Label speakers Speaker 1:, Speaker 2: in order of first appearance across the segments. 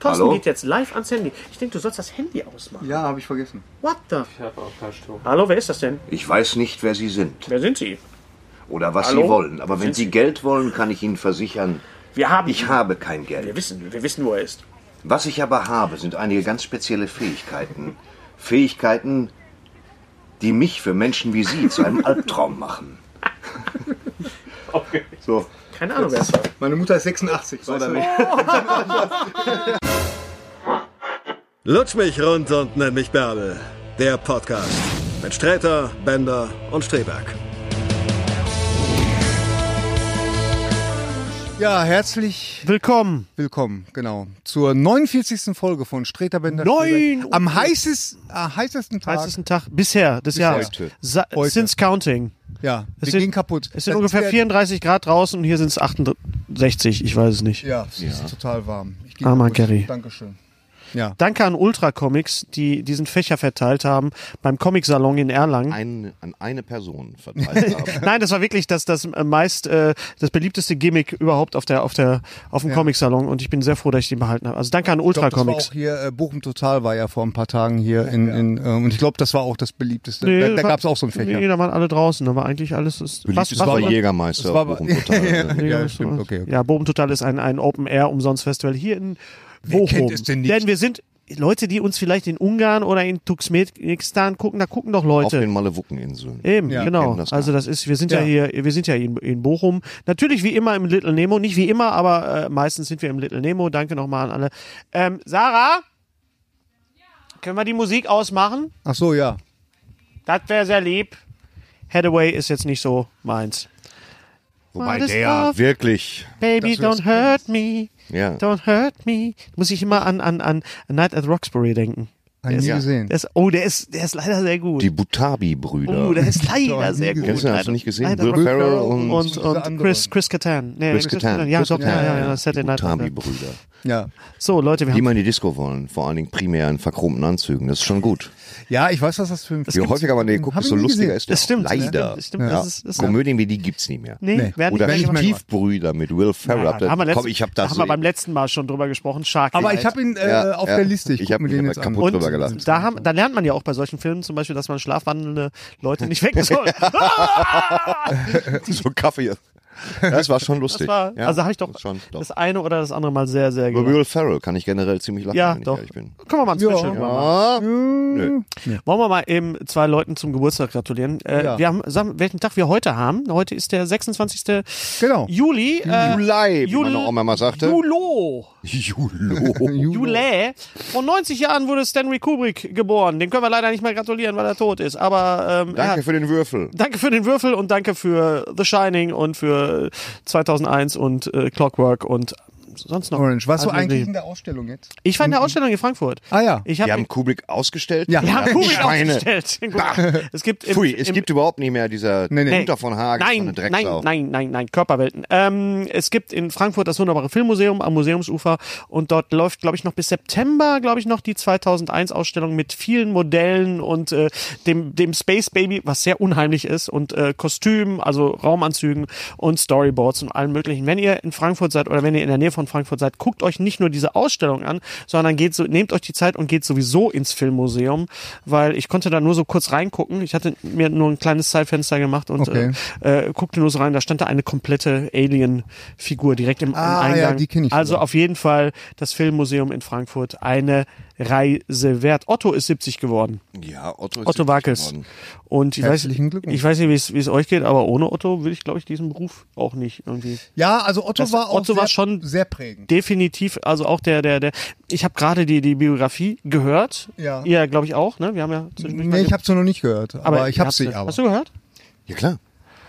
Speaker 1: Thorsten
Speaker 2: Hallo?
Speaker 1: geht jetzt live ans Handy. Ich denke, du sollst das Handy ausmachen.
Speaker 3: Ja, habe ich vergessen.
Speaker 1: What the?
Speaker 4: Ich habe auch keinen Strom.
Speaker 1: Hallo, wer ist das denn?
Speaker 2: Ich weiß nicht, wer Sie sind
Speaker 1: Wer sind Sie?
Speaker 2: oder was
Speaker 1: Hallo?
Speaker 2: Sie wollen, aber wenn
Speaker 1: Sind
Speaker 2: Sie
Speaker 1: Sie-
Speaker 2: Geld wollen, kann ich Ihnen versichern,
Speaker 1: Wir haben.
Speaker 2: ich habe kein
Speaker 1: Wir
Speaker 2: Geld.
Speaker 1: wissen, wir wissen, wo er ist.
Speaker 2: Was ich aber habe, sind einige ganz spezielle Fähigkeiten. Fähigkeiten, die mich für Menschen wie Sie zu einem Albtraum machen.
Speaker 4: Okay.
Speaker 2: So,
Speaker 1: Keine Ahnung, wer es war.
Speaker 3: Meine Mutter ist 86, so oder nicht?
Speaker 5: Lutsch mich rund und nenn mich Bärbel. Der Podcast mit Sträter, Bender und Streberg.
Speaker 3: Ja, herzlich
Speaker 6: Willkommen.
Speaker 3: willkommen, genau, zur 49. Folge von Streterbänder.
Speaker 6: Neun!
Speaker 3: Am heißes, äh, heißesten Tag.
Speaker 6: Heißesten Tag bisher des Jahres.
Speaker 3: heute.
Speaker 6: Sa-
Speaker 3: Heute. Äh,
Speaker 6: Since counting.
Speaker 3: ja,
Speaker 6: Es
Speaker 3: wir
Speaker 6: sind-
Speaker 3: gehen kaputt.
Speaker 6: Es sind
Speaker 3: Das
Speaker 6: ungefähr
Speaker 3: ist der-
Speaker 6: 34 Grad draußen und hier sind es 68. Ich weiß es nicht.
Speaker 3: Ja, es ist total warm. Ich geh
Speaker 6: Armer
Speaker 3: kaputt.
Speaker 6: Gary.
Speaker 3: Dankeschön. Ja.
Speaker 6: Danke an Ultra Comics, die diesen Fächer verteilt haben beim Comicsalon in Erlangen.
Speaker 7: ein, an eine Person verteilt haben.
Speaker 6: Nein, das war wirklich das, das äh, meist äh, das beliebteste Gimmick überhaupt auf der auf der auf dem Comicsalon und ich bin sehr froh, dass ich den behalten habe. Also danke an
Speaker 3: Ich
Speaker 6: Ultra
Speaker 3: glaub, das war auch
Speaker 6: Comics.
Speaker 3: hier, äh, Bochum Total war ja vor ein paar Tagen hier in, in ähm, und ich glaube, das war auch das beliebteste.
Speaker 6: Nee,
Speaker 3: da da
Speaker 6: war-
Speaker 3: gab es auch so einen Fächer.
Speaker 6: Nee, da waren alle draußen, aber eigentlich alles ist
Speaker 7: Beliebt ist
Speaker 6: was-
Speaker 7: war
Speaker 6: was-
Speaker 7: Jägermeister.
Speaker 3: das war-
Speaker 7: Bochum total. ne?
Speaker 3: Ja,
Speaker 6: das
Speaker 3: stimmt,
Speaker 6: war's.
Speaker 3: okay, okay.
Speaker 6: Ja, Bochum Total ist ein, ein Open Air umsonst Festival hier in Bochum.
Speaker 3: kennt es denn nicht?
Speaker 6: Denn wir sind Leute, die uns vielleicht in Ungarn oder in Tuxmekistan gucken, da gucken doch
Speaker 7: Auf
Speaker 6: Leute.
Speaker 7: den Malevuckeninseln.
Speaker 6: Eben,
Speaker 3: Ja,
Speaker 6: genau.
Speaker 7: kennen das gar
Speaker 6: also das ist, wir sind ja,
Speaker 3: Ja.
Speaker 6: hier, wir sind ja in, in Bochum. Natürlich wie immer im Little Nemo, nicht wie immer, aber äh, meistens sind wir im Little Nemo. Danke nochmal an alle. Ähm, Sarah, können wir die Musik ausmachen?
Speaker 3: Ach so, ja.
Speaker 6: Das wäre sehr lieb. Hathaway ist jetzt nicht so meins.
Speaker 7: Wobei
Speaker 6: Alles
Speaker 7: der
Speaker 6: auf-
Speaker 7: wirklich.
Speaker 6: Baby, don't hurt me.
Speaker 7: Ja.
Speaker 6: Don't hurt me. Muss ich immer an, an, an A Night at Roxbury denken.
Speaker 3: Hab ich nie
Speaker 7: Ja.
Speaker 3: gesehen.
Speaker 6: Der ist, oh, der ist, der ist leider sehr gut.
Speaker 7: Die Butabi-Brüder.
Speaker 6: oh, der ist leider
Speaker 3: Doch,
Speaker 6: sehr gut.
Speaker 7: Kennst du, hast du
Speaker 6: Leider-
Speaker 7: nicht gesehen?
Speaker 6: leider
Speaker 7: Will
Speaker 6: Roxbury
Speaker 7: Ferrell
Speaker 6: und,
Speaker 7: und-
Speaker 6: und,
Speaker 3: Dieser andere.
Speaker 6: Chris, Chris Catan. Nee,
Speaker 7: Chris Kattan.
Speaker 6: Ja,
Speaker 7: Chris
Speaker 6: doch, ja,
Speaker 7: Kattan.
Speaker 6: ja, ja.
Speaker 7: Die
Speaker 6: Saturday Night Live.
Speaker 7: Butabi-Brüder.
Speaker 3: Ja.
Speaker 6: So, Leute, wir
Speaker 7: Die
Speaker 6: haben.
Speaker 7: mal in die Disco wollen. Vor allen Dingen primär in verchromten Anzügen. Das ist schon gut.
Speaker 3: ja, ich weiß, was das für ein
Speaker 7: Je häufiger man den guckt,
Speaker 3: Hab ich
Speaker 7: desto
Speaker 3: nie
Speaker 7: lustiger
Speaker 3: gesehen.
Speaker 7: ist der.
Speaker 6: Das stimmt. ne?
Speaker 7: auch. Leider.
Speaker 6: Das stimmt.
Speaker 3: Ja.
Speaker 6: Das ist, das ist
Speaker 7: Komödien wie die gibt's nicht mehr.
Speaker 6: Nee,
Speaker 3: Nee.
Speaker 6: werden
Speaker 7: Oder
Speaker 6: werden-
Speaker 3: nicht mehr.
Speaker 7: Tiefbrüder mit Will Ferrell.
Speaker 6: Ja, da haben wir, letzt,
Speaker 7: Komm, ich hab das.
Speaker 6: haben wir beim letzten Mal schon drüber gesprochen. Shark
Speaker 3: Aber
Speaker 6: Night.
Speaker 3: ich habe ihn äh,
Speaker 7: Ja,
Speaker 3: auf
Speaker 7: ja.
Speaker 3: der Liste. Ich,
Speaker 7: Ich
Speaker 3: guck
Speaker 7: hab
Speaker 3: mir
Speaker 7: ihn
Speaker 3: den
Speaker 7: aber
Speaker 3: jetzt an.
Speaker 7: kaputt drüber gelassen.
Speaker 6: Da, haben, da lernt man ja auch bei solchen Filmen zum Beispiel, dass man schlafwandelnde Leute nicht wecken soll.
Speaker 7: so Kaffee. Das war schon
Speaker 6: Das
Speaker 7: lustig.
Speaker 6: war,
Speaker 7: Ja,
Speaker 6: also habe ich doch,
Speaker 7: schon, doch.
Speaker 6: das eine oder das andere mal sehr, sehr
Speaker 7: Über
Speaker 6: gemacht.
Speaker 7: Will Ferrell kann ich generell ziemlich lachen,
Speaker 6: Ja,
Speaker 7: wenn ich
Speaker 6: doch.
Speaker 7: ehrlich bin. Ah,
Speaker 6: Können wir mal ein Special drüber machen.
Speaker 7: Ja. Nö.
Speaker 6: Wollen wir mal eben zwei Leuten zum Geburtstag gratulieren. Äh,
Speaker 3: Ja.
Speaker 6: Wir haben, sagen, welchen Tag wir heute haben. Heute ist der 26.
Speaker 3: Genau.
Speaker 6: Juli. Äh,
Speaker 7: Juli, wie meine Oma mal sagte.
Speaker 6: Julo.
Speaker 7: Julo.
Speaker 6: Juli. Vor 90 Jahren wurde Stanley Kubrick geboren. Dem können wir leider nicht mehr gratulieren, weil er tot ist. Aber ähm, er
Speaker 7: Danke
Speaker 6: hat,
Speaker 7: für den Würfel.
Speaker 6: danke für den Würfel und danke für The Shining und für 2001 und äh, Clockwork und sonst noch?
Speaker 8: Orange. Warst du
Speaker 6: Also,
Speaker 8: eigentlich
Speaker 6: nee.
Speaker 8: in der Ausstellung jetzt?
Speaker 6: Ich war in der Ausstellung in Frankfurt.
Speaker 8: Ah, ja.
Speaker 6: Ich
Speaker 7: Die
Speaker 6: habe
Speaker 7: haben Kubik ausgestellt?
Speaker 8: Ja. Die haben
Speaker 6: Kugel
Speaker 7: Schweine.
Speaker 6: aufgestellt. Gut. Es gibt im,
Speaker 7: Pfui, es
Speaker 6: im,
Speaker 7: gibt überhaupt nicht mehr dieser
Speaker 8: Nee, nee.
Speaker 7: Gunther von Hagen.
Speaker 6: Nein,
Speaker 7: ist so
Speaker 6: nein,
Speaker 7: eine Drecksau.
Speaker 6: nein, nein, nein, Körperwelten. Ähm, es gibt in Frankfurt das wunderbare Filmmuseum am Museumsufer und dort läuft, glaube ich, noch bis September, glaube ich, noch die 2001 Ausstellung mit vielen Modellen und äh, dem, dem Space Baby, was sehr unheimlich ist und äh, Kostümen, also Raumanzügen und Storyboards und allem möglichen. Wenn ihr in Frankfurt seid oder wenn ihr in der Nähe von Frankfurt seid, guckt euch nicht nur diese Ausstellung an, sondern geht so, nehmt euch die Zeit und geht sowieso ins Filmmuseum, weil ich konnte da nur so kurz reingucken. Ich hatte mir nur ein kleines Zeitfenster gemacht und
Speaker 8: Okay.
Speaker 6: äh, äh, guckte nur so rein, da stand da eine komplette Alien-Figur direkt im,
Speaker 8: Ah,
Speaker 6: im Eingang.
Speaker 8: ja, die kenn ich
Speaker 6: also
Speaker 8: sogar.
Speaker 6: auf jeden Fall das Filmmuseum in Frankfurt eine Reise wert. Otto ist 70 geworden.
Speaker 7: Ja, Otto, ist
Speaker 6: Otto
Speaker 7: süchtig
Speaker 6: Wackels.
Speaker 7: geworden.
Speaker 6: Und ich weiß,
Speaker 8: Herzlichen Glückwunsch.
Speaker 6: ich weiß nicht, wie es- wie es euch geht, aber ohne Otto würde ich, glaube ich, diesen Beruf auch nicht irgendwie.
Speaker 8: Ja, also Otto
Speaker 6: Das-
Speaker 8: war auch
Speaker 6: Otto
Speaker 8: sehr,
Speaker 6: war schon-
Speaker 8: sehr prägend.
Speaker 6: Definitiv, also auch der, der, der. Ich habe gerade die, die Biografie gehört.
Speaker 8: Ja.
Speaker 6: Ihr, glaube ich, auch, ne? Wir haben ja zwischendurch.
Speaker 8: Nee, ich habe sie noch nicht gehört, aber, ich
Speaker 6: ihr
Speaker 8: habe
Speaker 6: habt
Speaker 8: sie aber.
Speaker 6: Hast du gehört?
Speaker 7: Ja, klar.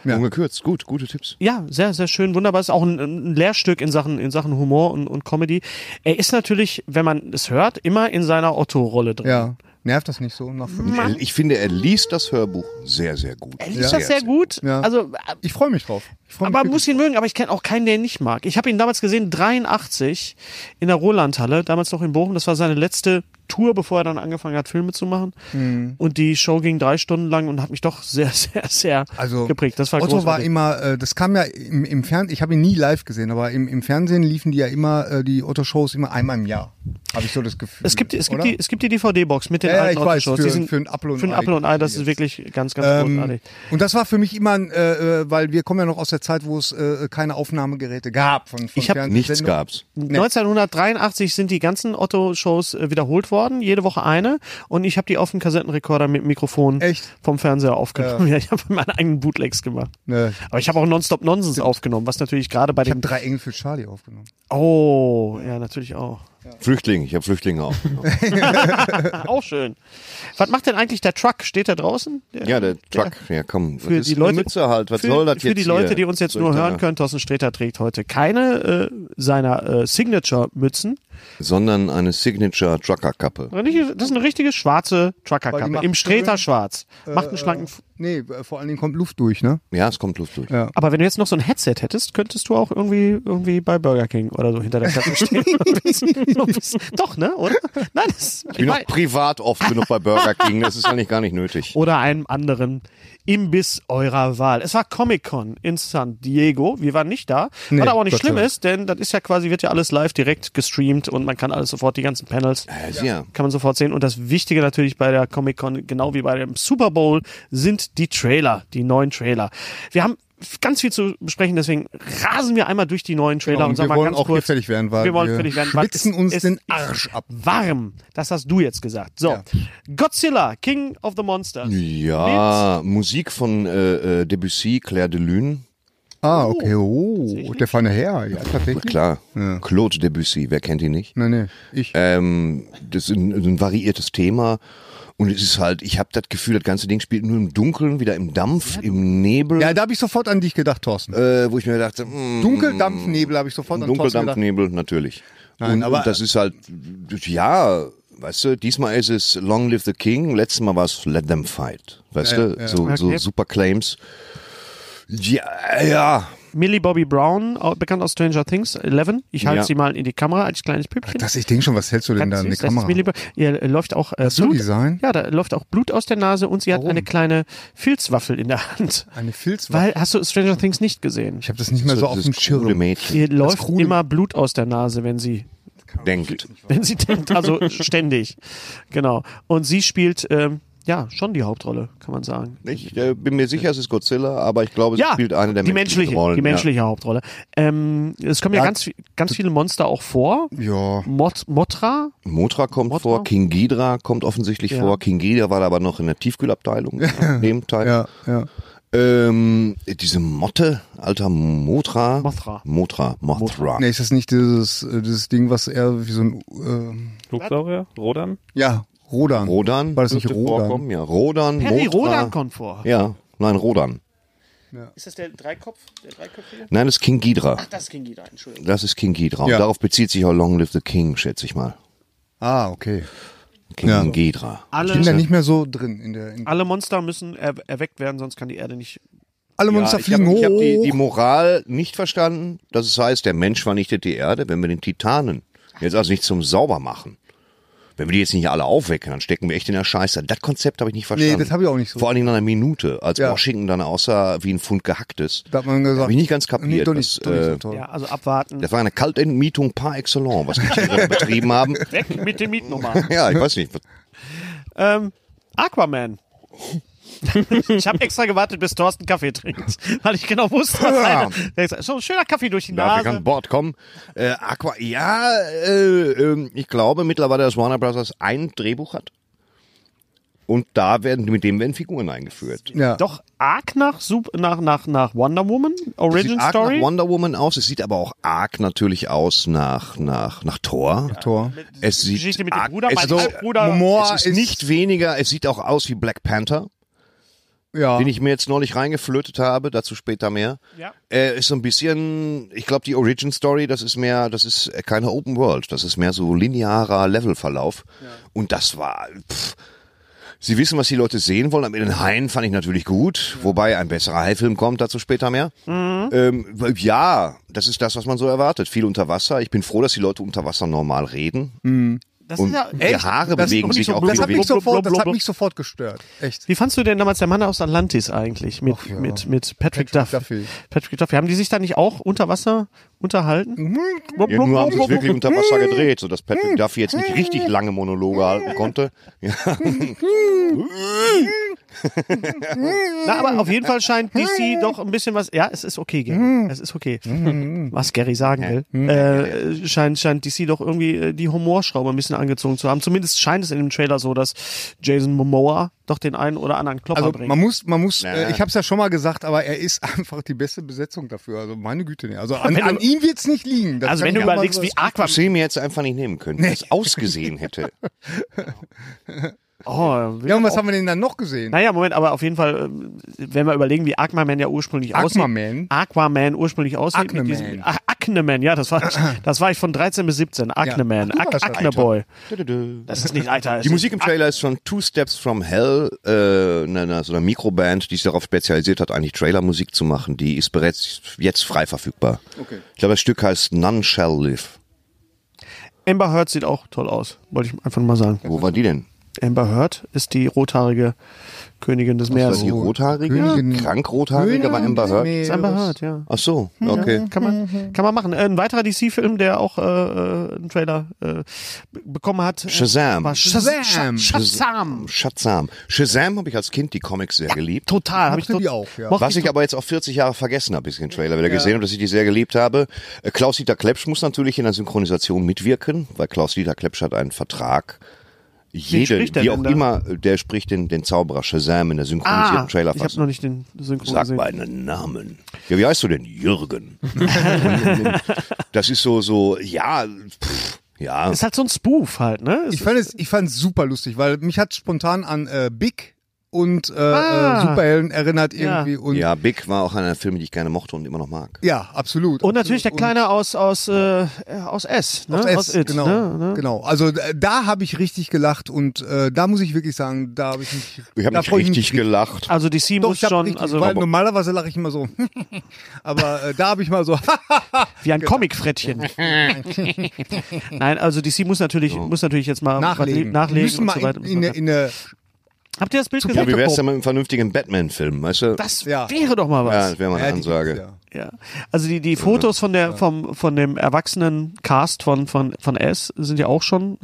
Speaker 8: Ja.
Speaker 7: Ungekürzt. Gut, gute Tipps.
Speaker 6: Ja, sehr, sehr schön, wunderbar. Ist auch ein, ein Lehrstück in Sachen, in Sachen Humor und, und Comedy. Er ist natürlich, wenn man es hört, immer in seiner Otto-Rolle drin.
Speaker 8: Ja, nervt das nicht so nach fünf Jahren?
Speaker 7: Ich finde, er liest das Hörbuch sehr, sehr gut. Er
Speaker 6: Ist das sehr gut?
Speaker 8: Ja.
Speaker 6: Also,
Speaker 8: Ich freue mich drauf. Ich freu mich
Speaker 6: aber
Speaker 8: wirklich.
Speaker 6: muss ihn mögen, aber ich kenne auch keinen, der ihn nicht mag. Ich habe ihn damals gesehen, 83, in der Rolandhalle, damals noch in Bochum. Das war seine letzte Tour, bevor er dann angefangen hat, Filme zu machen.
Speaker 8: Mhm.
Speaker 6: Und die Show ging drei Stunden lang und hat mich doch sehr, sehr, sehr
Speaker 8: also
Speaker 6: geprägt. Das war
Speaker 8: Otto war
Speaker 6: großartig.
Speaker 8: immer, äh, das kam ja im, im Fernsehen, ich habe ihn nie live gesehen, aber im, im Fernsehen liefen die ja immer, äh, die Otto-Shows immer einmal im Jahr. Habe ich so das Gefühl.
Speaker 6: es gibt, es gibt
Speaker 8: oder?
Speaker 6: die, es gibt die DVD-Box mit den
Speaker 8: Ja, ja,
Speaker 6: alten
Speaker 8: ich weiß,
Speaker 6: Otto-Shows.
Speaker 8: für-
Speaker 6: Die sind-
Speaker 8: für ein Apfel und
Speaker 6: Für ein
Speaker 8: Ei
Speaker 6: Apfel und Ei, das ist
Speaker 8: jetzt.
Speaker 6: wirklich ganz, ganz
Speaker 8: ähm,
Speaker 6: großartig.
Speaker 8: und das war für mich immer, ein, äh, äh, weil wir kommen ja noch aus der Zeit, wo es äh, keine Aufnahmegeräte gab. Von, von
Speaker 6: Ich hab-
Speaker 7: Nichts
Speaker 8: Fernsehsendungen.
Speaker 7: gab's.
Speaker 6: 1983 sind die ganzen Otto-Shows äh, wiederholt worden, jede Woche eine. Und ich habe die auf dem Kassettenrekorder mit Mikrofon
Speaker 8: Echt?
Speaker 6: vom Fernseher aufgenommen. Ja. ich habe meine eigenen Bootlegs gemacht.
Speaker 8: Nö.
Speaker 6: Aber ich habe auch Nonstop Nonsens aufgenommen, was natürlich gerade bei
Speaker 8: Ne. Ich habe
Speaker 6: den.
Speaker 8: drei Engel für Charlie aufgenommen.
Speaker 6: Oh, ja, natürlich auch.
Speaker 7: Flüchtlinge, ich habe Flüchtlinge aufgenommen.
Speaker 6: Ah, Auch schön. Was macht denn eigentlich der Truck? Steht da draußen? Der-
Speaker 7: ja, der Truck, ja komm,
Speaker 6: Für
Speaker 7: das
Speaker 6: die
Speaker 7: ist eine
Speaker 6: Leute,
Speaker 7: Mütze halt, was
Speaker 6: für,
Speaker 7: soll das
Speaker 6: für
Speaker 7: jetzt
Speaker 6: die Leute,
Speaker 7: hier?
Speaker 6: die uns jetzt
Speaker 7: So
Speaker 6: nur
Speaker 7: ein
Speaker 6: hören
Speaker 7: kleiner-
Speaker 6: können, Thorsten Sträter trägt heute keine äh, seiner äh, Signature-Mützen,
Speaker 7: Sondern eine Signature Trucker Kappe.
Speaker 6: Richtig- Das ist eine richtige schwarze
Speaker 8: Weil die
Speaker 6: Truckerkappe.
Speaker 8: macht
Speaker 6: Im
Speaker 8: einen
Speaker 6: Streter
Speaker 8: schönen,
Speaker 6: schwarz. Macht einen schlanken. F
Speaker 8: Nee, äh, vor allen Dingen kommt Luft durch, ne?
Speaker 7: Ja, es kommt Luft durch.
Speaker 6: aber wenn du jetzt noch so ein Headset hättest, könntest du auch irgendwie, irgendwie bei Burger King oder so hinter der Kasse stehen. und ein bisschen, so ein bisschen, doch, ne? Oder? Nein, das
Speaker 7: Ich bin
Speaker 6: ich
Speaker 7: noch
Speaker 6: mein- Oh.
Speaker 7: privat oft genug bei Burger King, das ist eigentlich gar nicht nötig.
Speaker 6: oder einem anderen Imbiss eurer Wahl. Es war Comic-Con in San Diego. Wir waren nicht da.
Speaker 8: Nee,
Speaker 6: was aber auch nicht
Speaker 8: Gott sei
Speaker 6: schlimm
Speaker 8: Dank.
Speaker 6: ist, denn das ist ja quasi, wird ja alles live direkt gestreamt und man kann alles sofort, die ganzen Panels.
Speaker 7: Also, ja.
Speaker 6: kann man sofort sehen. Und das Wichtige natürlich bei der Comic-Con, genau wie bei dem Super Bowl, sind die Trailer, die neuen Trailer. Wir haben f- ganz viel zu besprechen, deswegen rasen wir einmal durch die neuen Trailer
Speaker 8: Genau, und
Speaker 6: und
Speaker 8: wir
Speaker 6: sagen mal
Speaker 8: wollen
Speaker 6: ganz
Speaker 8: auch
Speaker 6: kurz.
Speaker 8: gefällig werden, weil
Speaker 6: wir wollen
Speaker 8: wir
Speaker 6: gefällig werden, weil
Speaker 8: schwitzen uns
Speaker 6: es
Speaker 8: den
Speaker 6: ist
Speaker 8: Arsch ab.
Speaker 6: Warm, das hast du jetzt gesagt. So, Godzilla, King of the Monsters.
Speaker 7: Ja, Musik von äh, äh, Debussy, Claire de Lune.
Speaker 8: Ah, okay. Oh, der feine Herr. Ja,
Speaker 7: Na
Speaker 8: tatsächlich.
Speaker 7: Klar, Claude Debussy, wer kennt ihn nicht?
Speaker 8: Nein, nee. Ich.
Speaker 6: Äh.
Speaker 7: Ähm, das ist ein, ein variiertes Thema und es ist halt, ich habe das Gefühl, das ganze Ding spielt nur im Dunkeln, wieder im Dampf, im Nebel,
Speaker 8: ja, da habe ich sofort an dich gedacht, Thorsten.
Speaker 7: äh, wo ich mir dachte, mh,
Speaker 8: Dunkeldampfnebel habe ich sofort an Thorsten gedacht.
Speaker 7: Dunkeldampfnebel, natürlich. und, aber das ist halt, ja, weißt du, diesmal ist es Long Live the King, letztes Mal war es Let Them Fight, weißt du, so, so
Speaker 6: Okay.
Speaker 7: super Claims. Ja, ja,
Speaker 6: Millie Bobby Brown, au- bekannt aus Stranger Things, 11. Ich halte
Speaker 7: Ja.
Speaker 6: sie mal in die Kamera als kleines Püppchen.
Speaker 8: Das, ich denke schon, was hältst du denn
Speaker 6: Ganz
Speaker 8: da an der
Speaker 6: süß, das ist
Speaker 8: Kamera?
Speaker 6: Millie Bo- Ihr äh, läuft auch äh,
Speaker 8: soll
Speaker 6: Blut.
Speaker 8: die sein?
Speaker 6: Ja, da läuft auch Blut aus der Nase und sie hat eine kleine Filzwaffel in der Hand.
Speaker 8: Eine Filzwaffe.
Speaker 6: Weil hast du Stranger Things nicht gesehen?
Speaker 8: Ich habe das nicht mehr so, auf
Speaker 7: dieses
Speaker 8: dem
Speaker 7: krude
Speaker 8: Schirm.
Speaker 7: Mädchen
Speaker 6: Ihr läuft
Speaker 8: Krude-
Speaker 6: immer Blut aus der Nase, wenn sie
Speaker 7: denkt.
Speaker 6: wenn sie denkt, also ständig. Genau. Und sie spielt ähm, ja schon die Hauptrolle, kann man sagen.
Speaker 7: Ich äh, bin mir sicher, es ist Godzilla, aber ich glaube, es
Speaker 6: Ja,
Speaker 7: spielt eine der
Speaker 6: die
Speaker 7: menschlichen
Speaker 6: menschliche,
Speaker 7: Rollen.
Speaker 6: die menschliche Hauptrolle. Ähm, es kommen ja,
Speaker 8: Ja,
Speaker 6: ganz, vi- ganz viele Monster auch vor.
Speaker 8: Ja.
Speaker 6: Mot Motra,
Speaker 7: Ja. Motra kommt
Speaker 6: Mothra?
Speaker 7: vor, King Ghidra kommt offensichtlich
Speaker 6: Ja.
Speaker 7: vor. King Ghidra war da aber noch in der Tiefkühlabteilung, in dem Teil.
Speaker 8: Ja, ja.
Speaker 7: Ähm, diese Motte, alter Motra.
Speaker 6: Mothra.
Speaker 7: Motra, Mothra.
Speaker 8: Nee, ist das nicht dieses, äh, dieses Ding, was eher wie so ein. ähm,
Speaker 4: Flugsaurier? Rodan?
Speaker 8: ja, Rodan.
Speaker 7: Rodan.
Speaker 8: War das nicht
Speaker 7: dürfte
Speaker 8: Rodan?
Speaker 7: vorkommen, Ja, Rodan,
Speaker 6: Perry
Speaker 7: Mothra.
Speaker 6: Rodan kommt vor.
Speaker 7: Ja, nein, Rodan.
Speaker 1: Ist das der Dreikopf? Der Dreiköpfige?
Speaker 7: Nein, das ist King Ghidra.
Speaker 1: Das ging die da, Entschuldigung.
Speaker 7: Das ist King Ghidra. Und
Speaker 3: Ja.
Speaker 7: darauf bezieht sich auch Long Live the King, schätze ich mal.
Speaker 3: Ah, okay.
Speaker 7: King
Speaker 3: Ja.
Speaker 7: Ghidra.
Speaker 3: Ich bin
Speaker 6: Alle,
Speaker 3: da nicht mehr so drin. In der, in
Speaker 6: alle Monster müssen er, erweckt werden, sonst kann die Erde nicht.
Speaker 3: alle Monster
Speaker 7: ich
Speaker 3: fliegen
Speaker 7: habe
Speaker 3: hoch.
Speaker 7: hab die, die Moral nicht verstanden, dass es heißt, der Mensch vernichtet die Erde, wenn wir den Titanen jetzt also nicht zum Sauber machen. Wenn wir die jetzt nicht alle aufwecken, dann stecken wir echt in der Scheiße. Das Konzept habe ich nicht verstanden.
Speaker 3: das habe ich auch nicht so.
Speaker 7: Vor allen Dingen nach einer Minute, als
Speaker 3: Ja.
Speaker 7: Washington dann aussah wie ein Pfund gehacktes.
Speaker 3: da hat man gesagt,
Speaker 7: Habe ich nicht ganz kapiert.
Speaker 3: Nee, doch
Speaker 7: was,
Speaker 3: nicht, doch nicht so
Speaker 7: äh,
Speaker 3: toll.
Speaker 6: Ja, also abwarten.
Speaker 7: das war eine Kaltentmietung par excellence, was die Tiere betrieben haben.
Speaker 6: Weg mit dem Mietnummer.
Speaker 7: Ja, ich weiß nicht. was-
Speaker 6: Ähm, Aquaman. ich habe extra gewartet, bis Thorsten Kaffee trinkt, weil ich genau wusste, was
Speaker 7: Ja.
Speaker 6: eine, Der ist- So ein schöner Kaffee durch die
Speaker 7: Darf ich
Speaker 6: Nase.
Speaker 7: an Bord kommen? Äh, Aqua, ja, äh, ähm, ich glaube mittlerweile, dass Warner Brothers ein Drehbuch hat. Und da werden, mit dem werden Figuren eingeführt.
Speaker 3: Ja.
Speaker 6: Doch arg nach, Sup- nach, nach, nach Wonder Woman, Origin
Speaker 7: sieht arg nach
Speaker 6: Story.
Speaker 7: Wonder Woman aus. Es sieht aber auch arg natürlich aus nach, nach, nach Thor.
Speaker 3: Tor.
Speaker 7: Es sieht
Speaker 6: Geschichte mit dem
Speaker 7: arg,
Speaker 6: Bruder,
Speaker 7: es,
Speaker 6: mein
Speaker 7: ist-
Speaker 6: Halbbruder.
Speaker 3: Humor
Speaker 7: es ist, nicht weniger, es sieht auch aus wie Black Panther,
Speaker 8: Ah.
Speaker 3: Ja.
Speaker 7: den ich mir jetzt neulich reingeflötet habe, dazu später mehr.
Speaker 6: Ja.
Speaker 7: Äh, ist so ein bisschen, ich glaube, die Origin Story, das ist mehr, das ist äh, keine Open World, das ist mehr so linearer Levelverlauf. Und das war, pff, Sie wissen, was die Leute sehen wollen. Am Ende den Haien fand ich natürlich gut, wobei ein besserer Haifilm kommt, dazu später mehr.
Speaker 6: Mhm.
Speaker 7: Ähm, weil- ja, das ist das, was man so erwartet. Viel unter Wasser. Ich bin froh, dass die Leute unter Wasser normal reden.
Speaker 6: Das
Speaker 7: Und
Speaker 6: ist ja,
Speaker 7: die Haare bewegen
Speaker 6: ist
Speaker 7: sich
Speaker 6: so
Speaker 7: auch
Speaker 6: blöd.
Speaker 3: Das
Speaker 7: viel
Speaker 3: hat, mich
Speaker 7: weniger.
Speaker 3: sofort, das hat
Speaker 6: blub.
Speaker 3: mich sofort gestört. Echt.
Speaker 6: Wie fandst du denn damals der Mann aus Atlantis eigentlich mit, mit, mit Patrick,
Speaker 3: Patrick
Speaker 6: Duffy?
Speaker 3: Duffy.
Speaker 6: Patrick Duffy. Haben die sich da nicht auch unter Wasser unterhalten?
Speaker 7: Ja, nur haben sie es wirklich unter Wasser
Speaker 6: Hm.
Speaker 7: gedreht, sodass Patrick Duffy jetzt nicht richtig lange Monologe halten konnte. Ja.
Speaker 6: Na, aber auf jeden Fall scheint DC doch ein bisschen was. Ja, es ist okay, Gary.
Speaker 7: Hm.
Speaker 6: Es ist okay. Was Gary sagen will. Äh, scheint, scheint DC doch irgendwie äh, die Humorschraube ein bisschen angezogen zu haben. Zumindest scheint es in dem Trailer so, dass Jason Momoa doch den einen oder anderen Klopper
Speaker 3: Also
Speaker 6: bringt.
Speaker 3: man muss, man muss,
Speaker 7: Ja.
Speaker 3: äh, ich habe es ja schon mal gesagt, aber er ist einfach die beste Besetzung dafür. Also meine Güte, nee. also an,
Speaker 6: Wenn du-
Speaker 3: an ihm wird's nicht liegen. Das
Speaker 6: also
Speaker 3: kann
Speaker 6: wenn du
Speaker 3: ich auch mal
Speaker 6: überlegst,
Speaker 3: so-
Speaker 6: wie Aquaman.
Speaker 7: Film jetzt einfach nicht nehmen können, wenn es ausgesehen hätte.
Speaker 6: Oh,
Speaker 3: Ja, und was haben wir denn dann noch gesehen?
Speaker 6: Naja, Moment, aber auf jeden Fall, ähm, wenn wir überlegen, wie Aquaman ja ursprünglich aussieht.
Speaker 3: Aquaman?
Speaker 6: Aquaman ursprünglich aussieht.
Speaker 3: Acne
Speaker 6: mit diesem-
Speaker 3: Man.
Speaker 6: Ach, Acne Man, ja, das war, ich, das war ich von 13 bis 17. Acne Man,
Speaker 3: Du
Speaker 6: Ac
Speaker 3: warst das,
Speaker 6: Acne
Speaker 3: Alter.
Speaker 6: Boy.
Speaker 7: Die
Speaker 6: Das ist nicht Alter. es ist
Speaker 7: Musik im Trailer ist von Two Steps from Hell, äh, ne, ne, so einer Mikroband, die sich darauf spezialisiert hat, eigentlich Trailermusik zu machen. Die ist bereits jetzt frei verfügbar. Ich glaube, das Stück heißt None Shall Live.
Speaker 6: Amber Heard sieht auch toll aus, wollte ich einfach nur mal sagen.
Speaker 7: Wo war die denn?
Speaker 6: Amber Heard ist die rothaarige Königin des
Speaker 7: War
Speaker 6: Meeres.
Speaker 7: die rothaarige?
Speaker 3: Königin-
Speaker 7: Krank rothaarige war Amber Heard?
Speaker 6: Ist Amber Heard, ja.
Speaker 7: Ach so, okay.
Speaker 6: Kann
Speaker 3: Mhm.
Speaker 6: man, kann man machen. Äh, Ein weiterer DC-Film, der auch äh, äh, einen Trailer äh, be- bekommen hat. äh,
Speaker 7: Shazam.
Speaker 6: War Shazam.
Speaker 3: Shazam.
Speaker 6: Shazam.
Speaker 7: Shazam. Shazam habe ich als Kind die Comics sehr geliebt.
Speaker 6: Total. Hab
Speaker 3: Mochte
Speaker 6: tot-
Speaker 3: die auch, ja.
Speaker 6: mochte
Speaker 7: Was ich aber jetzt auch 40 Jahre vergessen habe, bis ich den Trailer wieder gesehen habe, dass ich die sehr geliebt habe. Äh, Klaus-Dieter Klepsch muss natürlich in der Synchronisation mitwirken, weil Klaus-Dieter Klepsch hat einen Vertrag. Jede,
Speaker 6: spricht der
Speaker 7: wie
Speaker 6: denn
Speaker 7: auch
Speaker 6: da?
Speaker 7: immer, äh, der spricht den, den Zauberer Shazam in der synchronisierten
Speaker 6: Ah, ich habe noch
Speaker 7: Trailerfassung.
Speaker 6: nicht den Synchron
Speaker 7: Sag
Speaker 6: gesehen.
Speaker 7: meinen Namen. Ja, wie heißt du denn? Jürgen. das ist so, so, ja, pff, ja.
Speaker 6: Ist halt so ein Spoof halt, ne?
Speaker 3: Ich
Speaker 6: Ist,
Speaker 3: fand es, ich fand's super lustig, weil mich hat spontan an äh, Big und äh,
Speaker 6: Ah.
Speaker 3: äh, Superhelden erinnert
Speaker 6: Ja.
Speaker 3: irgendwie und ja,
Speaker 7: Ja, Big war auch einer der Filme, die ich gerne mochte und immer noch mag.
Speaker 3: absolut.
Speaker 6: und natürlich der
Speaker 3: absolut.
Speaker 6: Kleine aus, aus, äh, aus S, ne?
Speaker 3: Und
Speaker 6: Aus,
Speaker 3: S,
Speaker 6: It,
Speaker 3: genau,
Speaker 6: ne? ne?
Speaker 3: genau. Also äh, da habe ich richtig gelacht und äh, da muss ich wirklich sagen, da habe ich mich.
Speaker 7: Ich habe
Speaker 3: da
Speaker 7: nicht
Speaker 3: freu ich mich
Speaker 7: richtig gelacht.
Speaker 6: Also DC
Speaker 3: Doch,
Speaker 6: muss
Speaker 3: ich hab
Speaker 6: schon,
Speaker 3: richtig,
Speaker 6: also
Speaker 3: weil normalerweise lache ich immer so. Aber äh, da habe ich mal so.
Speaker 6: wie ein Comicfrettchen. Nein, also DC muss natürlich, muss natürlich jetzt mal
Speaker 3: nachlegen.
Speaker 6: was nachlegen
Speaker 3: Müssen
Speaker 6: und
Speaker 3: mal
Speaker 6: so weiter.
Speaker 3: in, in, in eine.
Speaker 6: Habt ihr das Bild
Speaker 7: Ja, wie
Speaker 6: gesehen?
Speaker 7: wär's denn mit einem vernünftigen Batman-Film, weißt du?
Speaker 6: das
Speaker 3: Ja.
Speaker 6: wäre doch mal
Speaker 7: ja,
Speaker 6: was.
Speaker 7: das wäre mal eine
Speaker 3: Ja, die
Speaker 7: Ansage.
Speaker 3: gibt's ja.
Speaker 6: Ja. Also die, die
Speaker 7: ne?
Speaker 6: Fotos von der vom von dem erwachsenen Cast von von von S sind ja auch schon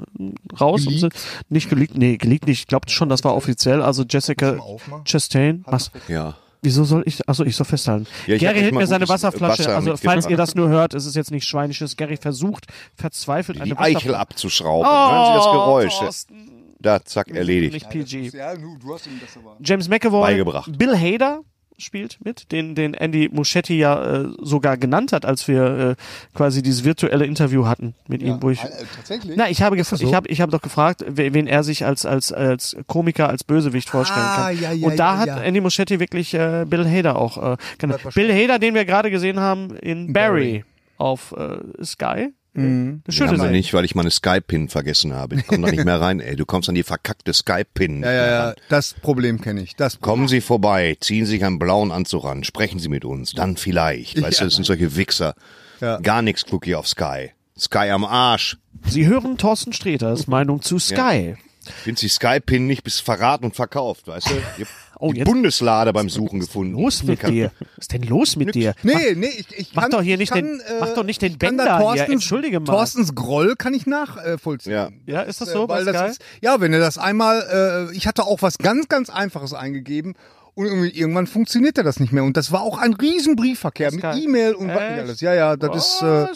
Speaker 6: raus und sind nicht geleakt. Nee, geleakt nicht. Ich glaube schon, das war offiziell. Also Jessica
Speaker 3: aufmachen?
Speaker 6: Chastain. Was?
Speaker 7: Ja.
Speaker 6: Wieso soll ich? Achso, ich soll festhalten.
Speaker 7: Ja, ich hab
Speaker 6: Gary
Speaker 7: euch
Speaker 6: hält
Speaker 7: mal
Speaker 6: mir seine
Speaker 7: gutes
Speaker 6: Wasserflasche.
Speaker 7: Wasser
Speaker 6: also
Speaker 7: mitgebracht.
Speaker 6: falls ihr das nur hört, ist es jetzt nicht schweinisches. Gary versucht verzweifelt eine
Speaker 7: Die Eichel
Speaker 6: Wasserflasche-
Speaker 7: abzuschrauben. Hören Sie das Geräusch.
Speaker 6: Oh, Thorsten, Hm,
Speaker 7: Da, zack, erledigt.
Speaker 6: Nicht PG.
Speaker 3: Ja, du, du hast ihm das aber.
Speaker 6: James McAvoy,
Speaker 7: Beigebracht.
Speaker 6: Bill Hader spielt mit, den, den Andy Muschetti ja äh, sogar genannt hat, als wir äh, quasi dieses virtuelle Interview hatten mit ihm, wo ich.
Speaker 8: Äh, tatsächlich?
Speaker 6: Na, ich habe, gef- ich habe, ich habe doch gefragt, we- wen er sich als, als, als Komiker, als Bösewicht vorstellen
Speaker 8: Ah,
Speaker 6: kann.
Speaker 8: ja, ja,
Speaker 6: Und da
Speaker 8: ja,
Speaker 6: hat
Speaker 8: ja.
Speaker 6: Andy Muschetti wirklich äh, Bill Hader auch äh, genannt. Bill Hader, den wir gerade gesehen haben in Barry, auf äh, Sky. Eine schöne
Speaker 7: Kann man
Speaker 6: Serie.
Speaker 7: Mhm. nicht, weil ich meine Skype-Pin vergessen habe. Ich komme da nicht mehr rein, ey. Du kommst an die verkackte Skype-Pin.
Speaker 8: Ja, ja, ja, das Problem kenne ich. Das
Speaker 7: Kommen Sie vorbei, ziehen Sie sich einen blauen Anzug an, sprechen Sie mit uns, dann vielleicht. Weißt du, das sind solche Wichser.
Speaker 8: Ja.
Speaker 7: Gar nichts guck hier auf Sky. Sky am Arsch.
Speaker 6: Sie hören Thorsten Streters Meinung zu Sky.
Speaker 7: Findest die Sky-Pin nicht bis verraten und verkauft, weißt du? Ich hab
Speaker 6: Oh,
Speaker 7: die
Speaker 6: jetzt-
Speaker 7: Bundeslade beim Suchen gefunden.
Speaker 6: Los mit dir. Was ist denn los mit dir?
Speaker 8: Nee, nee, ich, ich
Speaker 6: mach
Speaker 8: kann,
Speaker 6: doch hier
Speaker 8: ich
Speaker 6: nicht
Speaker 8: kann,
Speaker 6: den- mach doch
Speaker 3: äh,
Speaker 6: nicht den
Speaker 8: ich kann da
Speaker 6: Bender hier,
Speaker 8: Thorstens-
Speaker 6: entschuldige mal.
Speaker 8: Thorstens Groll kann ich
Speaker 3: äh,
Speaker 8: nachvollziehen.
Speaker 7: Ja.
Speaker 6: Ja, ist das so?
Speaker 8: Weil
Speaker 6: bei Sky?
Speaker 8: das ist, ja, wenn du das einmal, äh, ich hatte auch was ganz, ganz Einfaches eingegeben und irgendwie, irgendwann funktionierte das nicht mehr. Und das war auch ein riesen Briefverkehr mit
Speaker 6: Sky.
Speaker 8: E-Mail und was
Speaker 6: Echt?
Speaker 8: nicht alles. Ja, ja, das ist,
Speaker 6: Was?
Speaker 8: äh,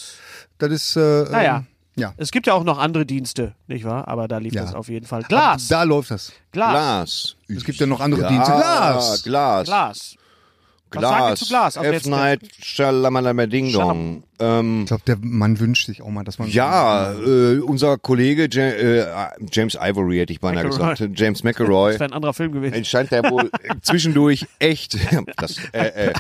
Speaker 8: das ist, äh,
Speaker 6: Naja.
Speaker 8: ähm, ja.
Speaker 6: Es gibt ja auch noch andere Dienste, nicht wahr? Aber da lief
Speaker 8: Ja.
Speaker 6: das auf jeden Fall. Glas,
Speaker 8: Da läuft das.
Speaker 6: Glas,
Speaker 7: Glas.
Speaker 8: Es gibt ja noch andere Dienste. Glas.
Speaker 7: Glas.
Speaker 6: Glas. Was sagt ihr
Speaker 7: Glas.
Speaker 6: zu Glas? Also Auf
Speaker 7: F.
Speaker 6: letzte-
Speaker 7: Night Shyamalan Ding Dong. Ähm,
Speaker 8: Ich glaube, der Mann wünscht sich auch mal, dass man.
Speaker 7: ja, äh, unser Kollege Ja- äh, James Ivory hätte ich beinahe
Speaker 6: McElroy.
Speaker 7: gesagt. James McElroy.
Speaker 6: Das wäre ein anderer Film gewesen.
Speaker 7: Scheint der wohl zwischendurch echt das, äh, äh,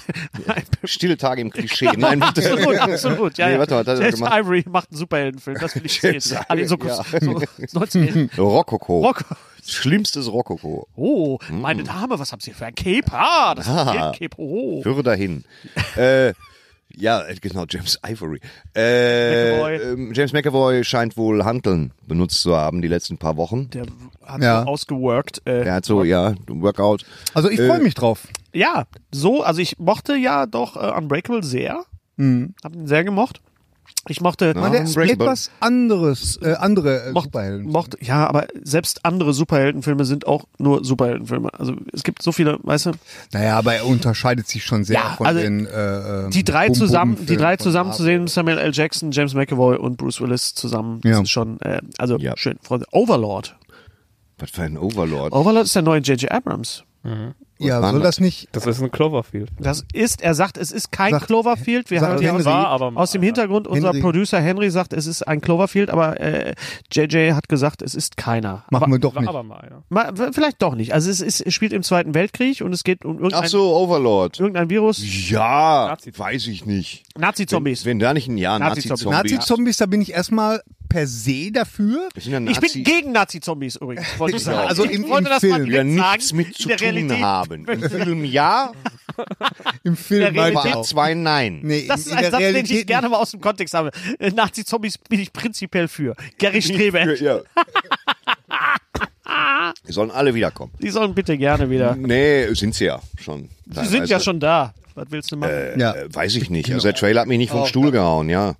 Speaker 7: stille Tage im Klischee. Nein,
Speaker 6: Absolut, absolut. Ja,
Speaker 7: Nee,
Speaker 6: ja.
Speaker 7: warte mal, das hat er
Speaker 6: James
Speaker 7: gemacht.
Speaker 6: Ivory macht einen Superheldenfilm, das will ich sehen.
Speaker 7: James Ivory,
Speaker 6: Alle so,
Speaker 7: ja.
Speaker 6: so 19
Speaker 7: Rokoko.
Speaker 6: Rokoko.
Speaker 7: Schlimmstes Rokoko.
Speaker 6: Oh, meine Dame, was haben Sie für ein Cape? Ah, das ist
Speaker 7: Mm. Ah.
Speaker 6: ein Cape. Oh.
Speaker 7: Höre dahin. äh, ja, äh, genau, James Ivory. Äh,
Speaker 6: McAvoy.
Speaker 7: ähm, James McAvoy scheint wohl Hanteln benutzt zu haben die letzten paar Wochen.
Speaker 6: Der hat
Speaker 8: Ja.
Speaker 6: so ausgeworkt. Äh,
Speaker 7: Er hat so, ja, Workout.
Speaker 8: Also ich freue mich drauf.
Speaker 6: ja, so, also ich mochte ja doch äh, Unbreakable sehr. Hab ihn sehr gemocht. Ich mochte.
Speaker 7: Mm. Na,
Speaker 8: Der ist
Speaker 7: Unbreakable.
Speaker 8: etwas anderes, äh, andere äh,
Speaker 6: mocht,
Speaker 8: Superhelden.
Speaker 6: mocht, ja, aber selbst andere Superheldenfilme sind auch nur Superheldenfilme. Also es gibt so viele, weißt du,
Speaker 8: Naja, aber er unterscheidet sich schon sehr
Speaker 6: Ja,
Speaker 8: von
Speaker 6: also
Speaker 8: den. Äh, ähm,
Speaker 6: die drei
Speaker 8: Bum-Bum-Filmen
Speaker 6: zusammen, die drei
Speaker 8: von
Speaker 6: zusammen
Speaker 8: Marvel.
Speaker 6: zu sehen, Samuel L. Jackson, James McAvoy und Bruce Willis zusammen, das
Speaker 8: Ja.
Speaker 6: ist schon, äh, also
Speaker 7: Ja.
Speaker 6: schön. Freunde. Overlord.
Speaker 7: Was für ein Overlord.
Speaker 6: Overlord ist der neue J.J. Abrams.
Speaker 8: Ja, soll das nicht.
Speaker 4: Das ist ein Cloverfield.
Speaker 6: Das ist, er sagt, es ist kein
Speaker 8: Sagt-
Speaker 6: Cloverfield. Wir
Speaker 8: sagt
Speaker 6: haben ja
Speaker 8: Henry-
Speaker 6: aus,
Speaker 8: War
Speaker 4: aber mal,
Speaker 6: aus dem Hintergrund, unser
Speaker 8: Henry-
Speaker 6: Producer Henry sagt, es ist ein Cloverfield, aber äh, JJ hat gesagt, es ist keiner.
Speaker 8: Machen
Speaker 6: aber,
Speaker 8: wir doch nicht.
Speaker 4: Aber mal, ja.
Speaker 6: ma, vielleicht doch nicht. Also es, ist, es spielt im Zweiten Weltkrieg und es geht um
Speaker 7: Ach
Speaker 6: irgendein,
Speaker 7: so, Overlord.
Speaker 6: irgendein Virus.
Speaker 7: Ja,
Speaker 4: Nazi-
Speaker 7: weiß ich nicht.
Speaker 6: Nazi-Zombies.
Speaker 7: Wenn da nicht ein Jahr
Speaker 6: Nazi-Zombies.
Speaker 7: Nazi-Zombies.
Speaker 8: Nazi-Zombies, da bin ich erstmal per se dafür.
Speaker 7: Das sind ja
Speaker 6: Ich
Speaker 7: Nazi
Speaker 6: bin gegen Nazi-Zombies übrigens, wollte ich
Speaker 8: Ja,
Speaker 6: sagen.
Speaker 8: also im-
Speaker 6: ich
Speaker 8: im
Speaker 6: wollte das mal
Speaker 8: Film.
Speaker 7: die ja
Speaker 6: direkt
Speaker 7: nichts
Speaker 6: sagen.
Speaker 7: mit zu
Speaker 6: in der
Speaker 7: tun
Speaker 6: Realität,
Speaker 7: haben. Im Film ja,
Speaker 8: Im Film
Speaker 6: In der
Speaker 8: einfach
Speaker 6: Realität-
Speaker 7: bei
Speaker 8: auch.
Speaker 7: zwei nein.
Speaker 8: Nee,
Speaker 6: Das ist
Speaker 8: in
Speaker 6: ein
Speaker 8: der
Speaker 6: Satz, den
Speaker 8: Realität
Speaker 6: ich gerne mal aus dem Kontext habe. Äh, Nazi-Zombies bin ich prinzipiell für. Gary Strebe,
Speaker 7: Ja. Die sollen alle wiederkommen.
Speaker 6: die sollen bitte gerne wieder.
Speaker 7: Hm. Nee, sind sie ja schon.
Speaker 6: Sie sind ja schon Genau. da. Was willst du machen?
Speaker 8: Ja.
Speaker 7: also- Äh, weiß ich nicht. Also der Trailer hat mich nicht vom Stuhl gehauen, ja.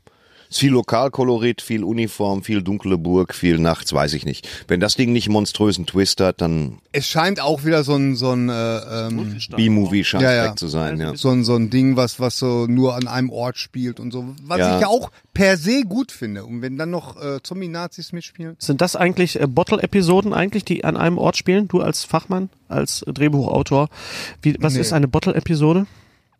Speaker 7: Ist Viel Lokalkolorit, viel Uniform, viel dunkle Burg, viel nachts, weiß ich nicht. Wenn das Ding nicht einen monströsen Twist hat, dann
Speaker 8: Es scheint auch wieder so ein, so ein, äh, ähm,
Speaker 7: B-Movie scheint
Speaker 8: Ja, ja.
Speaker 7: weg zu sein, ja.
Speaker 8: so ein, so ein Ding, was, was so nur an einem Ort spielt und so. Was
Speaker 7: Ja.
Speaker 8: ich ja auch per se gut finde. Und wenn dann noch äh, Zombie-Nazis mitspielen.
Speaker 6: Sind das eigentlich äh, Bottle-Episoden eigentlich, die an einem Ort spielen? Du als Fachmann, als äh, Drehbuchautor. Wie, was
Speaker 8: Nee.
Speaker 6: ist eine Bottle-Episode?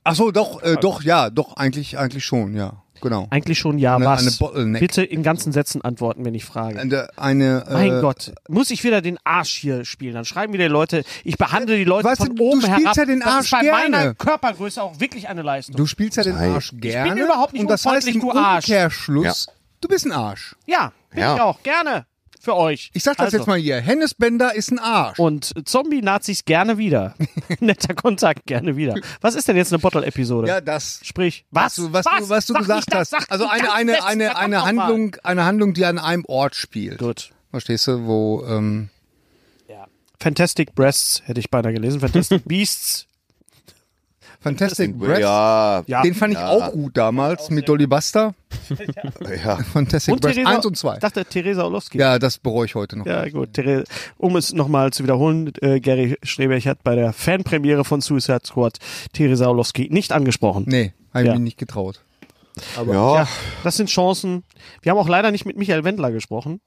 Speaker 8: Ach so, doch, äh, doch, ja, doch, eigentlich, eigentlich schon, ja. Genau.
Speaker 6: Eigentlich schon ja,
Speaker 8: Eine-
Speaker 6: was?
Speaker 8: eine Bottleneck.
Speaker 6: Bitte in ganzen Sätzen antworten, wenn ich frage.
Speaker 8: Eine, eine äh,
Speaker 6: mein Gott, muss ich wieder den Arsch hier spielen? Dann schreiben wieder die Leute, ich behandle die Leute
Speaker 8: Weißt du,
Speaker 6: von
Speaker 8: du
Speaker 6: oben
Speaker 8: spielst
Speaker 6: herab.
Speaker 8: ja den
Speaker 6: das ist
Speaker 8: Arsch
Speaker 6: bei meiner
Speaker 8: gerne.
Speaker 6: Körpergröße auch wirklich eine Leistung.
Speaker 8: Du spielst ja den Arsch gerne.
Speaker 6: überhaupt nicht
Speaker 8: Und das heißt im
Speaker 6: unfreundlich, du Arsch.
Speaker 8: Umkehrschluss, du bist ein Arsch.
Speaker 6: ja, bin
Speaker 7: Ja.
Speaker 6: ich auch, gerne. Für euch.
Speaker 8: Ich sag das
Speaker 6: Also.
Speaker 8: jetzt mal hier. Hennes Bender ist ein Arsch.
Speaker 6: Und Zombie-Nazis gerne wieder. Netter Kontakt gerne wieder. Was ist denn jetzt eine Bottle-Episode?
Speaker 8: Ja, das.
Speaker 6: Sprich,
Speaker 8: Was
Speaker 6: was?
Speaker 8: du, was du, was du
Speaker 6: Sag
Speaker 8: gesagt
Speaker 6: nicht das,
Speaker 8: hast.
Speaker 6: sag
Speaker 8: also
Speaker 6: nicht
Speaker 8: eine,
Speaker 6: das
Speaker 8: eine, eine,
Speaker 6: jetzt, sag doch
Speaker 8: eine
Speaker 6: noch mal.
Speaker 8: Handlung, eine Handlung, die an einem Ort spielt.
Speaker 6: Gut.
Speaker 8: Verstehst du, wo, ähm,
Speaker 6: Fantastic Breasts hätte ich beinahe gelesen. Fantastic Beasts.
Speaker 8: Fantastic Breath,
Speaker 7: Ja,
Speaker 6: Ja.
Speaker 8: den fand ich auch gut damals mit Dolly Buster.
Speaker 7: ja.
Speaker 8: Fantastic Breath 1 und 2.
Speaker 6: Ich dachte, Theresa Orlowski.
Speaker 8: Ja, das bereue ich heute noch.
Speaker 6: Ja, gut. Theresa- Um es nochmal zu wiederholen, äh, Gary Strebech hat bei der Fanpremiere von Suicide Squad Theresa Orlowski nicht angesprochen.
Speaker 8: Nee, habe ich
Speaker 6: Ja.
Speaker 8: mich nicht getraut. Oh.
Speaker 7: Ja,
Speaker 6: Das sind Chancen. Wir haben auch leider nicht mit Michael Wendler gesprochen.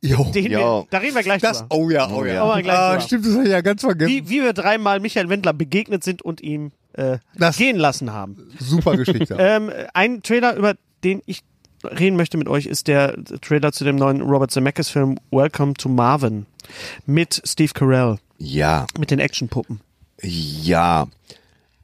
Speaker 8: Jo.
Speaker 6: Den
Speaker 7: Ja.
Speaker 6: wir, da reden wir gleich
Speaker 8: Das,
Speaker 6: drüber.
Speaker 8: oh ja, oh ja.
Speaker 6: Aber gleich
Speaker 8: ah,
Speaker 6: drüber.
Speaker 8: stimmt, das habe ich ja ganz vergessen.
Speaker 6: Wie, wie wir dreimal Michael Wendler begegnet sind und ihm äh,
Speaker 8: Das-
Speaker 6: gehen lassen haben.
Speaker 8: Super Geschichte.
Speaker 6: Ähm, ein Trailer, über den ich reden möchte mit euch, ist der Trailer zu dem neuen Robert Zemeckis-Film Welcome to Marvin mit Steve Carell,
Speaker 7: Ja,
Speaker 6: mit den Actionpuppen.
Speaker 7: ja,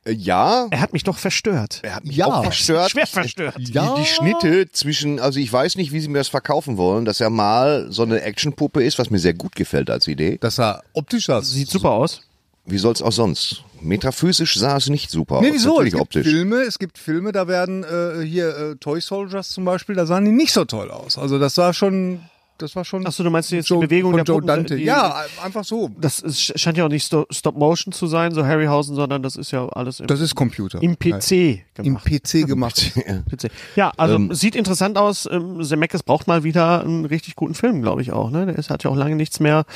Speaker 7: Äh, ja.
Speaker 6: Er hat mich doch verstört.
Speaker 7: Er hat mich
Speaker 8: Ja.
Speaker 7: auch verstört.
Speaker 6: Schwer verstört.
Speaker 7: Die, die Schnitte zwischen, also ich weiß nicht, wie sie mir das verkaufen wollen, dass er mal so eine Actionpuppe ist, was mir sehr gut gefällt als Idee.
Speaker 8: das sah optisch das.
Speaker 6: Sieht super aus.
Speaker 7: Wie soll's auch sonst? Metaphysisch sah es nicht super
Speaker 8: Nee,
Speaker 7: aus.
Speaker 8: wieso? Es
Speaker 7: Natürlich
Speaker 8: gibt
Speaker 7: optisch.
Speaker 8: Filme, es gibt Filme, da werden äh, hier äh, Toy Soldiers zum Beispiel, da sahen die nicht so toll aus. Also das sah schon, das war schon.
Speaker 6: Ach so, du meinst jetzt die
Speaker 8: Joe-
Speaker 6: Bewegung
Speaker 8: von
Speaker 6: der
Speaker 8: Joe
Speaker 6: Puppen,
Speaker 8: Dante?
Speaker 6: die-
Speaker 8: ja, äh, einfach so.
Speaker 6: Das ist, scheint ja auch nicht Sto- Stop-Motion zu sein, so Harryhausen, sondern das ist ja alles im,
Speaker 8: Das ist Computer.
Speaker 6: im PC
Speaker 8: Im
Speaker 6: gemacht.
Speaker 8: PC gemacht.
Speaker 6: PC. Ja, also sieht interessant aus. Ähm, Zemeckis braucht mal wieder einen richtig guten Film, glaube ich auch. Ne? Der ist, hat ja auch lange nichts mehr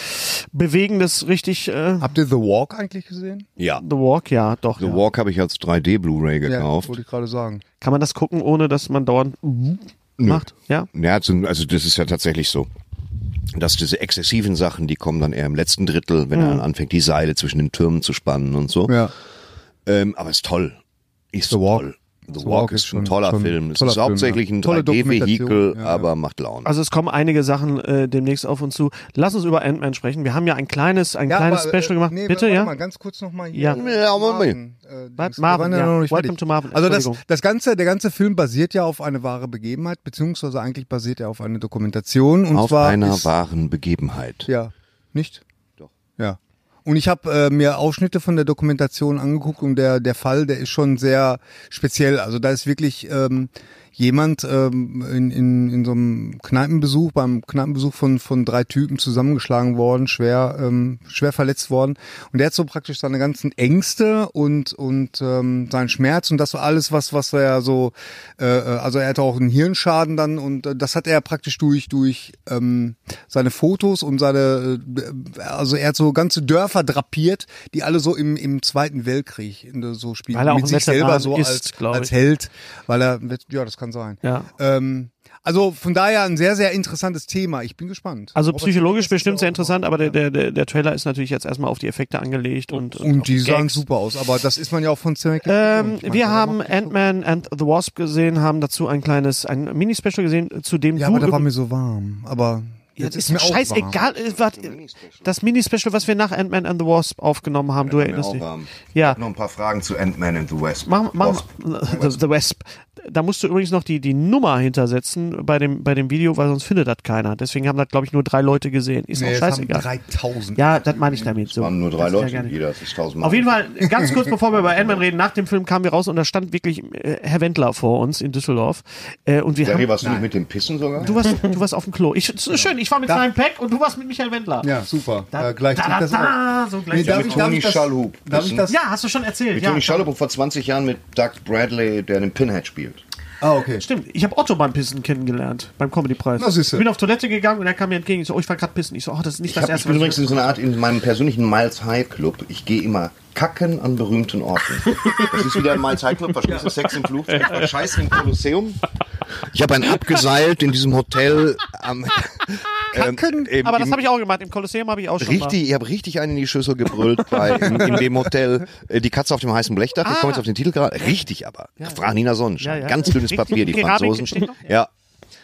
Speaker 6: Bewegendes richtig. Äh,
Speaker 8: Habt ihr The Walk eigentlich gesehen?
Speaker 7: Ja.
Speaker 6: The Walk, ja, doch.
Speaker 7: The
Speaker 6: ja.
Speaker 7: Walk habe ich als 3D Blu-ray gekauft.
Speaker 8: wollte ich gerade sagen.
Speaker 6: Kann man das gucken, ohne dass man dauernd macht? Ja.
Speaker 7: Ja, zum- also das ist ja tatsächlich so. Dass diese exzessiven Sachen, die kommen dann eher im letzten Drittel, wenn er dann anfängt, die Seile zwischen den Türmen zu spannen und so.
Speaker 8: Ja.
Speaker 7: Ähm, aber ist toll. Ist
Speaker 8: The Walk.
Speaker 7: toll. The,
Speaker 8: The
Speaker 7: Walk, ist schon ein toller
Speaker 8: schon
Speaker 7: Film. Es
Speaker 8: toller
Speaker 7: ist
Speaker 8: Film,
Speaker 7: hauptsächlich
Speaker 8: ja.
Speaker 7: ein
Speaker 8: Tolle Dokumentation,
Speaker 7: 3D-Vehikel,
Speaker 8: ja, ja.
Speaker 7: aber macht Laune.
Speaker 6: Also es kommen einige Sachen äh, demnächst auf uns zu. Lass uns über Ant-Man sprechen. Wir haben ja ein kleines, ein kleines
Speaker 8: aber, äh,
Speaker 6: Special gemacht.
Speaker 8: nee,
Speaker 6: Bitte,
Speaker 8: warte
Speaker 6: ja?
Speaker 8: Mal, ganz kurz nochmal
Speaker 6: Ja.
Speaker 8: hier.
Speaker 7: Ja, Moment.
Speaker 8: äh,
Speaker 6: Was?
Speaker 8: Dings. Wir
Speaker 6: Marvin,
Speaker 8: waren ja
Speaker 6: ja.
Speaker 8: noch nicht
Speaker 6: Welcome
Speaker 8: fertig.
Speaker 6: to Marvin.
Speaker 8: Also das,
Speaker 6: Entschuldigung.
Speaker 8: das ganze, der ganze Film basiert ja auf eine wahre Begebenheit, beziehungsweise eigentlich basiert er auf eine Dokumentation und
Speaker 7: Auf
Speaker 8: zwar
Speaker 7: einer
Speaker 8: ist,
Speaker 7: wahren Begebenheit.
Speaker 8: ja nicht.
Speaker 7: Doch.
Speaker 8: Ja. Und ich habe äh, mir Ausschnitte von der Dokumentation angeguckt und der der Fall, der ist schon sehr speziell. Also da ist wirklich ähm, jemand ähm, in, in, in so einem Kneipenbesuch, beim Kneipenbesuch von von drei Typen zusammengeschlagen worden, schwer ähm, schwer verletzt worden. Und der hat so praktisch seine ganzen Ängste und und ähm, seinen Schmerz und das war alles was was er so, äh, äh, also er hatte auch einen Hirnschaden dann und äh, das hat er praktisch durch durch ähm, seine Fotos und seine, äh, also er hat so ganze Dörfer drapiert, die alle so im, im Zweiten Weltkrieg in, der- so spielen.
Speaker 6: Weil er auch
Speaker 8: mit
Speaker 6: ein
Speaker 8: sich
Speaker 6: Veteran
Speaker 8: selber so
Speaker 6: ist,
Speaker 8: als,
Speaker 6: glaub
Speaker 8: als
Speaker 6: ich.
Speaker 8: Held, weil er, ja, das kann sein.
Speaker 6: Ja.
Speaker 8: Ähm, also von daher ein sehr, sehr interessantes Thema. Ich bin gespannt.
Speaker 6: Also
Speaker 8: Robert
Speaker 6: psychologisch
Speaker 8: Zemeckis ist
Speaker 6: bestimmt
Speaker 8: ja
Speaker 6: sehr
Speaker 8: auch-
Speaker 6: interessant, aber der, der, der, der Trailer ist natürlich jetzt erstmal auf die Effekte angelegt und,
Speaker 8: Und um die
Speaker 6: auf
Speaker 8: sahen
Speaker 6: Gags.
Speaker 8: super aus, aber das ist man ja auch von Zemeckis.
Speaker 6: Ähm,
Speaker 8: gewohnt. Ich meine,
Speaker 6: wir
Speaker 8: der
Speaker 6: haben
Speaker 8: macht-
Speaker 6: Ant-Man and the Wasp gesehen, haben dazu ein kleines, ein Mini-Special gesehen, zu dem
Speaker 8: Ja,
Speaker 6: du
Speaker 8: aber da war
Speaker 6: übr-
Speaker 8: mir so warm. Aber
Speaker 6: Ja,
Speaker 8: jetzt
Speaker 6: das
Speaker 8: ist
Speaker 6: ist,
Speaker 8: mir auch warm.
Speaker 6: scheißegal, äh, wart, das Mini-Special, was wir nach Ant-Man and the Wasp aufgenommen haben, du
Speaker 7: Mir
Speaker 6: erinnerst
Speaker 7: auch,
Speaker 6: dich.
Speaker 7: ähm,
Speaker 6: Ja.
Speaker 7: ich hab Noch ein paar Fragen zu Ant-Man and the Wasp.
Speaker 6: Mach, mach
Speaker 7: Wasp.
Speaker 6: The, the Wasp. Da musst du übrigens noch die, die Nummer hintersetzen bei dem, bei dem Video, weil sonst findet das keiner. Deswegen haben das, glaube ich, nur drei Leute gesehen. Ist
Speaker 8: Nee,
Speaker 6: auch
Speaker 8: es haben
Speaker 6: scheißegal.
Speaker 8: 3000.
Speaker 6: Ja, das meine ich damit. So.
Speaker 7: Waren nur
Speaker 6: Das
Speaker 7: drei
Speaker 6: ist ja
Speaker 7: Leute,
Speaker 6: gar nicht-
Speaker 7: jeder das ist tausendmal.
Speaker 6: Auf jeden Fall, ganz kurz bevor wir über Ant-Man reden, nach dem Film kamen wir raus und da stand wirklich äh, Herr Wendler vor uns in Düsseldorf. Äh, und wir
Speaker 7: Danny,
Speaker 6: haben,
Speaker 7: warst du nicht mit dem Pissen sogar?
Speaker 6: du, warst, du warst auf dem Klo. Ich, ist schön, ich war mit
Speaker 8: Da-
Speaker 6: kleinem Pack und du warst mit Michael Wendler.
Speaker 8: Ja, super.
Speaker 6: Da-
Speaker 8: äh, gleich
Speaker 6: da-
Speaker 8: zieht
Speaker 6: da-
Speaker 8: das
Speaker 6: da,
Speaker 8: auf.
Speaker 6: so gleich-
Speaker 7: ja, mit Tony
Speaker 8: das-
Speaker 7: Schallhub.
Speaker 8: Darf ich das?
Speaker 6: Ja, hast du schon erzählt.
Speaker 7: Mit
Speaker 6: Ja,
Speaker 7: Tony Schalup vor 20 Jahren mit Doug Bradley, der den Pinhead spielt.
Speaker 8: Ah, okay.
Speaker 6: Stimmt, ich habe Otto beim Pissen kennengelernt, beim Comedy-Preis.
Speaker 8: Na, siehste.
Speaker 6: ich bin auf Toilette gegangen und er kam mir entgegen. Ich so, oh, ich war gerade pissen. Ich so, oh, das ist nicht
Speaker 7: Ich,
Speaker 6: das
Speaker 7: hab, ich
Speaker 6: erste
Speaker 7: bin
Speaker 6: Mal.
Speaker 7: übrigens in so einer Art, in meinem persönlichen Miles High Club. Ich gehe immer kacken an berühmten Orten. Das ist wieder ein Miles High Club, verschließe Sex im Flugzeug, verscheiße im Kolosseum. Ich habe einen abgeseilt in diesem Hotel am Kacken.
Speaker 6: Aber das habe ich auch gemacht. Im Kolosseum habe ich auch schon
Speaker 7: Richtig, ich habe richtig einen in die Schüssel gebrüllt bei in, in dem Hotel äh, die Katze auf dem heißen Blechdach. Wir kommen jetzt auf den Titel gerade. Richtig, aber Frau Nina Sonnenschein.
Speaker 6: Ah. Ja, ja.
Speaker 7: Ganz dünnes
Speaker 6: Richtig,
Speaker 7: Papier, die
Speaker 6: Keramik
Speaker 7: Franzosen.
Speaker 6: steht noch?
Speaker 7: Ja.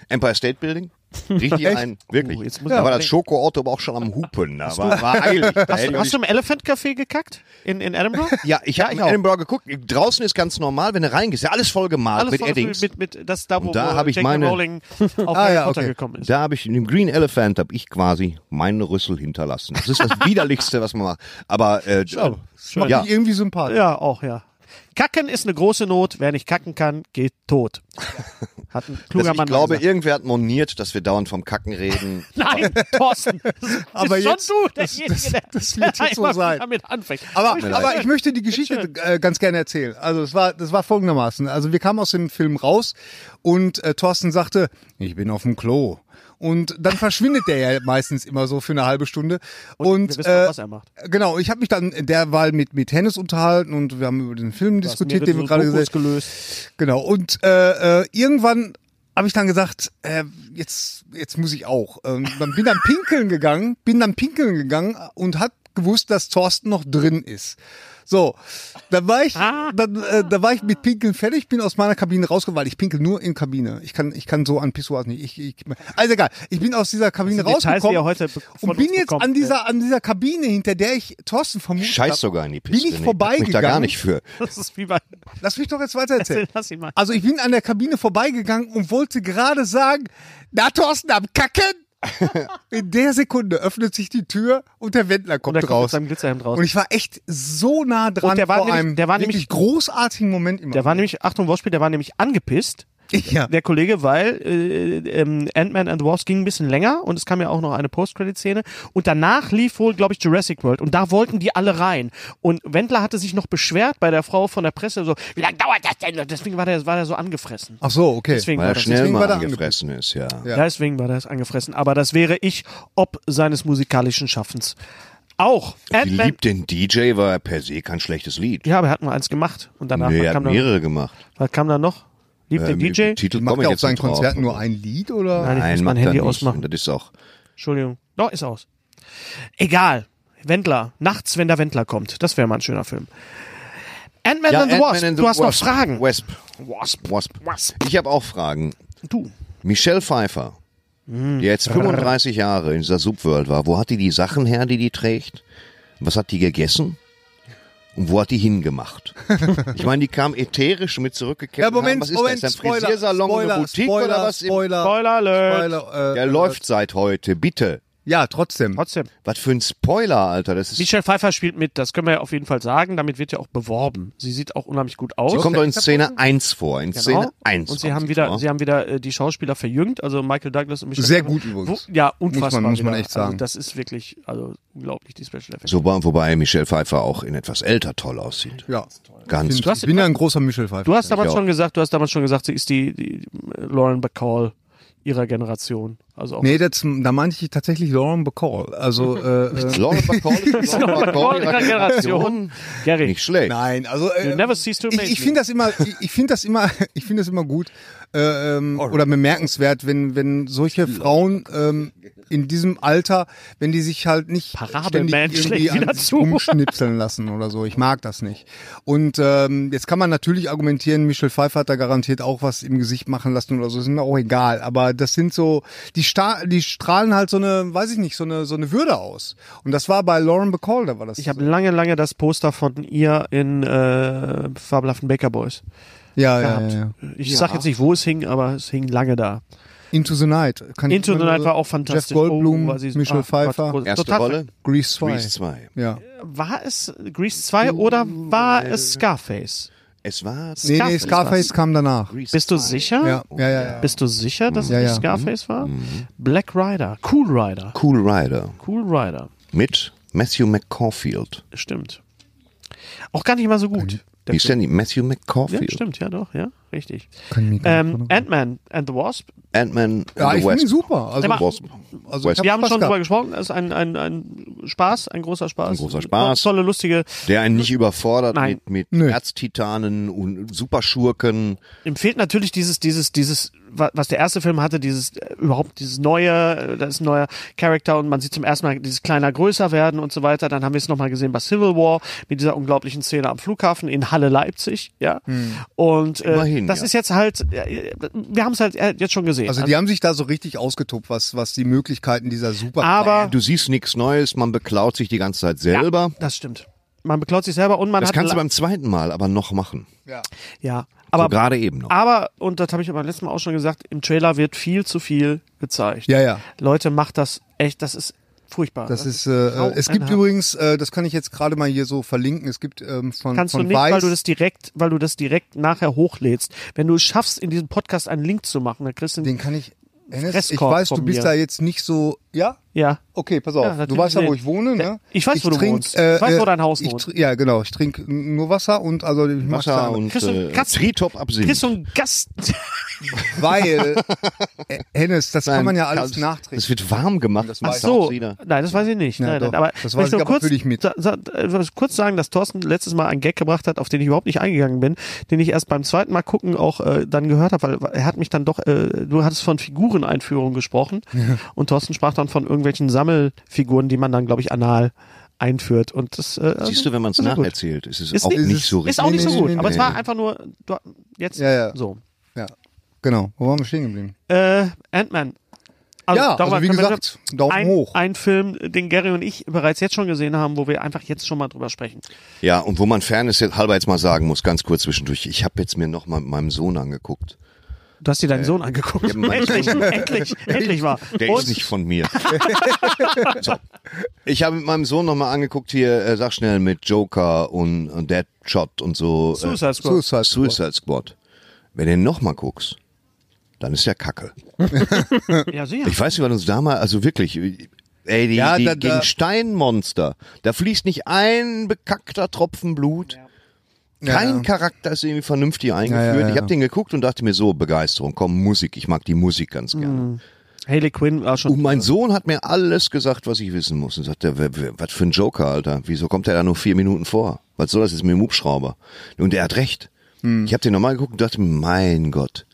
Speaker 7: Empire State Building. Richtig ein, wirklich.
Speaker 6: Oh, jetzt muss ich
Speaker 7: da war
Speaker 6: mal
Speaker 7: das Schokoauto aber auch schon am Hupen, aber war eilig. Da hätte ich
Speaker 6: mal.
Speaker 7: auch
Speaker 6: Hast du im Elephant Café gekackt? In, in Edinburgh?
Speaker 7: ja, ich habe in
Speaker 6: auch.
Speaker 7: Edinburgh geguckt. Draußen ist ganz normal, wenn du reingehst, ja alles voll gemalt
Speaker 6: Alles
Speaker 7: mit
Speaker 6: voll
Speaker 7: Eddings.
Speaker 6: mit, mit das da, wo
Speaker 7: Und da
Speaker 6: wo
Speaker 7: habe ich
Speaker 6: J.K.
Speaker 7: meine-
Speaker 6: Rowling auf
Speaker 8: Ah,
Speaker 6: Harry
Speaker 8: ja,
Speaker 6: Potter
Speaker 8: okay.
Speaker 6: gekommen ist.
Speaker 7: Da habe ich in dem Green Elephant habe ich quasi meinen Rüssel hinterlassen. Das ist das widerlichste, was man macht. Aber äh,
Speaker 8: Macht
Speaker 7: ja.
Speaker 8: mich irgendwie sympathisch.
Speaker 6: Ja, auch, ja. Kacken ist eine große Not. Wer nicht kacken kann, geht tot. Hat ein kluger
Speaker 7: Das, ich
Speaker 6: Mann
Speaker 7: glaube,
Speaker 6: gesagt.
Speaker 7: irgendwer hat moniert, dass wir dauernd vom Kacken reden.
Speaker 6: Nein, Thorsten.
Speaker 8: Aber
Speaker 6: Aber ist
Speaker 8: jetzt-
Speaker 6: schon du,
Speaker 8: das-
Speaker 6: derjenige,
Speaker 8: das-
Speaker 6: der,
Speaker 8: das wird
Speaker 6: der
Speaker 8: jetzt so
Speaker 6: einmal
Speaker 8: sein.
Speaker 6: Damit anfängt.
Speaker 8: Aber,
Speaker 7: Tut mir
Speaker 8: aber
Speaker 7: leid.
Speaker 8: ich möchte die Geschichte äh, ganz gerne erzählen. Also es war, das war folgendermaßen. Also wir kamen aus dem Film raus und äh, Thorsten sagte, ich bin auf dem Klo. Und dann verschwindet der ja meistens immer so für eine halbe Stunde. Und,
Speaker 6: wir wissen auch, was er macht.
Speaker 8: Genau, ich habe mich dann derweil mit, mit Hennes unterhalten und wir haben über den Film diskutiert, den wir gerade
Speaker 6: Sudokus
Speaker 8: gesehen haben.
Speaker 6: gelöst.
Speaker 8: Genau. Und äh, äh, irgendwann habe ich dann gesagt, äh, jetzt, jetzt muss ich auch. Ähm, dann bin dann pinkeln gegangen, bin dann pinkeln gegangen und hab gewusst, dass Thorsten noch drin ist. So, dann war ich,
Speaker 6: Ah.
Speaker 8: dann, äh, da war ich mit Pinkeln fertig, bin aus meiner Kabine rausgekommen, weil ich pinkel nur in Kabine. Ich kann, ich kann so an Pissoirs nicht. Ich, ich, also egal, ich bin aus dieser Kabine
Speaker 6: sind Details, die ihr
Speaker 8: rausgekommen
Speaker 6: heute be- von
Speaker 8: und bin
Speaker 6: uns
Speaker 8: jetzt
Speaker 6: bekommt,
Speaker 8: an dieser, an dieser Kabine, hinter der ich Thorsten vermutet
Speaker 7: Scheiß
Speaker 8: hab,
Speaker 7: sogar in die Piste.
Speaker 8: bin ich
Speaker 7: nee, pack mich da gar
Speaker 8: vorbeigegangen.
Speaker 7: nicht für.
Speaker 6: Das ist wie bei.
Speaker 8: Lass mich doch jetzt weiter erzählen.
Speaker 6: Erzähl, lass ihn mal.
Speaker 8: Also ich bin an der Kabine vorbeigegangen und wollte gerade sagen, na Thorsten, am Kacken. In der Sekunde öffnet sich die Tür und der Wendler kommt
Speaker 6: der kommt mit
Speaker 8: raus.
Speaker 6: seinem Glitzerhemd raus.
Speaker 8: Und ich war echt so nah dran
Speaker 6: Und der war
Speaker 8: vor
Speaker 6: nämlich-
Speaker 8: einem
Speaker 6: der war
Speaker 8: wirklich
Speaker 6: nämlich-
Speaker 8: großartigen Moment. Immer.
Speaker 6: Der war nämlich, Achtung, Wortspiel, der war nämlich angepisst.
Speaker 8: ja.
Speaker 6: der Kollege, weil äh, ähm, Ant-Man and the Wasp ging ein bisschen länger und es kam ja auch noch eine Post-Credit-Szene und danach lief wohl, glaube ich, Jurassic World und da wollten die alle rein und Wendler hatte sich noch beschwert bei der Frau von der Presse so, wie lange dauert das denn? Deswegen war der, war der so angefressen.
Speaker 8: Ach so, okay.
Speaker 6: Deswegen
Speaker 7: Weil
Speaker 6: war
Speaker 7: er
Speaker 6: das,
Speaker 7: schnell
Speaker 8: deswegen war
Speaker 7: mal
Speaker 8: der
Speaker 7: angefressen ist, ja.
Speaker 8: Ja.
Speaker 6: deswegen war das angefressen, aber das wäre ich ob seines musikalischen Schaffens. Auch
Speaker 7: Die
Speaker 6: Ant-Man.
Speaker 7: liebt den DJ, war per se kein schlechtes Lied.
Speaker 6: Ja, aber er hat nur eins gemacht und danach
Speaker 7: nee, er hat
Speaker 6: kam, dann,
Speaker 7: mehrere gemacht.
Speaker 6: was kam dann noch? Liebt den
Speaker 7: Ähm,
Speaker 6: DJ?
Speaker 7: Titel
Speaker 8: Macht
Speaker 7: komme ich
Speaker 8: er auf
Speaker 7: jetzt
Speaker 8: seinen
Speaker 7: nicht drauf.
Speaker 8: Konzerten nur ein Lied oder?
Speaker 6: Nein, ich muss
Speaker 7: Nein,
Speaker 6: mein
Speaker 7: macht
Speaker 6: Handy
Speaker 7: er nicht.
Speaker 6: ausmachen.
Speaker 7: Und das ist auch.
Speaker 6: Entschuldigung. Doch, ist aus. Egal. Wendler. Nachts, wenn der Wendler kommt. Das wäre mal ein schöner Film. Ant-Man and the
Speaker 7: Ant-Man
Speaker 6: Wasp.
Speaker 7: and
Speaker 6: du
Speaker 7: the
Speaker 6: hast
Speaker 7: Wasp.
Speaker 6: noch Fragen.
Speaker 7: Wasp.
Speaker 6: Wasp.
Speaker 7: Wasp.
Speaker 6: Wasp.
Speaker 7: Ich habe auch Fragen.
Speaker 6: Du.
Speaker 7: Michelle Pfeiffer,
Speaker 8: Mm.
Speaker 7: die jetzt 35 Jahre in dieser Subworld war, wo hat die die Sachen her, die die trägt? Was hat die gegessen? Und wo hat die hingemacht? Ich meine, die kam ätherisch mit zurückgekehrt.
Speaker 8: Ja, Moment,
Speaker 7: was ist
Speaker 8: Moment,
Speaker 7: das? Ist ein
Speaker 8: Spoiler,
Speaker 7: Frisiersalon,
Speaker 8: Spoiler,
Speaker 7: eine Boutique
Speaker 8: Spoiler,
Speaker 7: oder was?
Speaker 8: Spoiler,
Speaker 6: Spoiler alert.
Speaker 8: Spoiler,
Speaker 7: Der
Speaker 8: äh,
Speaker 7: läuft seit heute, bitte.
Speaker 8: Ja, trotzdem.
Speaker 6: Trotzdem.
Speaker 7: Was für ein Spoiler, Alter. Das ist,
Speaker 6: Michelle Pfeiffer spielt mit. Das können wir ja auf jeden Fall sagen. Damit wird ja auch beworben. Sie sieht auch unheimlich gut aus. Genau.
Speaker 7: die kommt doch in Szene 1 vor.
Speaker 8: Genau.
Speaker 7: In Szene 1.
Speaker 6: Und sie
Speaker 7: kommt
Speaker 6: haben wieder,
Speaker 7: vor.
Speaker 6: sie haben wieder äh, die Schauspieler verjüngt, also Michael Douglas und Michelle
Speaker 8: Sehr
Speaker 6: Pfeiffer.
Speaker 8: gut übrigens.
Speaker 6: Wo, ja, unfassbar.
Speaker 8: muss man
Speaker 6: wieder.
Speaker 8: echt sagen.
Speaker 6: Also das ist wirklich, also unglaublich, die Special Effects.
Speaker 7: so, wobei Michelle Pfeiffer auch in etwas älter toll aussieht.
Speaker 8: Ja.
Speaker 7: Ganz
Speaker 8: Ich bin ja ein großer Michel Pfeiffer.
Speaker 6: Du hast damals
Speaker 7: auch.
Speaker 6: schon gesagt, du hast damals schon gesagt, sie ist die, die äh, Lauren Bacall ihrer Generation. Also auch
Speaker 8: Nee, das, da meinte ich tatsächlich Lauren Bacall. Also, äh, äh,
Speaker 7: Laura Bacall ist Laura Bacall ihrer Generation.
Speaker 6: Gary,
Speaker 7: Nicht schlecht.
Speaker 8: nein, also
Speaker 6: you
Speaker 8: äh,
Speaker 6: never cease to amaze
Speaker 8: ich, ich
Speaker 6: me.
Speaker 8: finde das immer, ich, ich finde das immer, ich finde das immer gut äh, ähm, oder bemerkenswert, wenn wenn solche Frauen ähm, in diesem Alter, wenn die sich halt nicht
Speaker 6: Parabelman
Speaker 8: ständig irgendwie
Speaker 6: schlägt wieder
Speaker 8: an sich
Speaker 6: zu.
Speaker 8: umschnipseln lassen oder so. Ich mag das nicht. Und ähm, jetzt kann man natürlich argumentieren, Michelle Pfeiffer hat da garantiert auch was im Gesicht machen lassen oder so. Ist mir auch egal. Aber das sind so, die, Sta die strahlen halt so eine, weiß ich nicht, so eine so eine Würde aus. Und das war bei Lauren Bacall, da war das.
Speaker 6: Ich habe lange, lange das Poster von ihr in äh, Fabelhaften Baker Boys
Speaker 8: ja, ja, ja,
Speaker 6: gehabt.
Speaker 8: ja.
Speaker 6: Ich sag jetzt nicht, wo es hing, aber es hing lange da.
Speaker 8: Into the Night. Kann ich
Speaker 6: Into the
Speaker 8: immer
Speaker 6: Night
Speaker 8: nur-
Speaker 6: war auch fantastisch.
Speaker 8: Jeff Goldblum,
Speaker 6: Oh, war sie-
Speaker 8: Michelle
Speaker 6: ah,
Speaker 8: Pfeiffer,
Speaker 6: Gott,
Speaker 7: Erste
Speaker 6: total-
Speaker 7: Rolle,
Speaker 8: Grease 2.
Speaker 7: Grease 2.
Speaker 8: Ja.
Speaker 6: War es Grease 2 oder war es Scarface?
Speaker 7: Es war
Speaker 8: Nee, nee,
Speaker 6: Scarface Ah,
Speaker 8: Scarface kam danach.
Speaker 7: Grease
Speaker 6: Bist du
Speaker 7: 2.
Speaker 6: sicher?
Speaker 8: Ja, ja, ja. ja.
Speaker 6: Bist du sicher, dass
Speaker 8: Ja, ja.
Speaker 6: es
Speaker 8: Mhm.
Speaker 6: nicht Scarface war? Black Rider, Cool Rider,
Speaker 7: Cool Rider
Speaker 6: Cool Rider.
Speaker 7: mit Matthew McCawfield.
Speaker 6: Stimmt. Auch gar nicht mal so gut. Der
Speaker 7: Wie ist denn die? Matthew
Speaker 6: Ja,
Speaker 7: McCawfield.
Speaker 6: stimmt, ja doch, ja, richtig.
Speaker 8: Kann ich mich gar nicht
Speaker 6: Ähm,
Speaker 8: erinnern.
Speaker 6: Ant-Man and the Wasp.
Speaker 7: Ant-Man
Speaker 8: Ja,
Speaker 7: and
Speaker 8: ich finde
Speaker 7: the Wasp.
Speaker 8: ihn super. Also,
Speaker 6: Aber-
Speaker 7: Wasp.
Speaker 8: also ich
Speaker 7: West.
Speaker 8: hab
Speaker 6: Wir haben
Speaker 8: Spaß
Speaker 6: schon drüber
Speaker 8: gehabt.
Speaker 6: gesprochen, es ist ein, ein, ein Spaß, ein großer Spaß.
Speaker 7: Ein großer Spaß.
Speaker 6: Tolle, lustige.
Speaker 7: Der einen nicht überfordert
Speaker 6: Nein.
Speaker 7: mit,
Speaker 8: Nö.
Speaker 7: mit Erztitanen und Superschurken.
Speaker 6: Ihm fehlt natürlich dieses, dieses, dieses, wa- was der erste Film hatte, dieses äh, überhaupt dieses neue, äh, da ist ein neuer Charakter und man sieht zum ersten Mal dieses kleiner größer werden und so weiter. Dann haben wir es nochmal gesehen bei Civil War mit dieser unglaublichen Szene am Flughafen in Halle Leipzig, ja. Und äh,
Speaker 7: Hm. Immerhin,
Speaker 6: das
Speaker 7: ja.
Speaker 6: ist jetzt halt, äh, wir haben es halt äh, jetzt schon gesehen.
Speaker 8: Also die haben sich da so richtig ausgetobt, was, was die Möglichkeiten dieser super
Speaker 6: aber
Speaker 7: Du siehst nichts Neues, man beklaut sich die ganze Zeit selber.
Speaker 6: Also, das stimmt. Man beklaut sich selber und man
Speaker 7: Das
Speaker 6: hat
Speaker 7: kannst du
Speaker 6: la-
Speaker 7: beim zweiten Mal aber noch machen.
Speaker 6: ja, aber
Speaker 7: so gerade eben
Speaker 8: Genau.
Speaker 7: noch.
Speaker 6: Aber, und das habe ich beim letzten Mal auch schon gesagt, im Trailer wird viel zu viel gezeigt.
Speaker 8: Ja, ja.
Speaker 6: Leute, macht das echt, das ist furchtbar.
Speaker 8: Das ist, äh, äh, es gibt übrigens,
Speaker 6: übrigens.
Speaker 8: äh, das kann ich jetzt gerade mal hier so verlinken, es gibt ähm, von,
Speaker 6: Kannst du
Speaker 8: von
Speaker 6: nicht,
Speaker 8: Weiß,
Speaker 6: weil du das direkt, weil du das direkt nachher hochlädst. Wenn du es schaffst, in diesem Podcast einen Link zu machen, dann kriegst du
Speaker 8: den kann ich, Enes, ich
Speaker 6: Fresskorb
Speaker 8: weiß, du
Speaker 6: von
Speaker 8: bist
Speaker 6: mir.
Speaker 8: da jetzt nicht so, ja?
Speaker 6: ja.
Speaker 8: Okay, pass auf.
Speaker 6: Ja, natürlich
Speaker 8: du weißt ja, wo
Speaker 6: nicht.
Speaker 8: ich wohne, ne?
Speaker 6: Ich weiß, wo du wohnst.
Speaker 3: äh,
Speaker 6: Ich weiß, wo dein Haus
Speaker 8: ich
Speaker 6: wohnt.
Speaker 8: tr- Ja, genau. Ich trinke nur Wasser und also ich mach's
Speaker 7: Wasser
Speaker 8: dann-
Speaker 7: und
Speaker 6: Kriegst du einen
Speaker 7: äh,
Speaker 6: Kasten-
Speaker 7: Tritop absinth.
Speaker 6: Kriegst du einen Gast.
Speaker 8: weil äh, Hennes, das kann
Speaker 7: Nein,
Speaker 8: man ja alles
Speaker 7: das-
Speaker 8: nachträgen.
Speaker 7: Es wird warm gemacht.
Speaker 8: Das
Speaker 7: Ach
Speaker 8: weiß
Speaker 7: so.
Speaker 6: So,
Speaker 7: wieder.
Speaker 6: nein, das weiß ich nicht.
Speaker 8: Ja,
Speaker 6: nein,
Speaker 8: doch.
Speaker 6: nein, aber
Speaker 8: Das
Speaker 6: möchte
Speaker 8: weiß ich
Speaker 6: nur
Speaker 8: aber
Speaker 6: kurz,
Speaker 8: natürlich mit.
Speaker 6: Sa sa äh, was kurz sagen, dass Thorsten letztes Mal einen Gag gebracht hat, auf den ich überhaupt nicht eingegangen bin, den ich erst beim zweiten Mal gucken auch äh, dann gehört habe, weil er hat mich dann doch, äh, du hattest von Figureneinführung gesprochen und Thorsten sprach dann von irgendwelchen Sammelfiguren, die man dann, glaube ich, anal einführt. Und das, äh,
Speaker 7: Siehst du, wenn man es
Speaker 6: ist ja gut.
Speaker 7: nacherzählt, ist es
Speaker 6: Ist
Speaker 7: auch
Speaker 6: nicht-
Speaker 7: nicht so
Speaker 6: Ist
Speaker 7: richtig.
Speaker 6: auch nicht so
Speaker 3: Nee, nee,
Speaker 6: gut,
Speaker 3: nee,
Speaker 6: aber
Speaker 3: nee.
Speaker 6: es war einfach nur du, jetzt
Speaker 3: Ja, ja.
Speaker 6: so.
Speaker 3: Ja, genau. Wo waren wir stehen geblieben?
Speaker 6: Äh, Ant-Man.
Speaker 3: ja, also
Speaker 6: darüber
Speaker 3: wie
Speaker 6: können wir-
Speaker 3: gesagt, Daumen
Speaker 6: ein,
Speaker 3: hoch.
Speaker 6: ein Film, den Gary und ich bereits jetzt schon gesehen haben, wo wir einfach jetzt schon mal drüber sprechen.
Speaker 7: Ja, und wo man Fairness jetzt halber jetzt mal sagen muss, ganz kurz zwischendurch, ich habe jetzt mir nochmal mit meinem Sohn angeguckt.
Speaker 6: Du hast dir deinen Sohn angeguckt.
Speaker 7: ja, Äh, mein
Speaker 6: endlich,
Speaker 7: Sohn.
Speaker 6: endlich, endlich war.
Speaker 7: Der
Speaker 6: und
Speaker 7: ist nicht von mir. so. Ich habe mit meinem Sohn nochmal angeguckt hier, äh, sag schnell, mit Joker und, und Deadshot und so. Äh,
Speaker 6: Suicide Squad.
Speaker 3: Suicide Squad.
Speaker 7: Suicide Squad. Wenn du den nochmal guckst, dann ist der Kacke.
Speaker 6: Ja, sicher.
Speaker 7: Ich weiß nicht, was uns damals, also wirklich, ey, die,
Speaker 3: Ja,
Speaker 7: die
Speaker 3: da- da-
Speaker 7: gegen Steinmonster, da fließt nicht ein bekackter Tropfen Blut. Kein
Speaker 3: Ja.
Speaker 7: Charakter ist irgendwie vernünftig eingeführt.
Speaker 3: Ja, ja,
Speaker 7: Ich
Speaker 3: ja.
Speaker 7: habe den geguckt und dachte mir so, Begeisterung, komm, Musik, ich mag die Musik ganz
Speaker 3: Mhm.
Speaker 7: gerne.
Speaker 6: Haley Quinn war schon.
Speaker 7: Und mein Sohn hat mir alles gesagt, was ich wissen muss. Und sagte, "Wer- wer- was für ein Joker, Alter, wieso kommt er da nur vier Minuten vor? Was soll das jetzt mit dem Hubschrauber? Und er hat recht.
Speaker 3: Mhm.
Speaker 7: Ich habe den nochmal geguckt und dachte, mir, mein Gott,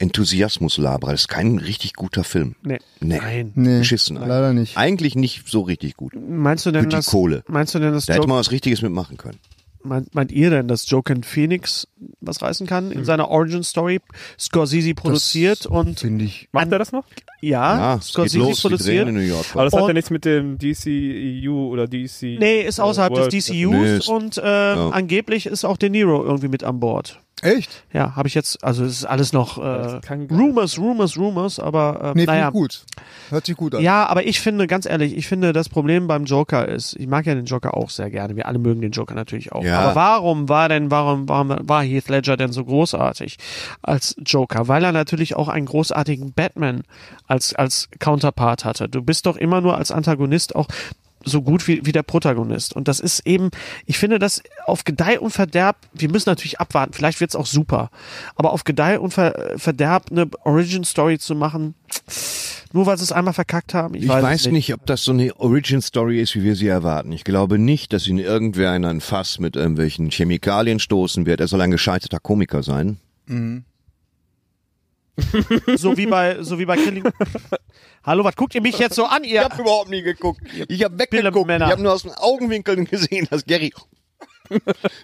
Speaker 7: Enthusiasmuslaber, das ist kein richtig guter Film.
Speaker 6: Nee.
Speaker 7: Nee.
Speaker 6: Nein.
Speaker 3: Nee,
Speaker 7: Beschissen. Alter.
Speaker 3: leider nicht.
Speaker 7: Eigentlich nicht so richtig gut.
Speaker 6: Meinst du
Speaker 7: Für
Speaker 6: denn,
Speaker 7: die
Speaker 6: dass,
Speaker 7: Kohle.
Speaker 6: Meinst du denn, dass
Speaker 7: Da hätte
Speaker 6: Joker,
Speaker 7: man was Richtiges mitmachen können.
Speaker 6: meint, meint ihr denn, dass Joker and Phoenix was reißen kann
Speaker 7: Hm.
Speaker 6: in seiner Origin Story? Scorsese produziert und
Speaker 3: Finde ich.
Speaker 4: Macht er das noch?
Speaker 6: ja,
Speaker 7: Ja, es geht
Speaker 6: Scorsese
Speaker 7: los, die
Speaker 6: produziert.
Speaker 7: drehen in New York.
Speaker 4: Aber das hat
Speaker 6: Und-
Speaker 4: ja nichts mit dem DCEU oder DC.
Speaker 6: Nee, ist außerhalb
Speaker 4: World.
Speaker 6: des
Speaker 7: Äh, Nee,
Speaker 6: DCUs
Speaker 7: ist-
Speaker 6: und äh, angeblich ist auch De Niro irgendwie mit an Bord.
Speaker 3: Echt?
Speaker 6: Ja, habe ich jetzt, also es ist alles noch äh,
Speaker 4: das kann gar
Speaker 6: Rumors, Rumors, Rumors, aber äh,
Speaker 3: Nee, finde
Speaker 6: naja.
Speaker 3: ich gut. Hört sich gut an.
Speaker 6: Ja, aber ich finde, ganz ehrlich, ich finde, das Problem beim Joker ist, ich mag ja den Joker auch sehr gerne. Wir alle mögen den Joker natürlich auch.
Speaker 7: Ja.
Speaker 6: Aber warum war denn, warum, warum war Heath Ledger denn so großartig als Joker? Weil er natürlich auch einen großartigen Batman als, als Counterpart hatte. Du bist doch immer nur als Antagonist auch so gut wie, wie der Protagonist. Und das ist eben, ich finde das auf Gedeih und Verderb, wir müssen natürlich abwarten, vielleicht wird's auch super, aber auf Gedeih und Ver, Verderb eine Origin-Story zu machen, nur weil sie es einmal verkackt haben. Ich,
Speaker 7: Ich weiß, nicht, ob das so eine Origin-Story ist, wie wir sie erwarten. Ich glaube nicht, dass ihn irgendwer in ein Fass mit irgendwelchen Chemikalien stoßen wird. Er soll ein gescheiterter Komiker sein.
Speaker 6: So wie bei, so wie bei Killing. Hallo, was guckt ihr mich jetzt so an, ihr?
Speaker 7: überhaupt nie geguckt. Ich habe
Speaker 6: Pillemänner.
Speaker 7: hab nur aus den Augenwinkeln gesehen, dass Gary...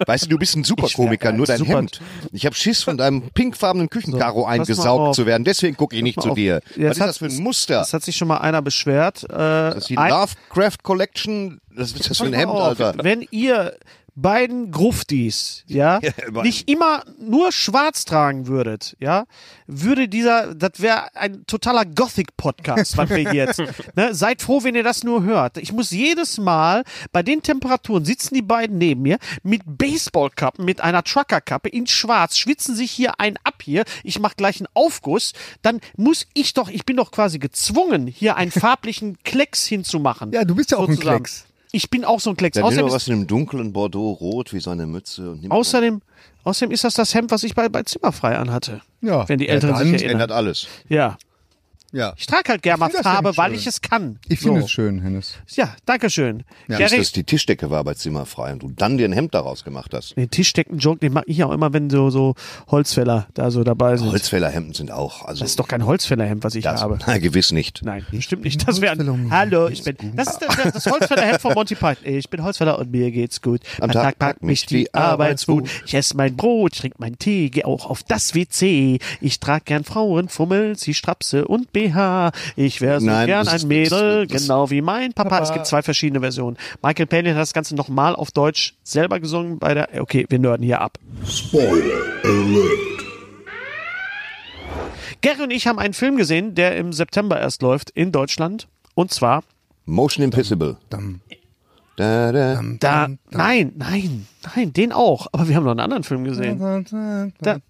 Speaker 7: Weißt du, du bist ein Superkomiker,
Speaker 6: Ich wär-
Speaker 7: nur dein
Speaker 6: Super-
Speaker 7: Hemd. Ich habe Schiss, von deinem pinkfarbenen Küchenkaro
Speaker 6: So, pass mal auf.
Speaker 7: eingesaugt zu werden. Deswegen gucke ich nicht
Speaker 6: mal
Speaker 7: zu
Speaker 6: auf.
Speaker 7: dir.
Speaker 6: Jetzt
Speaker 7: Was ist
Speaker 6: hat-
Speaker 7: das für ein Muster?
Speaker 6: Das hat sich schon mal einer beschwert. Äh,
Speaker 7: Das ist die
Speaker 6: ein-
Speaker 7: Lovecraft Collection. Das ist das für ein
Speaker 6: Pass mal
Speaker 7: Hemd,
Speaker 6: auf,
Speaker 7: Alter.
Speaker 6: Wenn ihr beiden Gruftis, ja, nicht immer nur schwarz tragen würdet, ja, würde dieser, das wäre ein totaler Gothic-Podcast, was wir hier jetzt, ne, seid froh, wenn ihr das nur hört. Ich muss jedes Mal, bei den Temperaturen sitzen die beiden neben mir, mit Baseballkappen, mit einer Truckerkappe in schwarz, schwitzen sich hier ein ab hier, ich mache gleich einen Aufguss, dann muss ich doch, ich bin doch quasi gezwungen, hier einen farblichen Klecks hinzumachen.
Speaker 3: Ja, du bist ja auch ein
Speaker 6: sozusagen.
Speaker 3: Klecks.
Speaker 6: Ich bin auch so ein Klecks.
Speaker 7: Dann nimm
Speaker 6: Außerdem
Speaker 7: doch
Speaker 6: ist,
Speaker 7: was in einem dunklen Bordeaux-Rot wie seine Mütze. Und nimm
Speaker 6: außerdem, außerdem ist das das Hemd, was ich bei, bei Zimmerfrei anhatte.
Speaker 3: Ja.
Speaker 6: Wenn die
Speaker 3: Ja,
Speaker 6: Älteren
Speaker 3: dann
Speaker 6: sich erinnern.
Speaker 7: ändert alles.
Speaker 6: Ja.
Speaker 3: Ja.
Speaker 6: Ich trage halt gerne mal
Speaker 3: Ich find das
Speaker 6: Farbe,
Speaker 3: Hemd
Speaker 6: weil
Speaker 3: schön.
Speaker 6: ich es kann.
Speaker 3: Ich finde
Speaker 6: so.
Speaker 3: es schön, Hennes.
Speaker 6: Ja, danke schön.
Speaker 7: Ist,
Speaker 6: Gary,
Speaker 7: dass die Tischdecke war bei Zimmer frei und du dann dir ein Hemd daraus gemacht hast.
Speaker 6: den Tischdecken-Joke, den mache ich auch immer, wenn so, so Holzfäller da so dabei sind.
Speaker 7: Holzfällerhemden sind auch. Also
Speaker 6: das ist doch kein Holzfällerhemd, was ich
Speaker 7: das,
Speaker 6: habe.
Speaker 7: Nein, gewiss nicht.
Speaker 6: Nein, stimmt nicht. Das wäre
Speaker 3: Holzfäller-
Speaker 6: ein Hallo, ich bin. Das ist das, das Holzfällerhemd von Monty Python. Ich bin Holzfäller und mir geht's gut. Am Tag, packt mich die Arbeitswut. Ich esse mein Brot, trinke meinen Tee, gehe auch auf das WC. Ich trage gern Frauen, Fummel, sie Strapse und BH. Ich wäre so
Speaker 7: Nein,
Speaker 6: gern
Speaker 7: das ist-
Speaker 6: ein Mädel,
Speaker 7: das- das-
Speaker 6: genau wie mein Papa. Es gibt zwei verschiedene Versionen. Michael Palin hat das Ganze nochmal auf Deutsch selber gesungen bei der. Okay, wir nörden hier ab. Gary und ich haben einen Film gesehen, der im September erst läuft in Deutschland. Und zwar
Speaker 7: Motion Impossible. Da, da.
Speaker 6: Da, nein, nein, nein, den auch. Aber wir haben noch einen anderen Film gesehen. Da- Mhm.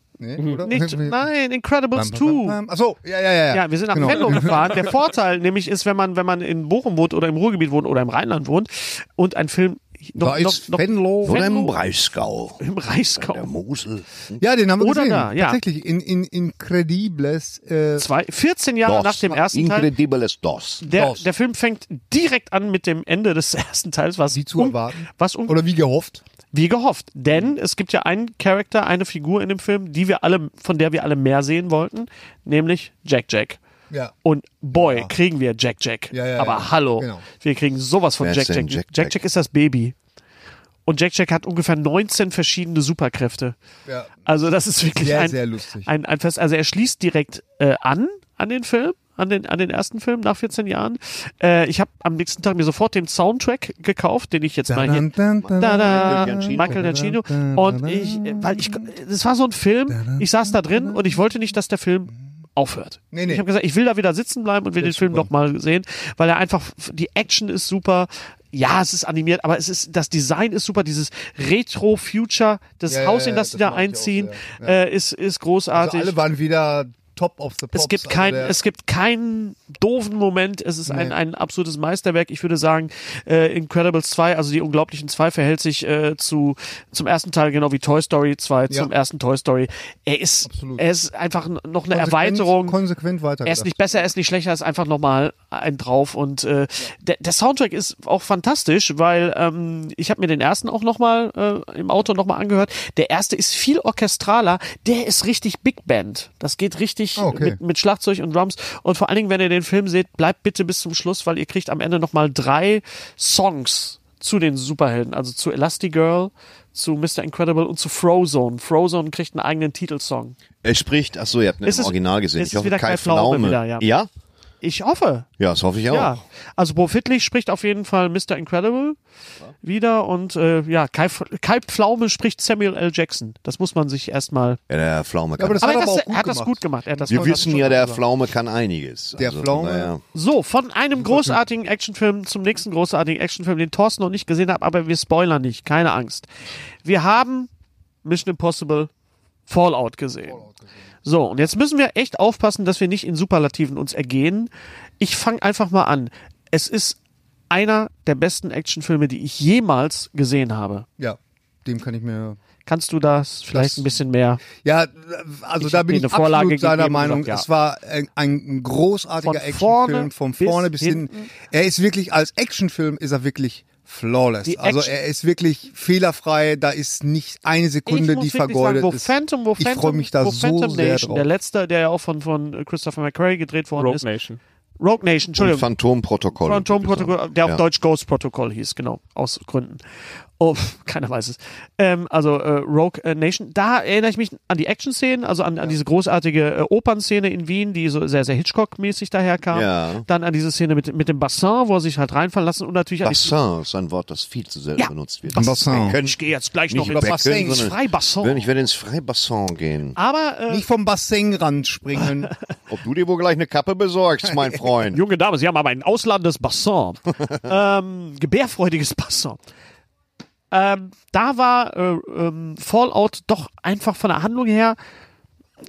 Speaker 3: nee, oder?
Speaker 6: Nicht, nein, Incredibles 2.
Speaker 3: Achso, ja, ja, ja.
Speaker 6: Ja, wir sind nach
Speaker 3: Genau.
Speaker 6: Venlo gefahren. Der Vorteil nämlich ist, wenn man, wenn man in Bochum wohnt oder im Ruhrgebiet wohnt oder im Rheinland wohnt und ein Film noch,
Speaker 3: Da ist
Speaker 6: noch, noch
Speaker 3: Venlo.
Speaker 7: Oder im
Speaker 6: Venlo-
Speaker 7: Breisgau.
Speaker 6: im
Speaker 7: Der
Speaker 6: Reichskau.
Speaker 7: Mosel.
Speaker 3: Ja, den haben wir
Speaker 6: Oder
Speaker 3: gesehen.
Speaker 6: da, ja.
Speaker 3: Tatsächlich, in, in Incredibles. Äh,
Speaker 6: Zwei, 14 Jahre
Speaker 7: Dos.
Speaker 6: nach dem ersten Teil.
Speaker 7: Incredibles DOS.
Speaker 6: Der,
Speaker 3: Dos.
Speaker 6: der Film fängt direkt an mit dem Ende des ersten Teils, was
Speaker 3: Wie zu
Speaker 6: un-
Speaker 3: erwarten.
Speaker 6: was um un
Speaker 3: oder wie gehofft.
Speaker 6: Wie gehofft.
Speaker 8: Mhm.
Speaker 6: Denn es gibt ja einen Charakter, eine Figur in dem Film, die wir alle, von der wir alle mehr sehen wollten, nämlich Jack Jack.
Speaker 8: Ja.
Speaker 6: Und boy, kriegen wir Jack Jack.
Speaker 8: Ja, ja,
Speaker 6: Aber
Speaker 8: ja.
Speaker 6: hallo,
Speaker 8: Genau.
Speaker 6: wir kriegen sowas von
Speaker 7: Wer
Speaker 6: Jack
Speaker 7: ist
Speaker 6: Jack.
Speaker 7: denn
Speaker 6: Jack
Speaker 7: Jack
Speaker 6: Jack
Speaker 7: Jack?
Speaker 6: ist das Baby. Und Jack Jack hat ungefähr 19 verschiedene Superkräfte.
Speaker 8: Ja.
Speaker 6: Also das ist wirklich
Speaker 8: Sehr,
Speaker 6: ein,
Speaker 8: sehr lustig.
Speaker 6: Ein, ein Fest. Also er schließt direkt äh, an an den Film, an den an den ersten Film nach 14 Jahren. Äh, ich habe am nächsten Tag mir sofort den Soundtrack gekauft, den ich jetzt mal hier. Da, da, Michael Giacchino. Und ich, äh, weil ich, es war so ein Film, ich saß da drin und ich wollte nicht, dass der Film aufhört.
Speaker 8: Nee, nee.
Speaker 6: Ich habe gesagt, ich will da wieder sitzen bleiben und will den Film nochmal sehen, weil er einfach, die Action ist super. Ja, es ist animiert, aber es ist, das Design ist super, dieses Retro-Future, das
Speaker 8: Ja, ja,
Speaker 6: Haus, in
Speaker 8: ja,
Speaker 6: das sie
Speaker 8: das
Speaker 6: da
Speaker 8: mag ich auch
Speaker 6: einziehen,
Speaker 8: sehr.
Speaker 6: Äh, ist, ist
Speaker 8: Also
Speaker 6: großartig.
Speaker 8: alle waren wieder top of the pops.
Speaker 6: Es gibt
Speaker 8: also
Speaker 6: kein,
Speaker 8: der-
Speaker 6: es gibt keinen doofen Moment. Es ist ein, ein absolutes Meisterwerk. Ich würde sagen, äh, Incredibles 2, also die unglaublichen 2 verhält sich äh, zu zum ersten Teil genau wie Toy Story 2 zum ersten Toy Story. Er ist
Speaker 8: Absolut.
Speaker 6: er ist einfach n- noch eine
Speaker 8: konsequent-
Speaker 6: Erweiterung.
Speaker 8: Konsequent weiter.
Speaker 6: er ist nicht besser, er ist nicht schlechter, er ist einfach nochmal ein drauf. Und äh, der, der Soundtrack ist auch fantastisch, weil ähm, ich habe mir den ersten auch nochmal äh, im Auto nochmal angehört. Der erste ist viel orchestraler, der ist richtig Big Band. Das geht richtig
Speaker 8: Ah, okay.
Speaker 6: mit, mit Schlagzeug und Drums. Und vor allen Dingen, wenn ihr den Film seht, bleibt bitte bis zum Schluss, weil ihr kriegt am Ende nochmal drei Songs zu den Superhelden, also zu Elastigirl, zu Mr. Incredible und zu Frozone. Frozone kriegt einen eigenen Titelsong.
Speaker 7: Er spricht, ach so, ihr habt ihn
Speaker 6: Ist
Speaker 7: im
Speaker 6: es-
Speaker 7: Original gesehen.
Speaker 6: ist
Speaker 7: Ich
Speaker 6: es
Speaker 7: hoffe,
Speaker 6: wieder
Speaker 7: Kai,
Speaker 6: Kai Pflaume
Speaker 7: Pflaume.
Speaker 6: wieder, ja.
Speaker 7: ja?
Speaker 6: Ich hoffe,
Speaker 7: Ja, das hoffe ich auch.
Speaker 6: Ja, also Bo Fittlich spricht auf jeden Fall Mr. Incredible wieder und äh, ja, Kai, F- Kai Pflaume spricht Samuel L. Jackson. Das muss man sich erstmal.
Speaker 7: Ja, der Pflaume kann.
Speaker 8: aber das
Speaker 6: Aber,
Speaker 8: hat
Speaker 6: er
Speaker 8: aber
Speaker 6: das,
Speaker 8: auch gut
Speaker 6: er hat das
Speaker 8: gemacht.
Speaker 6: gut gemacht. Er hat das
Speaker 7: wir
Speaker 6: voll- das
Speaker 7: wissen
Speaker 6: schon
Speaker 7: ja, der
Speaker 6: gemacht.
Speaker 7: Pflaume kann einiges. Also
Speaker 8: Der Pflaume-
Speaker 7: naja.
Speaker 6: So, von einem großartigen Actionfilm zum nächsten großartigen Actionfilm, den Thorsten noch nicht gesehen hat, aber wir spoilern nicht, keine Angst. Wir haben Mission Impossible Fallout gesehen. So, und jetzt müssen wir echt aufpassen, dass wir nicht in Superlativen uns ergehen. Ich fange einfach mal an. Es ist einer der besten Actionfilme, die ich jemals gesehen habe.
Speaker 8: Ja, dem kann ich mir.
Speaker 6: Kannst du das vielleicht ein bisschen mehr?
Speaker 8: Ja, also
Speaker 6: Ich
Speaker 8: da
Speaker 6: hab
Speaker 8: bin
Speaker 6: dir
Speaker 8: ich
Speaker 6: eine Vorlage
Speaker 8: absolut seiner
Speaker 6: gegeben und
Speaker 8: Meinung.
Speaker 6: gesagt, ja.
Speaker 8: Es war ein, ein großartiger
Speaker 6: Von vorne
Speaker 8: Actionfilm von
Speaker 6: bis
Speaker 8: vorne bis, hinten. Er ist wirklich als Actionfilm ist er wirklich flawless.
Speaker 6: Die
Speaker 8: also
Speaker 6: Action-
Speaker 8: er ist wirklich fehlerfrei. Da ist nicht eine Sekunde,
Speaker 6: ich muss
Speaker 8: die
Speaker 6: wirklich
Speaker 8: vergeudet
Speaker 6: sagen, wo
Speaker 8: ist.
Speaker 6: Phantom, wo
Speaker 8: ich
Speaker 6: Phantom,
Speaker 8: freue mich da
Speaker 6: wo
Speaker 8: so
Speaker 6: Phantom
Speaker 8: sehr
Speaker 6: Nation,
Speaker 8: drauf.
Speaker 6: der letzte, der ja auch von, von Christopher McQuarrie gedreht worden
Speaker 4: Rogue
Speaker 6: ist.
Speaker 4: Nation.
Speaker 6: Rogue Nation,
Speaker 7: Und
Speaker 6: Entschuldigung.
Speaker 7: Phantomprotokoll.
Speaker 6: Phantom-Protokoll, der auf
Speaker 7: Ja.
Speaker 6: Deutsch Ghost Protocol hieß, genau, aus Gründen. Oh, pf, keiner weiß es. Ähm, also äh, Rogue äh, Nation, da erinnere ich mich an die Action-Szenen, also an, an diese großartige äh, Opernszene in Wien, die so sehr, sehr Hitchcock-mäßig daherkam.
Speaker 7: Ja.
Speaker 6: Dann an diese Szene mit, mit dem Bassin, wo er sich halt reinfallen lassen und natürlich an
Speaker 7: Bassin ist ein Wort, das viel zu selten
Speaker 6: Ja.
Speaker 7: benutzt wird.
Speaker 8: Bassin.
Speaker 7: Wir
Speaker 6: die,
Speaker 7: können
Speaker 6: Ich gehe jetzt gleich noch in
Speaker 7: nicht Becken,
Speaker 6: Bassin, ins
Speaker 7: sondern-
Speaker 6: Freibassin.
Speaker 7: Wenn ich werde ins Freibassin gehen.
Speaker 6: Aber äh,
Speaker 8: Nicht vom Bassinrand springen.
Speaker 7: Ob du dir wohl gleich eine Kappe besorgst, mein Freund.
Speaker 6: Junge Dame, Sie haben aber ein ausladendes Bassin. ähm, gebärfreudiges Bassin. Ähm, da war äh, ähm, Fallout doch einfach von der Handlung her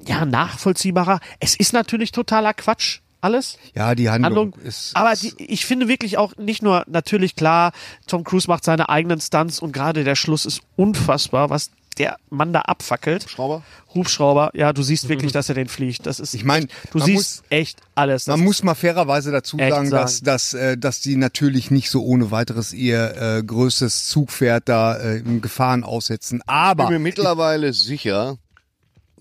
Speaker 6: ja nachvollziehbarer. Es ist natürlich totaler Quatsch alles.
Speaker 8: ja, die Handlung,
Speaker 6: Handlung.
Speaker 8: ist.
Speaker 6: aber die, ich finde wirklich auch nicht nur natürlich klar, Tom Cruise macht seine eigenen Stunts und gerade der Schluss ist unfassbar, was der Mann da abfackelt.
Speaker 7: Schrauber?
Speaker 6: Hubschrauber, ja, du siehst wirklich, dass er den fliegt. Das ist
Speaker 8: Ich mein,
Speaker 6: du
Speaker 8: man
Speaker 6: siehst echt alles. Das
Speaker 8: Man muss mal fairerweise dazu
Speaker 6: Echt
Speaker 8: sagen, dass,
Speaker 6: sagen.
Speaker 8: dass, äh, dass die natürlich nicht so ohne weiteres ihr äh, größtes Zugpferd da äh, in Gefahren aussetzen.
Speaker 7: Ich
Speaker 8: Aber
Speaker 7: bin mir mittlerweile sicher,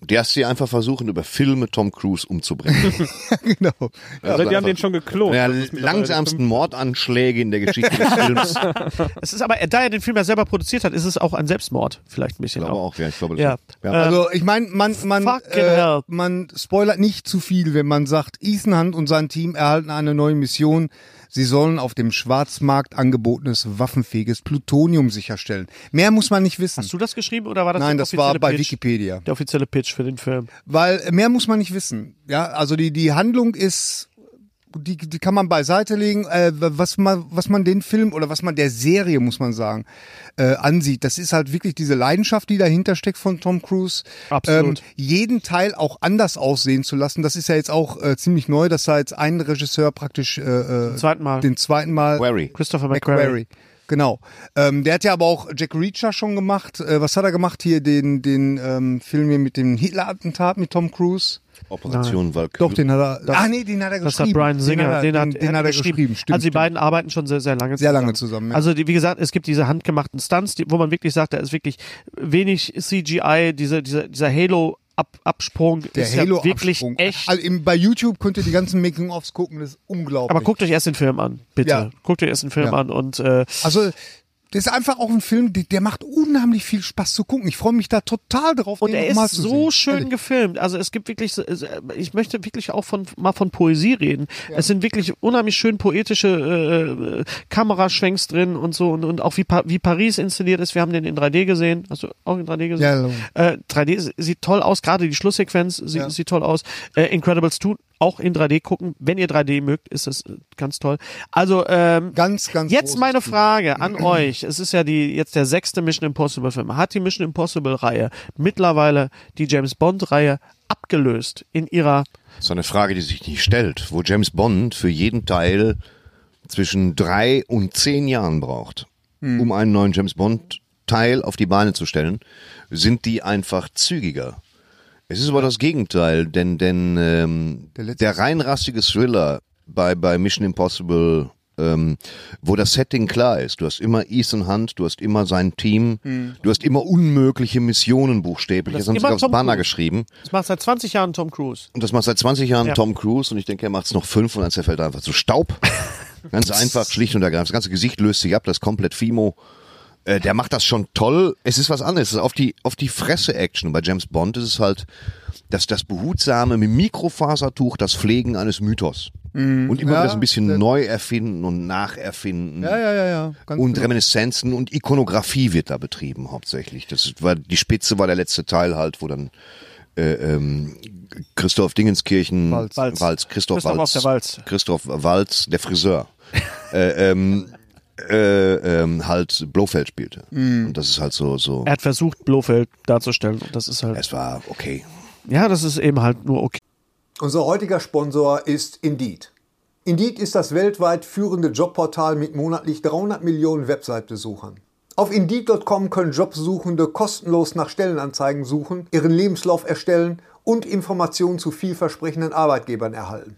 Speaker 7: dass sie einfach versuchen, über Filme Tom Cruise umzubringen.
Speaker 8: genau.
Speaker 4: Also die haben
Speaker 7: einfach-
Speaker 4: den schon geklont.
Speaker 7: Der
Speaker 4: Das ist mittlerweile
Speaker 7: langsamsten
Speaker 4: fünf-
Speaker 7: Mordanschläge in der Geschichte des Films. Ich
Speaker 6: Es ist aber, da er den Film ja selber produziert hat, ist es auch ein Selbstmord. Vielleicht ein bisschen.
Speaker 7: glaube
Speaker 6: auch.
Speaker 7: auch, ja, ich glaube, das
Speaker 6: Ja.
Speaker 7: ja.
Speaker 8: Also ich meine, man, man,
Speaker 6: Fucking
Speaker 8: äh,
Speaker 6: hell.
Speaker 8: man spoilert nicht zu viel, wenn man sagt, Ethan Hunt und sein Team erhalten eine neue Mission. Sie sollen auf dem Schwarzmarkt angebotenes waffenfähiges Plutonium sicherstellen. Mehr muss man nicht wissen.
Speaker 6: Hast du das geschrieben oder war das
Speaker 8: Nein,
Speaker 6: der
Speaker 8: das war
Speaker 6: offizielle
Speaker 8: bei
Speaker 6: Pitch?
Speaker 8: Wikipedia.
Speaker 6: Der offizielle Pitch für den Film.
Speaker 8: Weil äh, mehr muss man nicht wissen. Ja, also die, die Handlung ist, die, die kann man beiseite legen. Äh, was, man, was man den Film oder was man der Serie, muss man sagen, äh, ansieht, das ist halt wirklich diese Leidenschaft, die dahinter steckt von Tom Cruise. ähm,
Speaker 6: Absolut.
Speaker 8: jeden Teil auch anders aussehen zu lassen. Das ist ja jetzt auch äh, ziemlich neu, dass da jetzt ein Regisseur praktisch äh, äh,
Speaker 6: Zweiten Mal.
Speaker 8: den zweiten Mal
Speaker 7: Query.
Speaker 6: Christopher McQuarrie.
Speaker 8: McQuarrie. Genau. Ähm, der hat ja aber auch Jack Reacher schon gemacht. Äh, was hat er gemacht hier? Den, den ähm, Film hier mit dem Hitler-Attentat mit Tom Cruise?
Speaker 7: Operation Valkyrie.
Speaker 8: Doch, den hat er. ah, nee, den hat er
Speaker 6: Das
Speaker 8: geschrieben.
Speaker 6: hat Brian Singer,
Speaker 8: den
Speaker 6: den,
Speaker 8: hat er, den, den hat er geschrieben. Stimmt,
Speaker 6: also die
Speaker 8: stimmt.
Speaker 6: beiden arbeiten schon sehr, sehr lange
Speaker 8: Sehr lange zusammen, ja.
Speaker 6: Also die, wie gesagt, es gibt diese handgemachten Stunts, die, wo man wirklich sagt, da ist wirklich wenig CGI, diese, diese, dieser Halo Ab Absprung
Speaker 3: Der
Speaker 6: ist ja wirklich
Speaker 3: Halo-Absprung.
Speaker 6: echt.
Speaker 3: Also, im- bei YouTube könnt ihr die ganzen Making-ofs gucken, das ist unglaublich.
Speaker 6: aber guckt euch erst den Film an, bitte.
Speaker 3: Ja.
Speaker 6: Guckt euch erst den Film
Speaker 3: Ja.
Speaker 6: an und äh,
Speaker 3: Also, das ist einfach auch ein Film, der, der macht unheimlich viel Spaß zu gucken. Ich freue mich da total drauf,
Speaker 6: Und
Speaker 3: den
Speaker 6: er
Speaker 3: noch mal
Speaker 6: ist
Speaker 3: zu
Speaker 6: so
Speaker 3: sehen.
Speaker 6: schön
Speaker 3: Ehrlich.
Speaker 6: gefilmt. Also es gibt wirklich, so- ich möchte wirklich auch von, mal von Poesie reden. Es sind wirklich unheimlich schön poetische äh, äh, Kameraschwenks drin und so und, und auch wie, Pa- wie Paris inszeniert ist. Wir haben den in 3D gesehen. Hast du auch in 3D gesehen?
Speaker 3: Ja, Logo.
Speaker 6: Äh, 3D s- sieht toll aus, gerade die Schlusssequenz sieht, sieht toll aus. Äh, Incredibles 2 auch in 3D gucken. Wenn ihr 3D mögt, ist das äh, ganz toll. Also ähm,
Speaker 3: Ganz, ganz
Speaker 6: Jetzt
Speaker 3: großes
Speaker 6: meine
Speaker 3: Kino.
Speaker 6: Frage an euch. Es ist ja die, jetzt der sechste Mission Impossible Film. Hat die Mission Impossible Reihe mittlerweile die James Bond Reihe abgelöst in ihrer,
Speaker 7: Das ist eine Frage, die sich nicht stellt, wo James Bond für jeden Teil zwischen drei und zehn Jahren braucht,
Speaker 6: Hm.
Speaker 7: um einen neuen James Bond Teil auf die Beine zu stellen, sind die einfach zügiger. Es ist aber das Gegenteil, denn, denn ähm,
Speaker 3: Der
Speaker 7: der,
Speaker 3: letzte-
Speaker 7: reinrassige Thriller bei, bei Mission Impossible, ähm, wo das Setting klar ist, du hast immer Ethan Hunt, du hast immer sein Team, du hast immer unmögliche Missionen buchstäblich, das haben sie
Speaker 6: Hm. immer
Speaker 7: aufs
Speaker 6: Tom
Speaker 7: Banner
Speaker 6: Cruise.
Speaker 7: geschrieben.
Speaker 6: das macht seit 20 Jahren Tom Cruise.
Speaker 7: Und das macht seit 20 Jahren
Speaker 6: Ja.
Speaker 7: Tom Cruise und ich denke, er macht es noch fünf und dann zerfällt er einfach zu Staub. Ganz einfach, schlicht und ergreifend. Das ganze Gesicht löst sich ab, das ist komplett Fimo. Äh, der macht das schon toll. Es ist was anderes. Es ist auf die, auf die Fresse-Action. Und Bei James Bond ist es halt das, das behutsame mit Mikrofasertuch, das Pflegen eines Mythos. Und immer
Speaker 3: Mhm. Ja,
Speaker 7: wieder so ein bisschen
Speaker 3: der-
Speaker 7: neu erfinden und nacherfinden.
Speaker 3: Ja, ja, ja, ja. Ganz
Speaker 7: Und
Speaker 3: genau.
Speaker 7: Reminiszenzen und Ikonografie wird da betrieben hauptsächlich. Das war die Spitze war der letzte Teil halt, wo dann äh, ähm, Christoph Dingenskirchen,
Speaker 3: Walz.
Speaker 7: Walz, Christoph,
Speaker 6: Christoph
Speaker 7: Walz,
Speaker 6: aus der Walz.
Speaker 7: Christoph Walz, der Friseur, äh, ähm, äh, ähm, halt Blofeld spielte. Und das ist halt so so.
Speaker 6: Mhm. Er hat versucht, Blofeld darzustellen und das ist halt,
Speaker 7: Es war okay.
Speaker 6: ja, das ist eben halt nur okay.
Speaker 8: Unser heutiger Sponsor ist Indeed. Indeed ist das weltweit führende Jobportal mit monatlich 300 Millionen Website-Besuchern. Auf Indeed.com können Jobsuchende kostenlos nach Stellenanzeigen suchen, ihren Lebenslauf erstellen und Informationen zu vielversprechenden Arbeitgebern erhalten.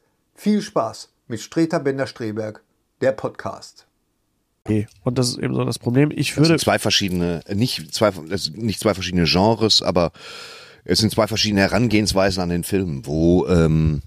Speaker 8: viel Spaß mit Streter Bender-Streberg, der Podcast.
Speaker 6: Und das ist eben so das Problem. Ich
Speaker 7: Es
Speaker 6: würde,
Speaker 7: sind Also zwei verschiedene, äh, nicht zwei, es sind nicht zwei verschiedene Genres, aber es sind zwei verschiedene Herangehensweisen an den Film, wo ähm,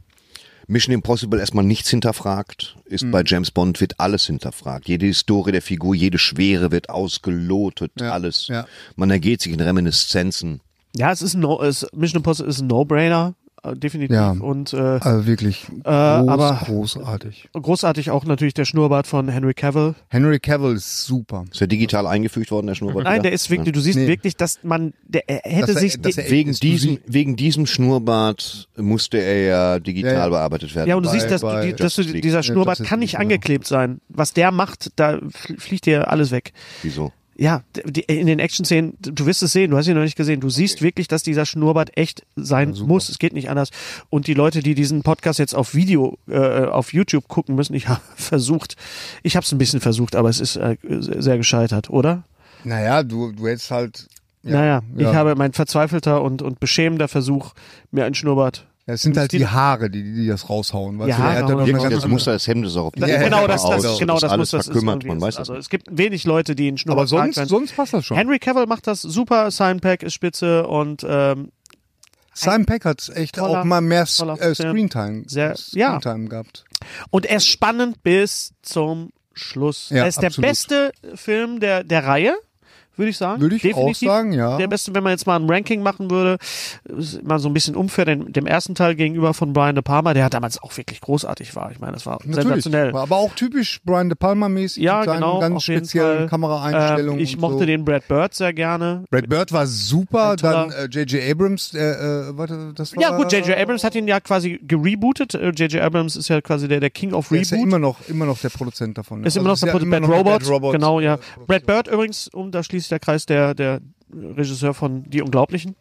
Speaker 7: Mission Impossible erstmal nichts hinterfragt, ist
Speaker 6: Hm.
Speaker 7: bei James Bond wird alles hinterfragt. Jede Historie der Figur, jede Schwere wird ausgelotet, alles.
Speaker 3: ja.
Speaker 7: Man ergeht sich in Reminiszenzen.
Speaker 6: ja, es ist ein no, es, Mission Impossible ist ein No-Brainer, äh, definitiv.
Speaker 3: Ja.
Speaker 6: Und, äh,
Speaker 3: Also wirklich groß,
Speaker 6: aber-
Speaker 3: großartig.
Speaker 6: großartig auch natürlich der Schnurrbart von Henry Cavill.
Speaker 3: Henry Cavill ist super.
Speaker 7: Ist er digital eingefügt worden, der Schnurrbart?
Speaker 6: Nein, der ist wirklich, du siehst
Speaker 3: Nee.
Speaker 6: wirklich, dass man, der er hätte
Speaker 3: Dass er-
Speaker 6: sich,
Speaker 3: dass er-
Speaker 7: wegen
Speaker 3: ist Musik.
Speaker 7: diesem, wegen diesem Schnurrbart musste er ja digital
Speaker 3: Ja, ja.
Speaker 7: bearbeitet werden.
Speaker 6: Ja, und du
Speaker 3: bei-
Speaker 6: siehst, dass, du,
Speaker 3: bei
Speaker 6: die, dass du,
Speaker 7: Justice League.
Speaker 6: dieser Schnurrbart
Speaker 3: Justice
Speaker 6: kann nicht
Speaker 3: League, genau.
Speaker 6: angeklebt sein. Was der macht, da fl- fliegt dir alles weg.
Speaker 7: Wieso?
Speaker 6: Ja, d- die, in den Action-Szenen, d- du wirst es sehen, du hast ihn noch nicht gesehen. Du siehst wirklich, dass dieser Schnurrbart echt sein muss. Es geht nicht anders. Und die Leute, die diesen Podcast jetzt auf Video, äh, auf YouTube gucken müssen, ich habe versucht, ich habe es ein bisschen versucht, aber es ist äh, sehr gescheitert, oder?
Speaker 3: Naja, du, du hättest halt.
Speaker 6: naja,
Speaker 3: ja.
Speaker 6: ich habe mein verzweifelter und, und beschämender Versuch, mir einen Schnurrbart
Speaker 3: Ja, es sind halt
Speaker 6: Die-
Speaker 3: die Haare, die, die das raushauen. Weißt
Speaker 6: Ja,
Speaker 3: du, der
Speaker 6: Haare
Speaker 3: hat dann
Speaker 6: hauen
Speaker 3: noch
Speaker 6: raus.
Speaker 3: eine
Speaker 7: Wirklich,
Speaker 3: ganz
Speaker 7: das
Speaker 3: andere-
Speaker 7: Muster des Hemdes auch auf die
Speaker 6: Da-
Speaker 3: Ja, ja, Also,
Speaker 6: genau,
Speaker 3: ja,
Speaker 6: das,
Speaker 3: aus,
Speaker 6: das,
Speaker 3: dass
Speaker 6: genau, das muss
Speaker 7: alles
Speaker 6: das
Speaker 7: verkümmert,
Speaker 6: ist.
Speaker 7: man weiß das
Speaker 6: also,
Speaker 7: nicht.
Speaker 6: es gibt wenig Leute, die einen Schnurrbart
Speaker 3: Aber sonst,
Speaker 6: tragen.
Speaker 3: sonst passt das schon.
Speaker 6: Henry Cavill macht das super, Signpack ist spitze und ähm,
Speaker 3: Simon Peck hat echt
Speaker 6: Toller-
Speaker 3: auch mal mehr S-
Speaker 6: toller
Speaker 3: äh,
Speaker 6: Film.
Speaker 3: Screentime,
Speaker 6: Sehr- ja.
Speaker 3: Screentime gehabt.
Speaker 6: und er ist spannend bis zum Schluss.
Speaker 3: Ja,
Speaker 6: er ist der
Speaker 3: absolut.
Speaker 6: beste Film der, der Reihe. würde ich sagen.
Speaker 3: Würde ich
Speaker 6: Definitiv
Speaker 3: auch sagen, ja.
Speaker 6: Der beste, wenn man jetzt mal ein Ranking machen würde, ist mal so ein bisschen unfair dem, dem ersten Teil gegenüber von Brian De Palma, der damals auch wirklich großartig war. Ich meine, das war
Speaker 3: Natürlich.
Speaker 6: sensationell.
Speaker 3: War Aber auch typisch Brian De Palma-mäßig
Speaker 6: ja,
Speaker 3: mit seinen
Speaker 6: genau.
Speaker 3: ganz
Speaker 6: auf jeden Fall.
Speaker 3: speziellen Kameraeinstellungen.
Speaker 6: Ähm, ich
Speaker 3: und
Speaker 6: mochte
Speaker 3: so.
Speaker 6: den Brad Bird sehr gerne.
Speaker 3: Brad Bird war super,
Speaker 6: Ein toller-
Speaker 3: dann äh, J.J. Abrams, der, äh, warte, das war...
Speaker 6: Ja, gut,
Speaker 3: Äh.
Speaker 6: J.J. Abrams hat ihn ja quasi gerebootet. Äh, J.J. Abrams ist ja quasi der, der King of
Speaker 3: Der ist ja
Speaker 6: Reboot.
Speaker 3: immer noch, immer noch der Produzent davon. ne?
Speaker 6: Ist immer noch
Speaker 3: Also
Speaker 6: der
Speaker 3: ist
Speaker 6: Produzent. Bad
Speaker 3: ja immer noch
Speaker 6: Robot,
Speaker 3: eine Bad Robot.
Speaker 6: Genau, ja.
Speaker 3: äh, Produktion.
Speaker 6: Brad Bird übrigens, um da schließt der Kreis der, der Regisseur von Die Unglaublichen.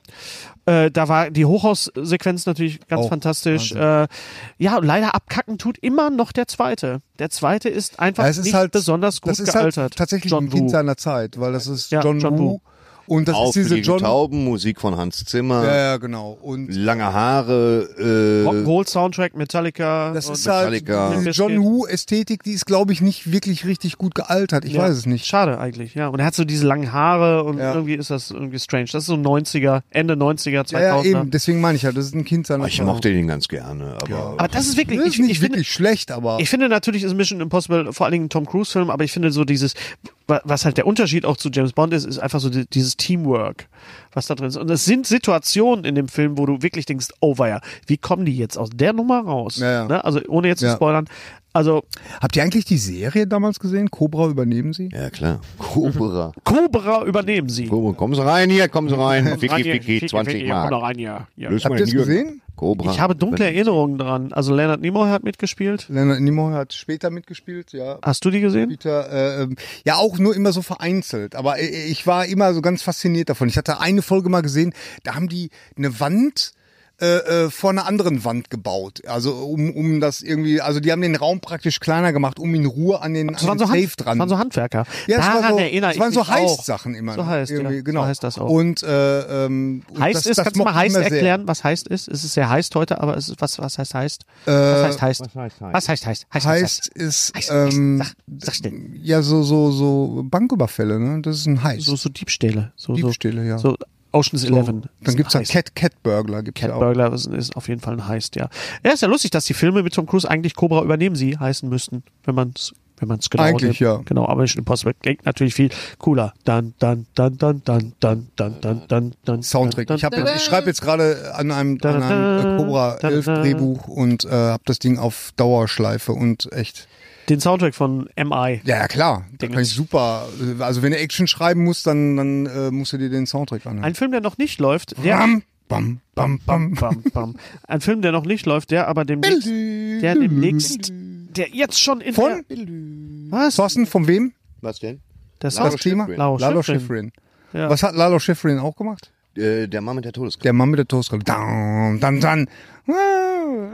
Speaker 6: Äh, da war die Hochhaussequenz natürlich ganz
Speaker 3: Oh,
Speaker 6: fantastisch. Äh, ja, und leider abkacken tut immer noch der zweite. Der zweite ist einfach
Speaker 3: Ja, es ist
Speaker 6: nicht
Speaker 3: halt-
Speaker 6: besonders gut
Speaker 3: Das ist halt
Speaker 6: gealtert.
Speaker 3: tatsächlich
Speaker 6: John
Speaker 3: ein Kind
Speaker 6: Woo.
Speaker 3: seiner Zeit, weil das ist
Speaker 6: Ja,
Speaker 3: John,
Speaker 6: John
Speaker 3: Woo.
Speaker 6: Woo.
Speaker 3: Und das ist diese
Speaker 7: Aufgelegte
Speaker 3: John...
Speaker 7: Tauben, Musik von Hans Zimmer,
Speaker 3: Ja, ja, genau. Und
Speaker 7: lange Haare, äh,
Speaker 6: Rock'n'Roll-Soundtrack, Metallica.
Speaker 3: das ist
Speaker 6: und-
Speaker 3: halt
Speaker 7: Metallica.
Speaker 3: diese
Speaker 6: Limp
Speaker 3: John
Speaker 6: Bizkit.
Speaker 3: Woo-Ästhetik, die ist, glaube ich, nicht wirklich richtig gut gealtert. Ich
Speaker 6: Ja.
Speaker 3: weiß es nicht.
Speaker 6: Schade eigentlich, ja. Und er hat so diese langen Haare und
Speaker 3: Ja.
Speaker 6: irgendwie ist das irgendwie strange. Das ist so 90er, Ende 90er, 2000er.
Speaker 3: Ja, ja, eben. Deswegen meine ich ja, das ist ein Kind seiner
Speaker 7: ich
Speaker 3: Zeit.
Speaker 7: mochte den ganz gerne, aber
Speaker 6: Aber das ist wirklich,
Speaker 3: Das ist
Speaker 6: ich,
Speaker 3: nicht
Speaker 6: ich finde,
Speaker 3: wirklich schlecht, aber
Speaker 6: Ich finde natürlich ist Mission Impossible vor allen Dingen ein Tom Cruise Film, aber ich finde so dieses, wa- was halt der Unterschied auch zu James Bond ist, ist einfach so di- dieses Teamwork, was da drin ist. Und es sind Situationen in dem Film, wo du wirklich denkst, oh weia, wie kommen die jetzt aus der Nummer raus?
Speaker 3: Ja, ja.
Speaker 6: Ne? Also ohne jetzt
Speaker 3: Ja.
Speaker 6: zu spoilern. Also
Speaker 3: habt ihr eigentlich die Serie damals gesehen? Cobra übernehmen sie?
Speaker 7: ja klar. Cobra.
Speaker 6: Cobra übernehmen sie.
Speaker 7: Cobra, kommen Sie rein hier, kommen Sie rein.
Speaker 6: Rein
Speaker 7: Wiki,
Speaker 6: hier,
Speaker 7: Wiki, 20
Speaker 6: Wiki, komm doch
Speaker 7: Mark.
Speaker 6: rein hier. Ja.
Speaker 7: Löst mal
Speaker 3: Habt ihr
Speaker 7: den
Speaker 3: es
Speaker 7: Jürgen.
Speaker 3: gesehen?
Speaker 7: Cobra.
Speaker 6: Ich habe dunkle Erinnerungen dran. Also Leonard Nimoy hat mitgespielt.
Speaker 3: Leonard Nimoy hat später mitgespielt, ja.
Speaker 6: Hast du die gesehen?
Speaker 3: Peter, äh, ähm, ja, auch nur immer so vereinzelt. Aber äh, ich war immer so ganz fasziniert davon. Ich hatte eine Folge mal gesehen, da haben die eine Wand äh, äh, vor einer anderen Wand gebaut. Also um, um das irgendwie, also die haben den Raum praktisch kleiner gemacht, um in Ruhe an den,
Speaker 6: Das
Speaker 3: an
Speaker 6: waren
Speaker 3: den
Speaker 6: so,
Speaker 3: Safe
Speaker 6: Hand,
Speaker 3: dran.
Speaker 6: waren so Handwerker.
Speaker 3: Ja, es war
Speaker 6: Daran
Speaker 3: so,
Speaker 6: erinnere
Speaker 3: es waren
Speaker 6: ich
Speaker 3: so
Speaker 6: mich auch.
Speaker 3: Heiß-Sachen immer.
Speaker 6: So
Speaker 3: ne?
Speaker 6: heißt, ja.
Speaker 3: Irgendwie, genau.
Speaker 6: So heißt das auch.
Speaker 3: Und, äh, ähm, und
Speaker 6: Heißt
Speaker 3: das,
Speaker 6: ist,
Speaker 3: das
Speaker 6: kannst du mal
Speaker 3: mochte ich
Speaker 6: heißt
Speaker 3: immer sehr.
Speaker 6: erklären, was heißt ist? Es ist sehr heißt heute, aber es ist, was, was heißt heißt?
Speaker 3: Äh,
Speaker 6: was heißt heißt?
Speaker 7: was heißt heißt?
Speaker 6: Was heißt heißt? Heißt,
Speaker 3: Heißt ist ähm,
Speaker 6: heißt. Sag, sag schnell.
Speaker 3: ja so so so Banküberfälle, ne? Das ist ein heiß.
Speaker 6: So, so Diebstähle. So,
Speaker 3: Diebstähle,
Speaker 6: so,
Speaker 3: ja.
Speaker 6: So Ocean's Eleven.
Speaker 3: Dann gibt's halt
Speaker 6: Heist.
Speaker 3: Cat Cat Burglar gibt's ja auch.
Speaker 6: Catburglar ist, ist auf jeden Fall ein Heist, ja. Ja, ist ja lustig, dass die Filme mit Tom Cruise eigentlich Cobra übernehmen sie heißen müssten, wenn man es wenn man's genau
Speaker 3: Eigentlich,
Speaker 6: nimmt.
Speaker 3: ja.
Speaker 6: Genau, aber Mission Impossible klingt natürlich viel cooler. Dann, dann, dann, dann, dann, dann, dann, dann, dann, dann.
Speaker 3: Soundtrack.
Speaker 6: dann,
Speaker 3: Ich, hab
Speaker 6: dann,
Speaker 3: jetzt, ich schreibe jetzt gerade an einem, an einem äh, Cobra 11 Drehbuch und äh, habe das Ding auf Dauerschleife und echt.
Speaker 6: Den Soundtrack von MI.
Speaker 3: Ja, ja klar. Da
Speaker 6: Ding.
Speaker 3: kann ich super. äh, Also wenn du Action schreiben musst, dann, dann äh, musst du dir den Soundtrack anhören.
Speaker 6: Ein Film, der noch nicht läuft, der
Speaker 3: Bam, bam, bam, bam.
Speaker 6: Bam, bam. Ein Film, der noch nicht läuft, der aber demnächst, der demnächst, der jetzt schon in
Speaker 3: Von?
Speaker 6: der, was?
Speaker 3: Thorsten, von wem?
Speaker 7: Was denn?
Speaker 6: Der
Speaker 3: Das
Speaker 6: Sound,
Speaker 3: Thema?
Speaker 6: Lalo Schifrin.
Speaker 3: Schifrin.
Speaker 6: Ja.
Speaker 3: Was hat Lalo Schifrin auch gemacht?
Speaker 7: Äh, der Mann mit der Todeskraft.
Speaker 3: Der Mann mit der Toastbrille. Dann, dann, dann. Ah.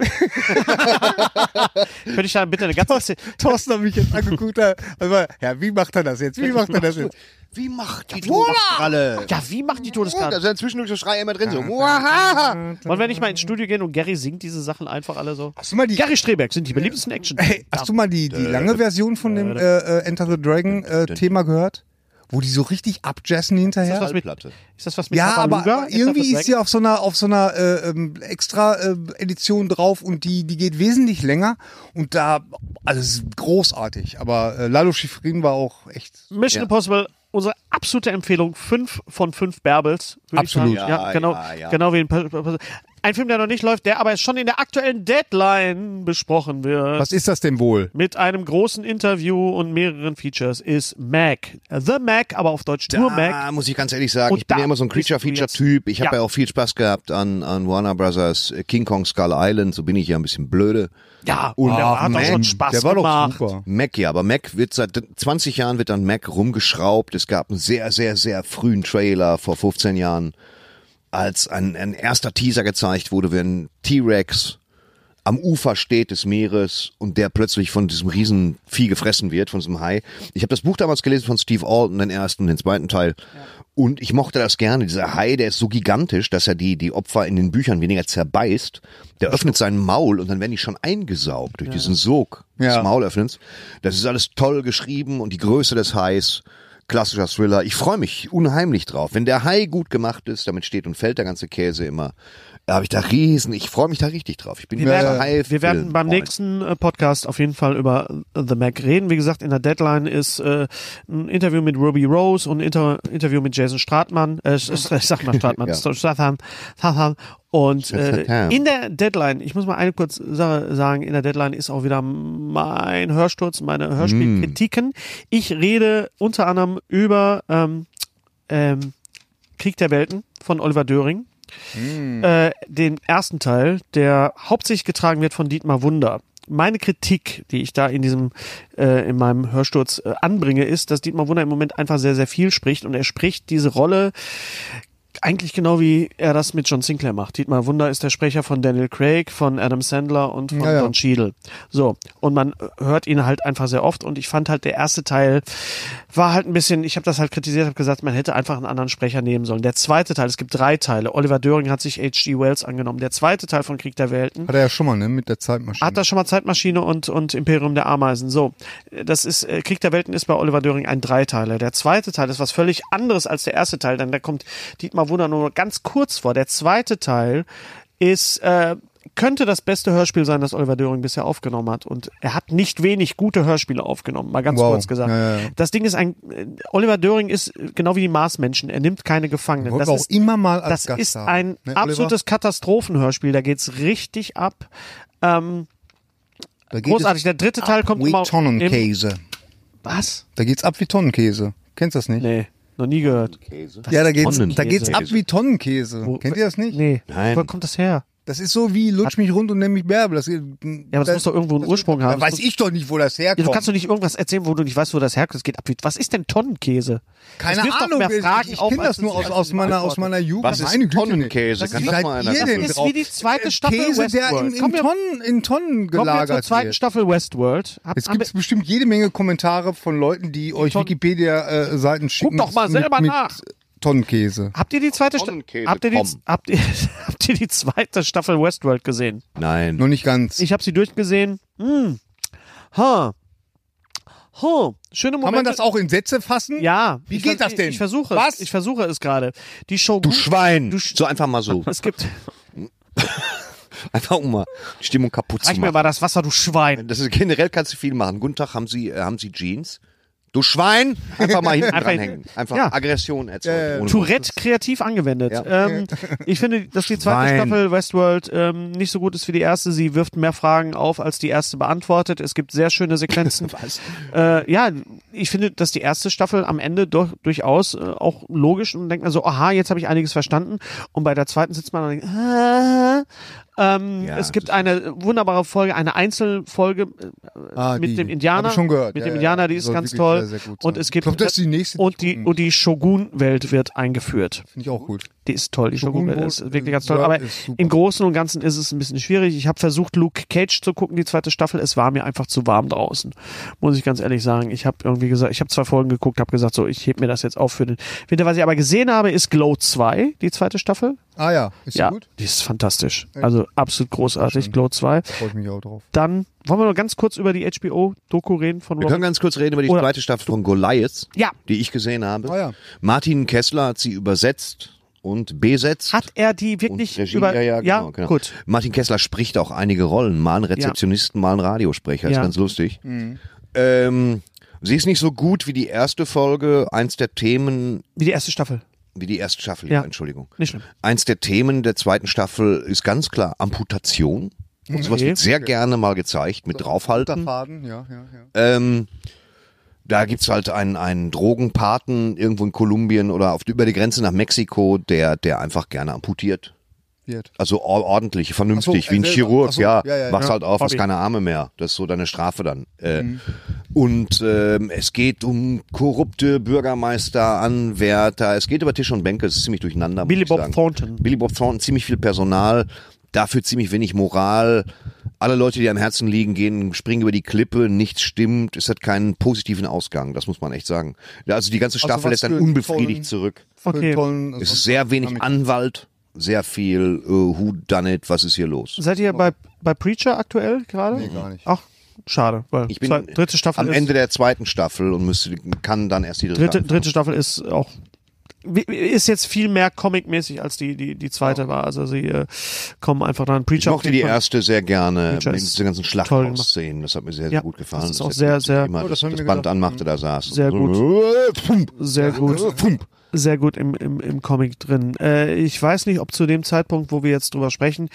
Speaker 6: könnte ich da bitte eine ganze, Szene-
Speaker 3: Thorsten hat mich jetzt angeguckt. Also, ja, wie macht er das jetzt? Wie macht er das jetzt?
Speaker 7: Wie macht die Todeskralle? Oh,
Speaker 6: ja, wie machen die
Speaker 7: Da
Speaker 6: Todeskarte?
Speaker 7: sind zwischendurch so Schreie immer drin, so. Wahaha.
Speaker 6: Wollen wir nicht mal ins Studio gehen und Gary singt diese Sachen einfach alle so?
Speaker 3: Hast du mal die,
Speaker 6: Gary Streberg sind die beliebtesten Action.
Speaker 3: hey, hast du mal die, die
Speaker 6: Äh,
Speaker 3: lange Version von dem äh, äh, Enter the Dragon äh, Thema gehört? Wo die so richtig abjazzen
Speaker 6: Ist das
Speaker 3: hinterher?
Speaker 6: was mit,
Speaker 7: Schallplatte.
Speaker 6: ist das was mit
Speaker 3: Ja,
Speaker 6: Tabaluga?
Speaker 3: aber
Speaker 6: Ist das
Speaker 3: irgendwie
Speaker 6: was
Speaker 3: ist sie auf so einer auf so einer äh, ähm, extra äh, Edition drauf und die die geht wesentlich länger und da also es ist großartig, aber äh, Lalo Schifrin war auch echt
Speaker 6: Mission Impossible, unsere absolute Empfehlung. Fünf von fünf Bärbels. würd ich
Speaker 3: Absolut.
Speaker 6: Sagen.
Speaker 7: Ja,
Speaker 6: Ja, genau,
Speaker 7: ja, ja.
Speaker 6: genau wie ein, Pa- Pa- Pa- ein Film, der noch nicht läuft, der aber schon in der aktuellen Deadline besprochen wird.
Speaker 3: Was ist das denn wohl?
Speaker 6: Mit einem großen Interview und mehreren Features ist Mac. The Mac, aber auf Deutsch nur
Speaker 7: Da
Speaker 6: Mac.
Speaker 7: Ah, muss ich ganz ehrlich sagen,
Speaker 6: Und
Speaker 7: ich bin
Speaker 6: da
Speaker 7: ja immer so ein
Speaker 6: bist du
Speaker 7: Creature-Feature-Typ. Ich habe
Speaker 6: Ja.
Speaker 7: ja. auch viel Spaß gehabt an, an Warner Brothers äh, King Kong Skull Island, so bin ich ja ein bisschen blöde.
Speaker 6: Ja, und der hat doch schon
Speaker 3: Mann,
Speaker 6: Spaß
Speaker 3: der war
Speaker 6: gemacht.
Speaker 3: doch super.
Speaker 7: Mac, ja, aber Mac wird seit 20 Jahren wird an Mac rumgeschraubt. Es gab einen sehr, sehr, sehr frühen Trailer vor 15 Jahren, als ein, ein erster Teaser gezeigt wurde, wenn T-Rex am Ufer steht des Meeres und der plötzlich von diesem Riesenvieh gefressen wird, von diesem Hai. Ich habe das Buch damals gelesen von Steve Alton, den ersten, den zweiten Teil. Und ich mochte das gerne. Dieser Hai, der ist so gigantisch, dass er die, die Opfer in den Büchern weniger zerbeißt. Der öffnet sein Maul und dann werden die schon eingesaugt durch diesen Sog des
Speaker 3: Ja.
Speaker 7: Maulöffnens. Das ist alles toll geschrieben und die Größe des Hais klassischer Thriller. Ich freue mich unheimlich drauf. Wenn der Hai gut gemacht ist, damit steht und fällt der ganze Käse immer. Da habe ich da riesen, ich freue mich da richtig drauf. Ich bin
Speaker 6: Wir
Speaker 7: großer
Speaker 6: werden,
Speaker 7: Hai-Film-
Speaker 6: wir werden beim
Speaker 7: Freund.
Speaker 6: nächsten äh, Podcast auf jeden Fall über äh, The Mac reden. Wie gesagt, in der Deadline ist äh, ein Interview mit Ruby Rose und ein Inter Interview mit Jason Stratmann. Äh, ich sag mal Stratmann,
Speaker 7: Ja.
Speaker 6: Stratham, Stratham. Und äh,
Speaker 7: Stratham.
Speaker 6: in der Deadline, ich muss mal eine kurze Sache sagen, in der Deadline ist auch wieder mein Hörsturz, meine Hörspielkritiken.
Speaker 7: Mm.
Speaker 6: Ich rede unter anderem über ähm, ähm, Krieg der Welten von Oliver Döring
Speaker 3: Hm.
Speaker 6: äh, den ersten Teil, der hauptsächlich getragen wird von Dietmar Wunder. Meine Kritik, die ich da in diesem, äh, in meinem Hörsturz äh, anbringe, ist, dass Dietmar Wunder im Moment einfach sehr, sehr viel spricht und er spricht diese Rolle eigentlich genau wie er das mit John Sinclair macht. Dietmar Wunder ist der Sprecher von Daniel Craig, von Adam Sandler und von
Speaker 3: Ja, ja.
Speaker 6: Don Cheadle. So. Und man hört ihn halt einfach sehr oft und ich fand halt der erste Teil war halt ein bisschen, ich habe das halt kritisiert, habe gesagt, man hätte einfach einen anderen Sprecher nehmen sollen. Der zweite Teil, es gibt drei Teile. Oliver Döring hat sich H.G. Wells angenommen. Der zweite Teil von Krieg der Welten
Speaker 3: Hat er ja schon mal, ne? Mit der Zeitmaschine.
Speaker 6: hat das schon mal Zeitmaschine und, und Imperium der Ameisen. So, das ist, äh, Krieg der Welten ist bei Oliver Döring ein Dreiteiler. Der zweite Teil ist was völlig anderes als der erste Teil, denn da kommt Dietmar Wunder nur ganz kurz vor. Der zweite Teil ist, äh, könnte das beste Hörspiel sein, das Oliver Döring bisher aufgenommen hat. Und er hat nicht wenig gute Hörspiele aufgenommen, mal ganz
Speaker 3: Wow.
Speaker 6: kurz gesagt.
Speaker 3: Ja, ja, ja.
Speaker 6: Das Ding ist ein, äh, Oliver Döring ist äh, genau wie die Marsmenschen, er nimmt keine Gefangenen.
Speaker 3: Wollen
Speaker 6: Das
Speaker 3: wir
Speaker 6: ist
Speaker 3: auch immer mal als
Speaker 6: das
Speaker 3: Gast
Speaker 6: ist
Speaker 3: haben,
Speaker 6: ein
Speaker 3: ne, Oliver?
Speaker 6: absolutes Katastrophenhörspiel. Da geht's richtig ab. Ähm,
Speaker 3: Da geht
Speaker 6: großartig.
Speaker 3: großartig.
Speaker 6: Der dritte Teil kommt
Speaker 3: Wie
Speaker 6: immer im,
Speaker 3: Tonnenkäse.
Speaker 6: Was?
Speaker 3: Da geht's ab wie Tonnenkäse. Kennst du das nicht?
Speaker 6: Nee, noch nie gehört.
Speaker 3: ja, da geht's, da
Speaker 7: Tonnenkäse.
Speaker 3: geht's ab wie Tonnenkäse. Kennt ihr das nicht?
Speaker 6: Nee.
Speaker 7: Nein.
Speaker 6: Wo kommt das her?
Speaker 3: Das ist so wie lutsch mich rund und nenn mich Bärbel. Das, ja,
Speaker 6: Ja, aber das, muss doch irgendwo einen Ursprung haben.
Speaker 3: Da
Speaker 6: Das
Speaker 3: weiß
Speaker 6: muss,
Speaker 3: ich doch nicht, wo das herkommt.
Speaker 6: ja, du kannst doch nicht irgendwas erzählen, wo du nicht weißt, wo das herkommt. Es geht ab. wie- Was ist denn Tonnenkäse?
Speaker 3: Keine
Speaker 6: Das wirft doch
Speaker 3: Ahnung,
Speaker 6: mehr
Speaker 3: ich,
Speaker 6: Fragen
Speaker 3: ich
Speaker 6: auf,
Speaker 3: kenne
Speaker 6: als
Speaker 3: das nur
Speaker 6: es-
Speaker 3: aus,
Speaker 6: als
Speaker 3: aus,
Speaker 6: es
Speaker 3: meiner,
Speaker 6: beantwortet.
Speaker 3: aus meiner Jugend.
Speaker 7: Was ist
Speaker 3: Meine Güte,
Speaker 7: Tonnenkäse?
Speaker 3: Das
Speaker 7: Kann
Speaker 3: ist
Speaker 7: doch
Speaker 3: halt
Speaker 7: mal einer
Speaker 3: ihr
Speaker 7: sagen.
Speaker 3: denn
Speaker 6: Ist
Speaker 3: drauf?
Speaker 6: wie die zweite
Speaker 3: Äh,
Speaker 6: Staffel
Speaker 3: Käse, der
Speaker 6: Westworld.
Speaker 3: in, in,
Speaker 6: Kommen wir-
Speaker 3: Tonnen, in Tonnen
Speaker 6: Kommen wir zur
Speaker 3: gelagert
Speaker 6: zweiten
Speaker 3: wird.
Speaker 6: Staffel Westworld. Hab-
Speaker 3: Es
Speaker 6: haben
Speaker 3: gibt bestimmt jede Menge Kommentare von Leuten, die euch
Speaker 6: Tonnen-
Speaker 3: Wikipedia-Seiten schicken.
Speaker 6: doch mal
Speaker 3: mit-
Speaker 6: selber
Speaker 3: mit
Speaker 6: nach.
Speaker 3: Tonnenkäse.
Speaker 6: Habt ihr die zweite Staffel?
Speaker 7: Tonnenkäse,
Speaker 6: Habt, ihr die-
Speaker 7: komm.
Speaker 6: habt, ihr, habt ihr die zweite Staffel Westworld gesehen?
Speaker 7: Nein.
Speaker 3: Noch nicht ganz.
Speaker 6: Ich habe sie durchgesehen. Hm. Ha. Ha. Schöne Momente.
Speaker 3: Kann man das auch in Sätze fassen?
Speaker 6: Ja.
Speaker 3: Wie
Speaker 6: Ich
Speaker 3: geht
Speaker 6: ver-
Speaker 3: das denn?
Speaker 6: Ich versuche es.
Speaker 3: Was?
Speaker 6: Ich versuche es gerade. Die Show.
Speaker 7: Du Schwein.
Speaker 6: Du Sch-
Speaker 7: so einfach mal so.
Speaker 6: es gibt.
Speaker 7: Einfach um mal die Stimmung kaputt zu
Speaker 6: Reich mir
Speaker 7: machen.
Speaker 6: mal das Wasser, du Schwein.
Speaker 7: Das ist, generell kannst du viel machen. Guten Tag, haben Sie, äh, haben Sie Jeans? Du Schwein! Einfach mal hinten
Speaker 6: Einfach
Speaker 7: dranhängen. Einfach
Speaker 6: ja.
Speaker 7: Aggression erzeugen. ohne Grund.
Speaker 6: Tourette kreativ angewendet.
Speaker 7: Ja.
Speaker 6: Ähm, ich finde, dass die zweite
Speaker 7: Schwein.
Speaker 6: Staffel Westworld ähm, nicht so gut ist wie die erste. Sie wirft mehr Fragen auf, als die erste beantwortet. Es gibt sehr schöne Sequenzen. Äh, ja, ich finde, dass die erste Staffel am Ende doch durchaus äh, auch logisch und denkt man so, aha, jetzt habe ich einiges verstanden. Und bei der zweiten sitzt man und denkt, äh, ähm,
Speaker 7: Ja,
Speaker 6: es gibt eine wunderbare Folge, eine Einzelfolge äh,
Speaker 3: Ah,
Speaker 6: mit
Speaker 3: die.
Speaker 6: dem Indianer.
Speaker 3: Hab ich schon gehört.
Speaker 6: Mit
Speaker 3: Ja,
Speaker 6: dem
Speaker 3: ja,
Speaker 6: Indianer, die
Speaker 3: die
Speaker 6: ist
Speaker 3: soll
Speaker 6: ganz
Speaker 3: wirklich
Speaker 6: toll.
Speaker 3: sehr, sehr gut
Speaker 6: und
Speaker 3: sein.
Speaker 6: es gibt
Speaker 3: Ich glaub, das ist die nächste, die
Speaker 6: und
Speaker 3: ich
Speaker 6: die
Speaker 3: gucken muss.
Speaker 6: und die Shogun-Welt wird eingeführt.
Speaker 3: Finde ich auch gut.
Speaker 6: Die ist toll, die Shogun-Welt
Speaker 3: Shogun-Welt
Speaker 6: ist
Speaker 3: ist-
Speaker 6: wirklich ganz toll.
Speaker 3: ja,
Speaker 6: Aber
Speaker 3: ist super.
Speaker 6: im Großen und Ganzen ist es ein bisschen schwierig. Ich habe versucht, Luke Cage zu gucken, die zweite Staffel. Es war mir einfach zu warm draußen, muss ich ganz ehrlich sagen. Ich habe irgendwie gesagt, ich habe zwei Folgen geguckt, habe gesagt, so, ich heb mir das jetzt auf für den Winter. Was ich aber gesehen habe, ist Glow 2, die zweite Staffel.
Speaker 3: Ah ja, ist
Speaker 6: ja,
Speaker 3: die gut?
Speaker 6: die ist fantastisch. Also absolut großartig, Glow 2.
Speaker 3: Freue ich mich auch drauf.
Speaker 6: Dann wollen wir noch ganz kurz über die HBO-Doku reden von
Speaker 7: Wir können ganz kurz reden über die
Speaker 6: Oder-
Speaker 7: zweite Staffel von Goliath,
Speaker 6: Ja. Oh
Speaker 7: die ich gesehen habe.
Speaker 3: Ah ja.
Speaker 7: Martin Kessler hat sie übersetzt und besetzt.
Speaker 6: Hat er die
Speaker 7: und
Speaker 6: wirklich
Speaker 7: Regie,
Speaker 6: über.
Speaker 7: ja, ja, genau, genau.
Speaker 6: gut.
Speaker 7: Martin Kessler spricht auch einige Rollen, mal einen Rezeptionisten, mal einen Radiosprecher,
Speaker 6: Ja.
Speaker 7: ist ganz lustig. Ähm, sie ist nicht so gut wie die erste Folge, eins der Themen,
Speaker 6: Wie die erste Staffel.
Speaker 7: wie die erste Staffel,
Speaker 6: Ja.
Speaker 7: Entschuldigung.
Speaker 6: Nicht schlimm.
Speaker 7: Eins der Themen der zweiten Staffel ist ganz klar Amputation. Und sowas
Speaker 6: Okay.
Speaker 7: wird sehr gerne mal gezeigt, mit
Speaker 6: Hm.
Speaker 7: draufhalten.
Speaker 3: Faden, ja, ja, ja.
Speaker 7: Ähm, da gibt's halt einen, einen Drogenpaten irgendwo in Kolumbien oder auf, über die Grenze nach Mexiko, der, der einfach gerne amputiert.
Speaker 3: Wird.
Speaker 7: Also or- ordentlich,
Speaker 3: Ach
Speaker 7: vernünftig,
Speaker 3: so,
Speaker 7: wie ein
Speaker 3: er selber.
Speaker 7: Chirurg,
Speaker 3: Ach so,
Speaker 7: ja.
Speaker 3: ja, ja,
Speaker 7: Wachst
Speaker 3: ja.
Speaker 7: halt auf, hast
Speaker 6: Hobby.
Speaker 7: keine Arme mehr. Das ist so deine Strafe dann. Äh,
Speaker 3: Mhm.
Speaker 7: Und ähm, es geht um korrupte Bürgermeister, Anwärter. Es geht über Tisch und Bänke, es ist ziemlich durcheinander. muss
Speaker 6: Billy
Speaker 7: ich
Speaker 6: Bob
Speaker 7: sagen.
Speaker 6: Thornton.
Speaker 7: Billy Bob Thornton, ziemlich viel Personal, dafür ziemlich wenig Moral. Alle Leute, die am Herzen liegen, gehen, springen über die Klippe, nichts stimmt, es hat keinen positiven Ausgang, das muss man echt sagen. Ja, Also die ganze Staffel
Speaker 3: was
Speaker 7: lässt
Speaker 3: für
Speaker 7: dann
Speaker 3: einen
Speaker 7: unbefriedigt
Speaker 3: tollen-
Speaker 7: zurück.
Speaker 3: Für einen
Speaker 6: Okay.
Speaker 3: Tollen,
Speaker 7: Es ist sehr wenig
Speaker 3: Damit-
Speaker 7: Anwalt, sehr viel äh, Who Done It, was ist hier los?
Speaker 6: Seid ihr bei, bei Preacher aktuell gerade?
Speaker 3: Nee, gar nicht.
Speaker 6: Ach, Schade, weil
Speaker 7: Ich bin
Speaker 6: zwei, dritte Staffel
Speaker 7: am
Speaker 6: ist,
Speaker 7: Ende der zweiten Staffel und müsste, kann dann erst die dritte.
Speaker 6: dritte,
Speaker 7: anfangen.
Speaker 6: dritte Staffel ist auch wi- ist jetzt viel mehr Comic-mäßig als die die die zweite war. Also sie äh, kommen einfach dran.
Speaker 7: Ich
Speaker 6: Preacher
Speaker 7: mochte die erste sehr gerne, mit
Speaker 6: Preacher ist
Speaker 7: diesen ganzen Schlachthaus-Szenen. Das hat mir sehr, sehr
Speaker 6: Ja,
Speaker 7: gut gefallen.
Speaker 6: das ist auch
Speaker 7: Dass
Speaker 6: sehr,
Speaker 7: der
Speaker 6: sehr-
Speaker 7: immer
Speaker 3: Oh, das
Speaker 7: das,
Speaker 3: haben
Speaker 7: das
Speaker 3: wir
Speaker 7: Band
Speaker 3: gedacht.
Speaker 7: anmachte, da saß. und
Speaker 6: Sehr
Speaker 7: so,
Speaker 6: gut.
Speaker 7: äh, pfump,
Speaker 6: sehr gut.
Speaker 7: äh, pfump.
Speaker 6: sehr gut im, im, im Comic drin. Äh, ich weiß nicht, ob zu dem Zeitpunkt, wo wir jetzt drüber sprechen,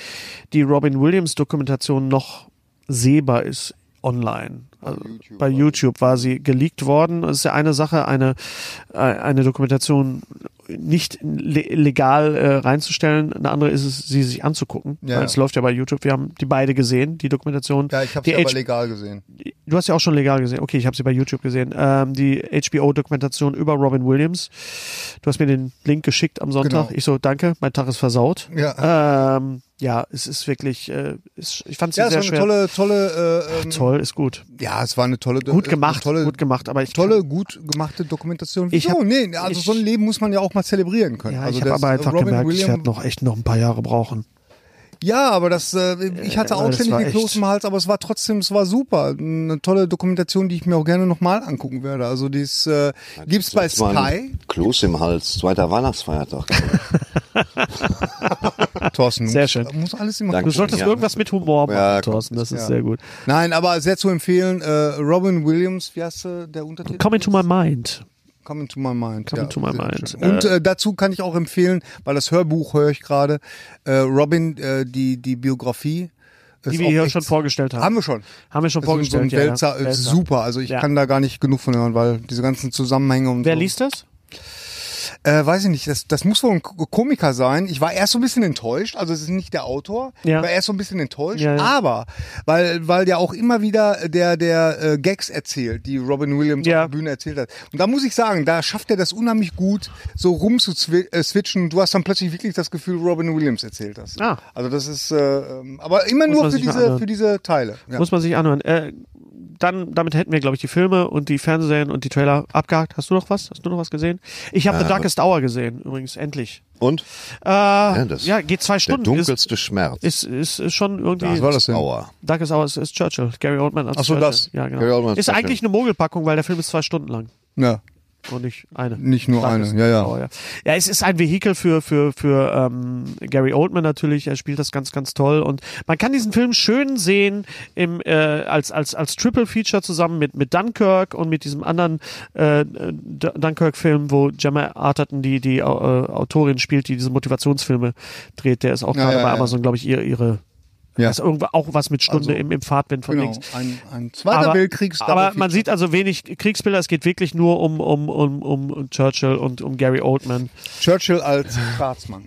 Speaker 6: die Robin Williams Dokumentation noch sehbar ist online. Also bei YouTube war sie geleakt worden. Es ist ja eine Sache, eine, äh, eine Dokumentation nicht le legal äh, reinzustellen. Eine andere ist es, sie sich anzugucken.
Speaker 3: Ja.
Speaker 6: Weil es läuft ja bei YouTube. Wir haben die beide gesehen, die Dokumentation.
Speaker 3: Ja, ich habe
Speaker 6: Die
Speaker 3: sie aber
Speaker 6: H-
Speaker 3: legal gesehen.
Speaker 6: Du hast ja auch schon legal gesehen. Okay, ich habe sie bei YouTube gesehen. Ähm, die HBO-Dokumentation über Robin Williams. Du hast mir den Link geschickt am Sonntag.
Speaker 3: Genau.
Speaker 6: Ich so, danke, mein Tag ist versaut.
Speaker 3: Ja,
Speaker 6: Ähm, ja, es ist wirklich, äh, es, ich fand sie
Speaker 3: ja es
Speaker 6: sehr
Speaker 3: war
Speaker 6: schwer.
Speaker 3: eine tolle, tolle, äh, ähm,
Speaker 6: Toll, ist gut.
Speaker 3: ja, es war eine tolle,
Speaker 6: Gut
Speaker 3: äh,
Speaker 6: gemacht,
Speaker 3: tolle,
Speaker 6: gut gemacht, aber ich
Speaker 3: tolle, gut gemachte Dokumentation.
Speaker 6: Ich
Speaker 3: Wieso?
Speaker 6: hab-
Speaker 3: nee, also
Speaker 6: ich-
Speaker 3: so ein Leben muss man ja auch mal zelebrieren können.
Speaker 6: Ja,
Speaker 3: also
Speaker 6: ich habe
Speaker 3: das,
Speaker 6: aber einfach
Speaker 3: äh, Robin
Speaker 6: gemerkt, ich
Speaker 3: Williams-
Speaker 6: werde noch echt noch ein paar Jahre brauchen.
Speaker 3: Ja, aber das, äh, ich hatte
Speaker 6: Äh,
Speaker 3: auch
Speaker 6: das
Speaker 3: ständig
Speaker 6: war
Speaker 3: einen Kloß
Speaker 6: echt-
Speaker 3: im Hals, aber es war trotzdem, es war super. Eine tolle Dokumentation, die ich mir auch gerne nochmal angucken werde. Also die ist, äh, gibt's bei
Speaker 7: Das war ein
Speaker 3: Sky.
Speaker 7: Kloß im Hals, zweiter Weihnachtsfeiertag.
Speaker 3: Thorsten,
Speaker 6: Sehr
Speaker 3: muss-
Speaker 6: schön.
Speaker 3: muss alles immer
Speaker 7: Danke.
Speaker 6: Du solltest
Speaker 7: Ja.
Speaker 6: irgendwas mit Humor machen,
Speaker 7: Ja, komm,
Speaker 6: Thorsten, das ist
Speaker 3: ja.
Speaker 6: sehr gut.
Speaker 3: Nein, aber sehr zu empfehlen, äh, Robin Williams, wie heißt äh, der Untertitel?
Speaker 6: Come into my mind.
Speaker 3: Come into my mind.
Speaker 6: Come into my
Speaker 3: sehr
Speaker 6: mind.
Speaker 3: schön. Und äh, dazu kann ich auch empfehlen, weil das Hörbuch höre ich gerade, äh, Robin, äh, die, die Biografie. ist
Speaker 6: Die
Speaker 3: auch
Speaker 6: wir hier
Speaker 3: echt-
Speaker 6: schon vorgestellt haben.
Speaker 3: Haben wir schon.
Speaker 6: Haben wir schon
Speaker 3: Das ist so ein
Speaker 6: vorgestellt, ja, ja.
Speaker 3: Wälzer, ist
Speaker 6: Wälzer.
Speaker 3: super. Also ich
Speaker 6: Ja.
Speaker 3: kann da gar nicht genug von hören, weil diese ganzen Zusammenhänge und
Speaker 6: Wer
Speaker 3: so.
Speaker 6: liest das?
Speaker 3: Äh, weiß ich nicht, das, das muss wohl ein Ko- Komiker sein. Ich war erst so ein bisschen enttäuscht, also es ist nicht der Autor.
Speaker 6: Ja.
Speaker 3: Ich war erst so ein bisschen enttäuscht,
Speaker 6: Ja, ja.
Speaker 3: aber weil weil ja auch immer wieder der der äh, Gags erzählt, die Robin Williams
Speaker 6: Ja.
Speaker 3: auf der Bühne erzählt hat. Und da muss ich sagen, da schafft er das unheimlich gut, so rum zu zwi- äh, switchen. Du hast dann plötzlich wirklich das Gefühl, Robin Williams erzählt das.
Speaker 6: Ah.
Speaker 3: Also das ist, äh, ähm, aber immer
Speaker 6: Muss
Speaker 3: nur
Speaker 6: man
Speaker 3: für
Speaker 6: sich mal
Speaker 3: diese
Speaker 6: anhören.
Speaker 3: für diese Teile. Ja.
Speaker 6: Muss man sich anhören. Äh, dann, damit hätten wir, glaube ich, die Filme und die Fernsehserien und die Trailer abgehakt. Hast du noch was? Hast du noch was gesehen? Ich habe The Darkest Hour gesehen, übrigens, endlich.
Speaker 7: Und
Speaker 6: Äh, ja,
Speaker 7: das-
Speaker 6: geht zwei
Speaker 7: der
Speaker 6: Stunden. Ist,
Speaker 7: dunkelste Schmerz.
Speaker 6: ist, ist, ist schon irgendwie.
Speaker 3: Was war das denn?
Speaker 7: Aua.
Speaker 6: Darkest Hour ist, ist Churchill. Gary Oldman als
Speaker 3: Ach so,
Speaker 6: Churchill.
Speaker 3: das.
Speaker 6: Ja, genau.
Speaker 7: Gary Oldman als
Speaker 6: ist
Speaker 7: Churchill.
Speaker 6: eigentlich eine Mogelpackung, weil der Film ist zwei Stunden lang
Speaker 3: Ja.
Speaker 6: und nicht eine.
Speaker 3: Nicht nur
Speaker 6: Darkest
Speaker 3: eine, ja, ja.
Speaker 6: Hour, ja. Ja, es ist ein Vehikel für, für, für ähm, Gary Oldman natürlich. Er spielt das ganz, ganz toll. Und man kann diesen Film schön sehen im, äh, als, als, als Triple Feature zusammen mit, mit Dunkirk und mit diesem anderen äh, D- Dunkirk-Film, wo Gemma Arterton die, die äh, Autorin spielt, die diese Motivationsfilme dreht. Der ist auch
Speaker 3: Ja,
Speaker 6: gerade
Speaker 3: ja,
Speaker 6: bei
Speaker 3: ja.
Speaker 6: Amazon, glaube ich, ihre. ihre
Speaker 3: Ja.
Speaker 6: Ist irgendwo auch was mit Stunde
Speaker 3: Also,
Speaker 6: im, im Fahrtwind von
Speaker 3: Genau.
Speaker 6: links.
Speaker 3: Ein, ein zweiter Weltkriegs.
Speaker 6: Aber man sieht also wenig Kriegsbilder, es geht wirklich nur um, um, um, um Churchill und um Gary Oldman.
Speaker 3: Churchill als Staatsmann.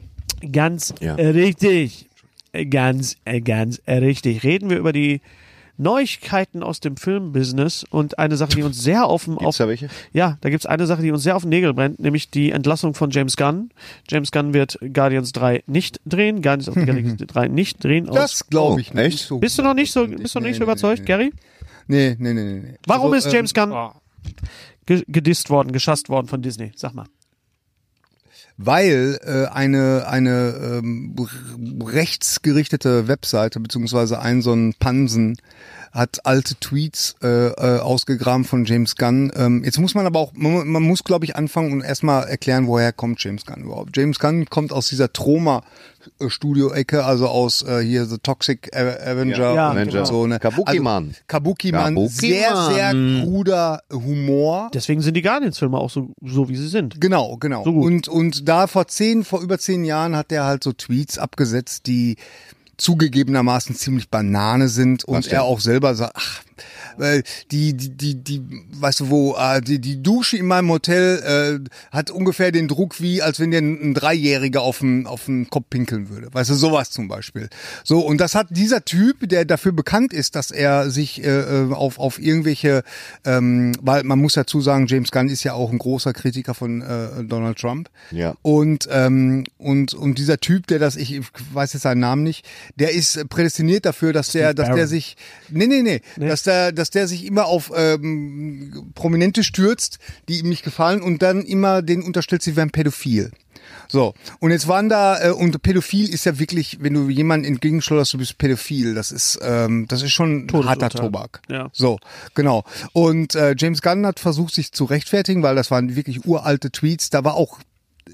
Speaker 6: Ganz
Speaker 7: Ja.
Speaker 6: richtig. Ganz, äh, ganz richtig. Reden wir über die Neuigkeiten aus dem Filmbusiness und eine Sache, die uns sehr auf dem
Speaker 7: Gibt's
Speaker 6: auf,
Speaker 7: da welche?
Speaker 6: ja, da gibt's eine Sache, die uns sehr auf den Nägel brennt, nämlich die Entlassung von James Gunn. James Gunn wird Guardians 3 nicht drehen, Guardians of the Galaxy 3 nicht drehen. aus-
Speaker 3: Das glaube ich
Speaker 7: Oh,
Speaker 3: nicht.
Speaker 7: echt?
Speaker 3: So
Speaker 6: bist du noch nicht so, bist du noch
Speaker 3: Nee,
Speaker 6: nicht so
Speaker 3: nee,
Speaker 6: überzeugt,
Speaker 3: nee, nee.
Speaker 6: Gary?
Speaker 3: Nee, nee, nee, nee, nee.
Speaker 6: Warum
Speaker 3: Also,
Speaker 6: ist James Gunn ge- gedisst worden, geschasst worden von Disney? Sag mal.
Speaker 3: Weil äh, eine, eine ähm, r- rechtsgerichtete Webseite, beziehungsweise ein so ein Pansen, hat alte Tweets äh, äh, ausgegraben von James Gunn. Ähm, jetzt muss man aber auch, man, man muss glaube ich anfangen und erstmal erklären, woher kommt James Gunn überhaupt. James Gunn kommt aus dieser Troma-Studio-Ecke, also aus äh, hier The Toxic A- Avenger
Speaker 6: Ja,
Speaker 3: und,
Speaker 6: genau.
Speaker 3: und so. Ne?
Speaker 7: Kabuki-Man.
Speaker 3: Also, Kabuki-Man,
Speaker 7: Kabuki-Man.
Speaker 3: sehr, sehr kruder Humor.
Speaker 6: Deswegen sind die Guardians-Filme auch so, so, wie sie sind.
Speaker 3: Genau, genau.
Speaker 6: So gut.
Speaker 3: und, und da vor zehn, vor über zehn Jahren hat er halt so Tweets abgesetzt, die zugegebenermaßen ziemlich Banane sind und er auch selber sagt, ach, äh, die, die, die, die, weißt du wo, äh, die, die Dusche in meinem Hotel äh, hat ungefähr den Druck wie, als wenn dir ein ein Dreijähriger auf den, auf den Kopf pinkeln würde. Weißt du, sowas zum Beispiel. So, und das hat dieser Typ, der dafür bekannt ist, dass er sich äh, auf, auf irgendwelche, ähm, weil man muss dazu sagen, James Gunn ist ja auch ein großer Kritiker von äh, Donald Trump.
Speaker 7: Ja.
Speaker 3: Und, ähm, und, und dieser Typ, der das, ich, ich weiß jetzt seinen Namen nicht, der ist prädestiniert dafür, dass der, dass der
Speaker 6: Barron.
Speaker 3: sich, nee, nee, nee, dass der, dass dass der sich immer auf ähm, Prominente stürzt, die ihm nicht gefallen und dann immer den unterstellt, sie wären pädophil. So, und jetzt waren da, äh, und pädophil ist ja wirklich, wenn du jemandem entgegenschleuderst, du bist pädophil, das ist, ähm, das ist schon harter Tobak.
Speaker 6: Ja.
Speaker 3: So, genau. Und äh, James Gunn hat versucht, sich zu rechtfertigen, weil das waren wirklich uralte Tweets, da war auch,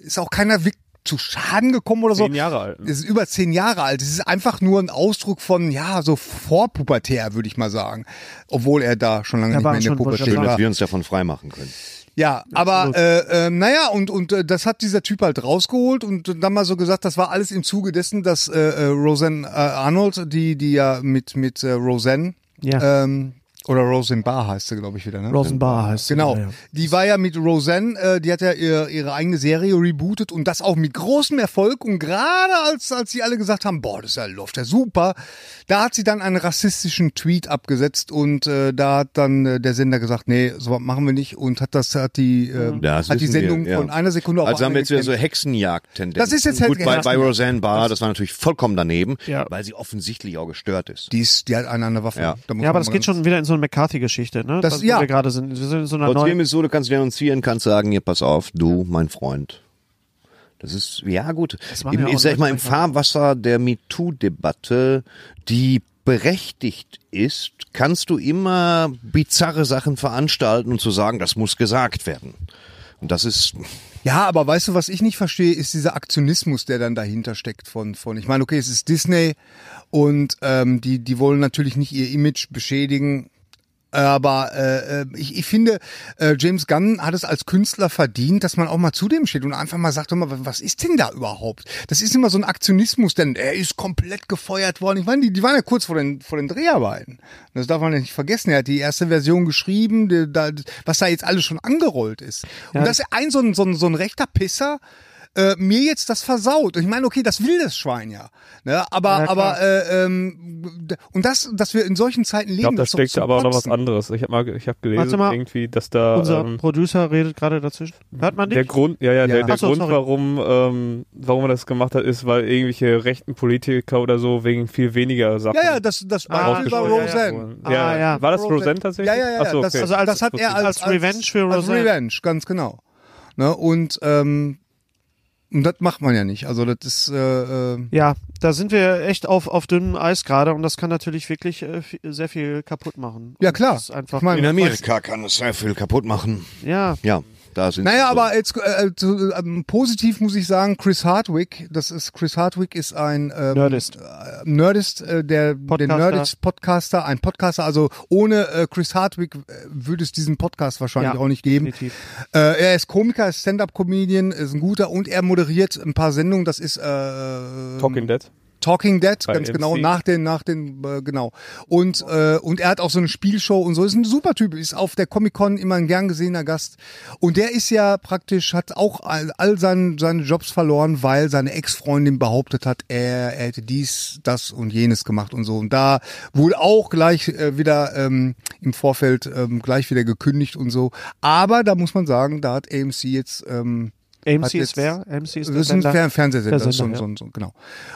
Speaker 3: ist auch keiner wirklich zu Schaden gekommen oder so.
Speaker 4: Zehn Jahre alt, ne?
Speaker 3: Es ist über zehn Jahre alt. Es ist einfach nur ein Ausdruck von, ja, so vorpubertär, würde ich mal sagen. Obwohl er da schon lange
Speaker 6: Da
Speaker 3: nicht
Speaker 6: war
Speaker 3: mehr in
Speaker 6: er
Speaker 3: der
Speaker 6: schon- wollte ich
Speaker 3: Pubertät
Speaker 6: schon
Speaker 7: Schön,
Speaker 3: war.
Speaker 7: dass wir uns davon freimachen können.
Speaker 3: Ja, aber äh, äh, naja, und, und äh, das hat dieser Typ halt rausgeholt und dann mal so gesagt, das war alles im Zuge dessen, dass äh, äh, Roseanne äh, Arnold, die, die ja mit, mit äh, Roseanne
Speaker 6: Ja.
Speaker 3: ähm, oder Roseanne Barr heißt sie, glaube ich, wieder, ne?
Speaker 6: Rosenbar heißt sie,
Speaker 3: Genau.
Speaker 6: ja, ja.
Speaker 3: Die war ja mit Roseanne, äh, die hat ja ihr, ihre eigene Serie rebootet und das auch mit großem Erfolg. Und gerade als, als sie alle gesagt haben, boah, das ist ja, läuft ja super, da hat sie dann einen rassistischen Tweet abgesetzt und äh, da hat dann äh, der Sender gesagt, nee, sowas machen wir nicht und hat das, hat die, äh,
Speaker 7: Das
Speaker 3: hat die
Speaker 7: wissen wir,
Speaker 3: Sendung
Speaker 7: ja.
Speaker 3: von einer Sekunde auf
Speaker 7: Also haben wir
Speaker 3: andere
Speaker 7: jetzt wieder so
Speaker 3: gekämpft.
Speaker 7: Hexenjagd-Tendenz.
Speaker 3: Das ist jetzt halt
Speaker 7: Gut, bei,
Speaker 3: Hexen-
Speaker 7: bei Roseanne Barr, das war natürlich vollkommen daneben,
Speaker 6: Ja.
Speaker 7: weil sie offensichtlich auch gestört ist.
Speaker 3: die ist, die hat eine andere Waffe.
Speaker 7: Ja.
Speaker 3: Da muss
Speaker 6: Ja, aber
Speaker 3: man
Speaker 6: das
Speaker 3: mal
Speaker 6: geht
Speaker 3: ganz-
Speaker 6: schon wieder in so eine McCarthy-Geschichte, ne?
Speaker 3: Das-
Speaker 6: Was- wo
Speaker 3: ja.
Speaker 6: Wir gerade sind. Wir sind in so einer
Speaker 7: Trotzdem
Speaker 6: neuen.
Speaker 7: ist es so, du kannst denunzieren, kannst sagen, hier, pass auf, du, mein Freund. Das ist, ja gut,
Speaker 6: machen
Speaker 7: Im,
Speaker 6: ja
Speaker 7: ich
Speaker 6: auch
Speaker 7: sag mal, im
Speaker 6: Leute
Speaker 7: Fahrwasser der MeToo-Debatte, die berechtigt ist, kannst du immer bizarre Sachen veranstalten und zu sagen, das muss gesagt werden. Und das ist,
Speaker 3: Ja, aber weißt du, was ich nicht verstehe, ist dieser Aktionismus, der dann dahinter steckt von, von ich meine, okay, es ist Disney und ähm, die, die wollen natürlich nicht ihr Image beschädigen. Aber äh, äh, ich, ich finde, äh, James Gunn hat es als Künstler verdient, dass man auch mal zu dem steht und einfach mal sagt, hör mal, wa- was ist denn da überhaupt? Das ist immer so ein Aktionismus, denn er ist komplett gefeuert worden. Ich meine, die, die waren ja kurz vor den, vor den Dreharbeiten. Das darf man ja nicht vergessen. Er hat die erste Version geschrieben, die, da, was da jetzt alles schon angerollt ist. und dass ein so ein, so ein, so ein rechter Pisser äh, mir jetzt das versaut. Und ich meine, okay, das will das Schwein ja. Ne? Aber,
Speaker 6: Ja, klar.
Speaker 3: aber äh, ähm, d- und das, dass wir in solchen Zeiten leben,
Speaker 4: Ich glaube, da
Speaker 3: das ist doch
Speaker 4: steckt
Speaker 3: zum
Speaker 4: aber auch noch was
Speaker 3: Kotzen.
Speaker 4: anderes. Ich habe mal, ge- ich habe gelesen
Speaker 6: Warte mal.
Speaker 4: irgendwie, dass da
Speaker 6: Unser
Speaker 4: ähm,
Speaker 6: Producer redet gerade dazwischen. Hört man dich?
Speaker 4: der Grund, ja, ja, der, der
Speaker 6: Ach so,
Speaker 4: Grund,
Speaker 6: sorry.
Speaker 4: warum, ähm, warum er das gemacht hat, ist, weil irgendwelche rechten Politiker oder so wegen viel weniger Sachen.
Speaker 3: Ja, ja, das, das Beispiel war
Speaker 4: rausgeschmissen
Speaker 6: ja, ja.
Speaker 3: Roseanne.
Speaker 4: wurden. Ah, Ja,
Speaker 6: Ah, ja.
Speaker 4: War das Roseanne tatsächlich?
Speaker 3: Ja, ja, ja. ja.
Speaker 4: Ach so, okay.
Speaker 3: das, also als, das hat er als,
Speaker 6: als Revenge für
Speaker 3: als
Speaker 6: Roseanne.
Speaker 3: Revenge, ganz genau. Ne? Und, ähm, und das macht man ja nicht. Also das ist, äh, äh,
Speaker 6: Ja, da sind wir echt auf, auf dünnem Eis gerade und das kann natürlich wirklich äh, viel- sehr viel kaputt machen.
Speaker 3: ja
Speaker 6: Und
Speaker 3: klar.
Speaker 6: Das ist einfach,
Speaker 3: Ich meine,
Speaker 7: in Amerika kann es sehr viel kaputt machen.
Speaker 6: ja,
Speaker 7: Ja, da sind
Speaker 3: Naja,
Speaker 7: so-
Speaker 3: aber jetzt, äh, äh, zu, ähm, positiv muss ich sagen, Chris Hardwick, das ist Chris Hardwick ist ein ähm,
Speaker 6: Nerdist.
Speaker 3: äh, Nerdist, äh, der den
Speaker 6: Podcaster.
Speaker 3: Nerdist Podcaster, ein Podcaster, also ohne äh, Chris Hardwick äh, würde es diesen Podcast wahrscheinlich
Speaker 6: Ja,
Speaker 3: auch nicht geben.
Speaker 6: definitiv.
Speaker 3: Äh, er ist Komiker, ist Stand-up-Comedian, ist ein guter und er moderiert ein paar Sendungen, das ist äh,
Speaker 4: Talking Dead.
Speaker 3: Talking Dead,
Speaker 4: Bei
Speaker 3: ganz
Speaker 4: MC.
Speaker 3: genau, nach den, nach den, äh, genau. Und, äh, und er hat auch so eine Spielshow und so, ist ein super Typ, ist auf der Comic-Con immer ein gern gesehener Gast. Und der ist ja praktisch, hat auch all, all seinen, seine Jobs verloren, weil seine Ex-Freundin behauptet hat, er, er hätte dies, das und jenes gemacht und so. Und da wurde auch gleich äh, wieder ähm, im Vorfeld ähm, gleich wieder gekündigt und so. Aber da muss man sagen, da hat AMC jetzt, ähm, hat
Speaker 6: AMC
Speaker 3: jetzt-
Speaker 6: ist wer? AMC ist
Speaker 3: das
Speaker 6: der
Speaker 3: ist ein
Speaker 6: Sender.
Speaker 3: Fer Fernsehsender,
Speaker 6: Der Sender,
Speaker 3: so, ein-
Speaker 6: ja.
Speaker 3: so, ein- so, ein- genau.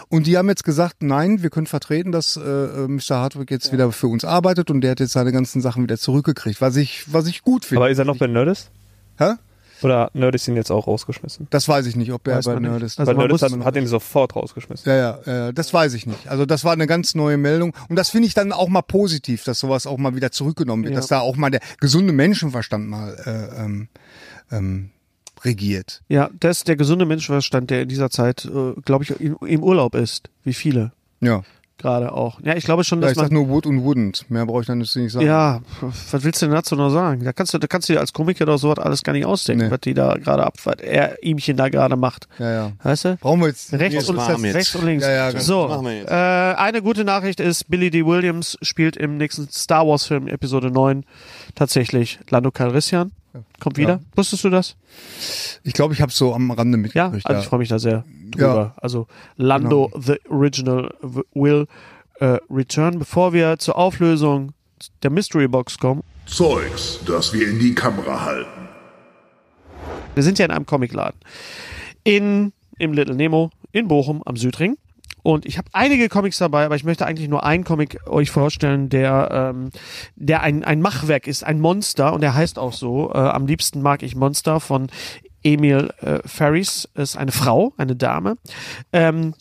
Speaker 3: Und die haben jetzt gesagt, nein, wir können vertreten, dass äh, äh, Mr. Hartwig jetzt wieder für uns arbeitet und der hat jetzt seine ganzen Sachen wieder zurückgekriegt, was ich, was ich gut finde.
Speaker 4: Aber ist er noch bei Nerdist?
Speaker 3: Hä?
Speaker 4: Oder hat Nerdist ihn jetzt auch rausgeschmissen?
Speaker 3: Das weiß ich nicht, ob er
Speaker 6: Weiß
Speaker 3: bei
Speaker 6: man nicht.
Speaker 3: Nerdist
Speaker 6: Also
Speaker 4: Weil
Speaker 6: man
Speaker 4: Nerdist
Speaker 6: muss-
Speaker 4: hat, hat ihn sofort rausgeschmissen.
Speaker 3: ja, ja, äh, das weiß ich nicht. Also das war eine ganz neue Meldung und das finde ich dann auch mal positiv, dass sowas auch mal wieder zurückgenommen wird,
Speaker 6: Ja.
Speaker 3: dass da auch mal der gesunde Menschenverstand mal äh, ähm, ähm, regiert.
Speaker 6: Ja, das ist der gesunde Menschenverstand, der in dieser Zeit, äh, glaube ich, im, im Urlaub ist. Wie viele
Speaker 3: Ja,
Speaker 6: gerade auch. Ja, ich glaube schon,
Speaker 3: ja
Speaker 6: dass
Speaker 3: ich sag
Speaker 6: man.
Speaker 3: nur Wood und Wouldn't, mehr brauche ich dann jetzt nicht sagen.
Speaker 6: Ja, was willst du denn dazu noch sagen? Da kannst du, da kannst du dir als Komiker doch sowas alles gar nicht ausdenken,
Speaker 3: Nee.
Speaker 6: was die da gerade ab, was er ihmchen da gerade macht.
Speaker 3: Ja, ja.
Speaker 6: Weißt du?
Speaker 3: Brauchen wir jetzt
Speaker 6: Rechts
Speaker 7: ist
Speaker 6: und,
Speaker 7: warm jetzt.
Speaker 6: rechts und links.
Speaker 3: Ja, ja, genau.
Speaker 6: so,
Speaker 7: Das machen wir jetzt.
Speaker 6: Äh, eine gute Nachricht ist, Billy D. Williams spielt im nächsten Star Wars Film Episode 9 tatsächlich Lando Calrissian. Kommt wieder. Wusstest du das?
Speaker 3: Ich glaube, ich habe so am Rande
Speaker 6: Ja,
Speaker 3: mitgekriegt.
Speaker 6: also ich freue mich da sehr drüber. Also Lando the Original w- will äh, return. Bevor wir zur Auflösung der Mystery Box kommen,
Speaker 9: Zeugs, das wir in die Kamera halten.
Speaker 6: wir sind ja in einem Comicladen in im Little Nemo in Bochum am Südring Und ich habe einige Comics dabei, aber ich möchte eigentlich nur einen Comic euch vorstellen, der, ähm, der ein, ein Machwerk ist, ein Monster und der heißt auch so. Äh, am liebsten mag ich Monster von Emil äh, Ferris. Ist eine Frau, eine Dame. Ähm,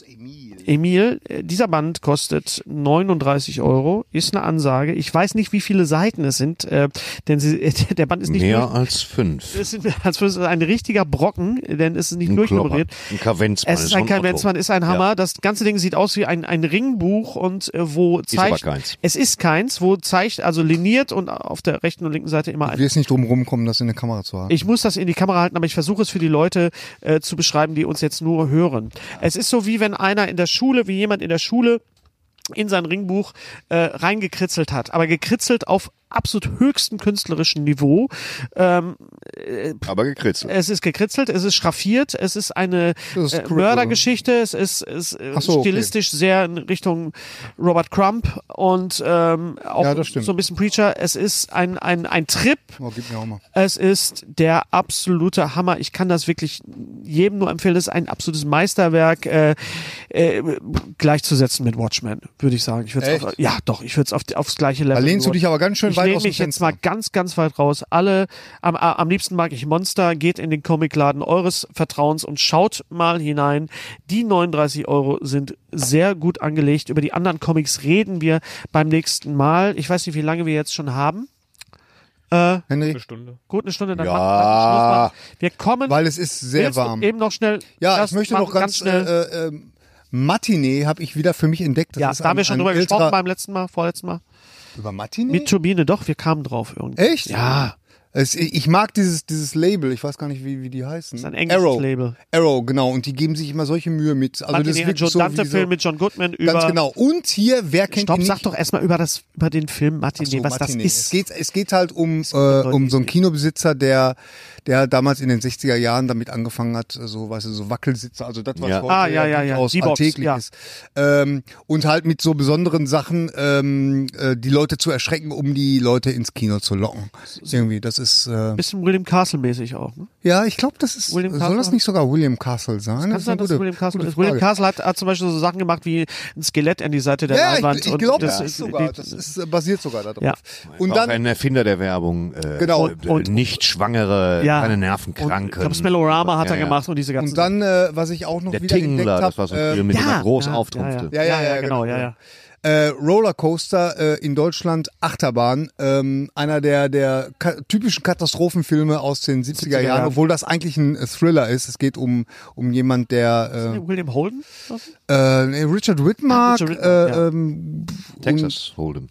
Speaker 6: Emil, äh, dieser Band kostet 39 Euro, ist eine Ansage. Ich weiß nicht, wie viele Seiten es sind, äh, denn sie, der Band ist nicht
Speaker 7: Mehr
Speaker 6: durch-
Speaker 7: als fünf.
Speaker 6: es sind- als würde es ein richtiger Brocken, denn es ist nicht
Speaker 7: Ein
Speaker 6: durchnummeriert.
Speaker 7: Klopper. Ein Kavenzmann.
Speaker 6: Es ist ein
Speaker 7: schon Otto.
Speaker 6: Kavenzmann, ist ein Hammer. Das ganze Ding sieht aus wie ein, ein Ringbuch und äh, wo zeigt.
Speaker 7: aber keins.
Speaker 6: Es ist keins, wo zeigt, also liniert und auf der rechten und linken Seite immer ein
Speaker 3: Du wirst nicht drum rumkommen, das in der Kamera zu haben.
Speaker 6: ich muss das in die Kamera halten, aber ich versuche es für die Leute äh, zu beschreiben, die uns jetzt nur hören. Es ist so wie wenn einer in der Schule, wie jemand in der Schule in sein Ringbuch äh, reingekritzelt hat, aber gekritzelt auf absolut höchstem künstlerischen Niveau. Ähm,
Speaker 7: Aber gekritzelt.
Speaker 6: es ist gekritzelt, es ist schraffiert, es ist eine
Speaker 3: Das ist
Speaker 6: äh,
Speaker 3: cool,
Speaker 6: Mördergeschichte, es ist, es ist äh,
Speaker 3: Ach so, okay.
Speaker 6: stilistisch sehr in Richtung Robert Crump und ähm, auch
Speaker 3: Ja, das stimmt.
Speaker 6: so ein bisschen Preacher. Es ist ein, ein, ein Trip,
Speaker 3: Oh, gib mir auch mal.
Speaker 6: es ist der absolute Hammer. Ich kann das wirklich jedem nur empfehlen. Es ist ein absolutes Meisterwerk äh, äh, gleichzusetzen mit Watchmen, würde ich sagen. Ich würd's auf,
Speaker 3: Echt?
Speaker 6: ja, doch, ich würde es auf, aufs gleiche
Speaker 3: Da
Speaker 6: Level.
Speaker 3: lehnst du dich aber ganz schön
Speaker 6: ich
Speaker 3: weit
Speaker 6: lehne
Speaker 3: aus dem
Speaker 6: mich jetzt
Speaker 3: Fenster.
Speaker 6: mal ganz, ganz weit raus. Alle, am, äh, am liebsten mag ich Monster, geht in den Comicladen eures Vertrauens und schaut mal hinein. Die 39 Euro sind sehr gut angelegt. Über die anderen Comics reden wir beim nächsten Mal. Ich weiß nicht, wie lange wir jetzt schon haben. Äh,
Speaker 3: Henry,
Speaker 4: Eine Stunde.
Speaker 6: Gut, eine Stunde, dann
Speaker 7: Ja.
Speaker 6: machen wir Schluss. machen. Wir kommen.
Speaker 3: weil es ist sehr
Speaker 6: Willst du
Speaker 3: warm.
Speaker 6: Eben noch schnell.
Speaker 3: Ja,
Speaker 6: das
Speaker 3: ich möchte
Speaker 6: machen,
Speaker 3: noch ganz,
Speaker 6: schnell.
Speaker 3: Äh, äh, Matinee habe ich wieder für mich entdeckt. Das
Speaker 6: ja,
Speaker 3: ist
Speaker 6: da haben
Speaker 3: ein-
Speaker 6: wir schon
Speaker 3: ein
Speaker 6: drüber
Speaker 3: älterer-
Speaker 6: gesprochen beim letzten Mal, vorletzten Mal.
Speaker 3: Über Matinee?
Speaker 6: Mit Turbine, doch, wir kamen drauf irgendwie.
Speaker 3: Echt?
Speaker 6: Ja.
Speaker 3: Es, ich mag dieses, dieses Label, ich weiß gar nicht, wie, wie die heißen.
Speaker 6: Das ist ein englisches
Speaker 3: Arrow.
Speaker 6: Label.
Speaker 3: Arrow, genau. Und die geben sich immer solche Mühe mit. Also das ist
Speaker 6: Martin
Speaker 3: wirklich
Speaker 6: John
Speaker 3: so, wie
Speaker 6: Dante-Film
Speaker 3: so
Speaker 6: mit John Goodman über.
Speaker 3: Ganz genau. Und hier, wer kennt
Speaker 6: Stopp,
Speaker 3: ihn
Speaker 6: sag
Speaker 3: nicht?
Speaker 6: doch erstmal über, das, über den Film Martinet,
Speaker 3: So,
Speaker 6: was
Speaker 3: Martinet.
Speaker 6: das ist.
Speaker 3: Es geht, es geht halt um, äh,
Speaker 6: Leute,
Speaker 3: um so einen
Speaker 6: die-
Speaker 3: Kinobesitzer, der, der damals in den 60er Jahren damit angefangen hat, so, weißt du, so Wackelsitze, also das, was
Speaker 7: Ja.
Speaker 3: heute
Speaker 6: Ah, ja, ja, ja,
Speaker 3: aus
Speaker 6: die Box,
Speaker 3: alltäglich
Speaker 6: ja.
Speaker 3: ist. Ähm, und halt mit so besonderen Sachen ähm, äh, die Leute zu erschrecken, um die Leute ins Kino zu locken. Irgendwie, das ist... Äh,
Speaker 6: Bisschen William Castle-mäßig auch. Ne?
Speaker 3: Ja, ich glaube, das ist.
Speaker 6: William
Speaker 3: soll das
Speaker 6: Castle?
Speaker 3: nicht sogar William Castle sein?
Speaker 6: Kannst du sagen,
Speaker 3: eine
Speaker 6: dass
Speaker 3: gute-
Speaker 6: William Castle
Speaker 3: gute
Speaker 6: ist? William
Speaker 3: Frage.
Speaker 6: Castle hat, hat zum Beispiel so Sachen gemacht wie ein Skelett an die Seite der
Speaker 3: Ja,
Speaker 6: Leinwand.
Speaker 3: ich, ich
Speaker 6: und
Speaker 3: glaube,
Speaker 6: das
Speaker 3: das, ist
Speaker 6: die-
Speaker 3: sogar.
Speaker 6: die-
Speaker 3: Das ist, äh, basiert sogar darauf.
Speaker 6: Ja.
Speaker 3: Und
Speaker 7: War auch
Speaker 3: dann.
Speaker 7: ein Erfinder der Werbung. Äh,
Speaker 3: Genau.
Speaker 7: äh,
Speaker 6: Und-
Speaker 7: nicht schwangere,
Speaker 6: Ja.
Speaker 7: keine
Speaker 6: Und, ich
Speaker 7: Nervenkranken.
Speaker 6: glaube, Smellorama hat
Speaker 7: Ja,
Speaker 6: er
Speaker 7: ja.
Speaker 6: gemacht und diese ganzen.
Speaker 3: Und dann, äh, was ich auch noch
Speaker 7: Der
Speaker 3: wieder entdeckt ähm,
Speaker 7: Tingler,
Speaker 3: habe,
Speaker 7: das war so ein Film, mit dem
Speaker 6: äh, Ja.
Speaker 7: er groß
Speaker 6: Ja,
Speaker 7: auftrumpfte.
Speaker 3: Ja, ja, ja,
Speaker 6: genau,
Speaker 3: genau,
Speaker 6: ja,
Speaker 3: ja.
Speaker 6: ja.
Speaker 3: äh, Rollercoaster äh, in Deutschland Achterbahn, ähm, einer der, der ka typischen Katastrophenfilme aus den 70er Jahren,
Speaker 6: Jahren.
Speaker 3: obwohl das eigentlich ein äh, Thriller ist. Es geht um, um jemand, der
Speaker 6: William Holden?
Speaker 3: äh, äh, Richard Whitmark,
Speaker 6: Richard Whitmark,
Speaker 3: äh,
Speaker 6: ja.
Speaker 3: ähm,
Speaker 7: Texas Hold'em.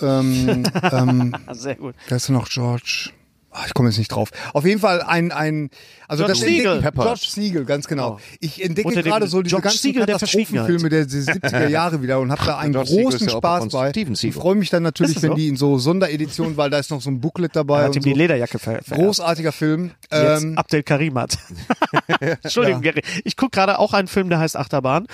Speaker 3: ähm, ähm,
Speaker 6: Ah, sehr gut.
Speaker 3: Wer ist denn noch George? Ah, Ich komme jetzt nicht drauf. Auf jeden Fall ein, ein also
Speaker 6: George
Speaker 3: das
Speaker 6: Siegel. Oh.
Speaker 3: entdecke-
Speaker 7: Pepper.
Speaker 3: George Siegel, ganz genau. Ich entdecke
Speaker 6: Unter dem
Speaker 3: gerade so diese
Speaker 6: George
Speaker 3: ganzen
Speaker 6: Siegel der
Speaker 3: Katastrophenfilme der 70er Jahre wieder und habe da einen
Speaker 7: George Siegel ist
Speaker 3: großen
Speaker 7: der Opa
Speaker 3: Spaß
Speaker 7: von
Speaker 3: bei.
Speaker 7: Steven
Speaker 3: Ich
Speaker 7: Siegel.
Speaker 3: freue mich dann natürlich,
Speaker 6: Ist das
Speaker 3: wenn
Speaker 6: so?
Speaker 3: die in so Sonderedition, weil da ist noch so ein Booklet dabei.
Speaker 6: Er hat
Speaker 3: und
Speaker 6: ihm die
Speaker 3: so.
Speaker 6: Lederjacke ver vererbt.
Speaker 3: Großartiger Film.
Speaker 6: Jetzt
Speaker 3: Ähm,
Speaker 6: Abdel Karimat. Entschuldigung, Gary. Ich gucke gerade auch einen Film, der heißt Achterbahn.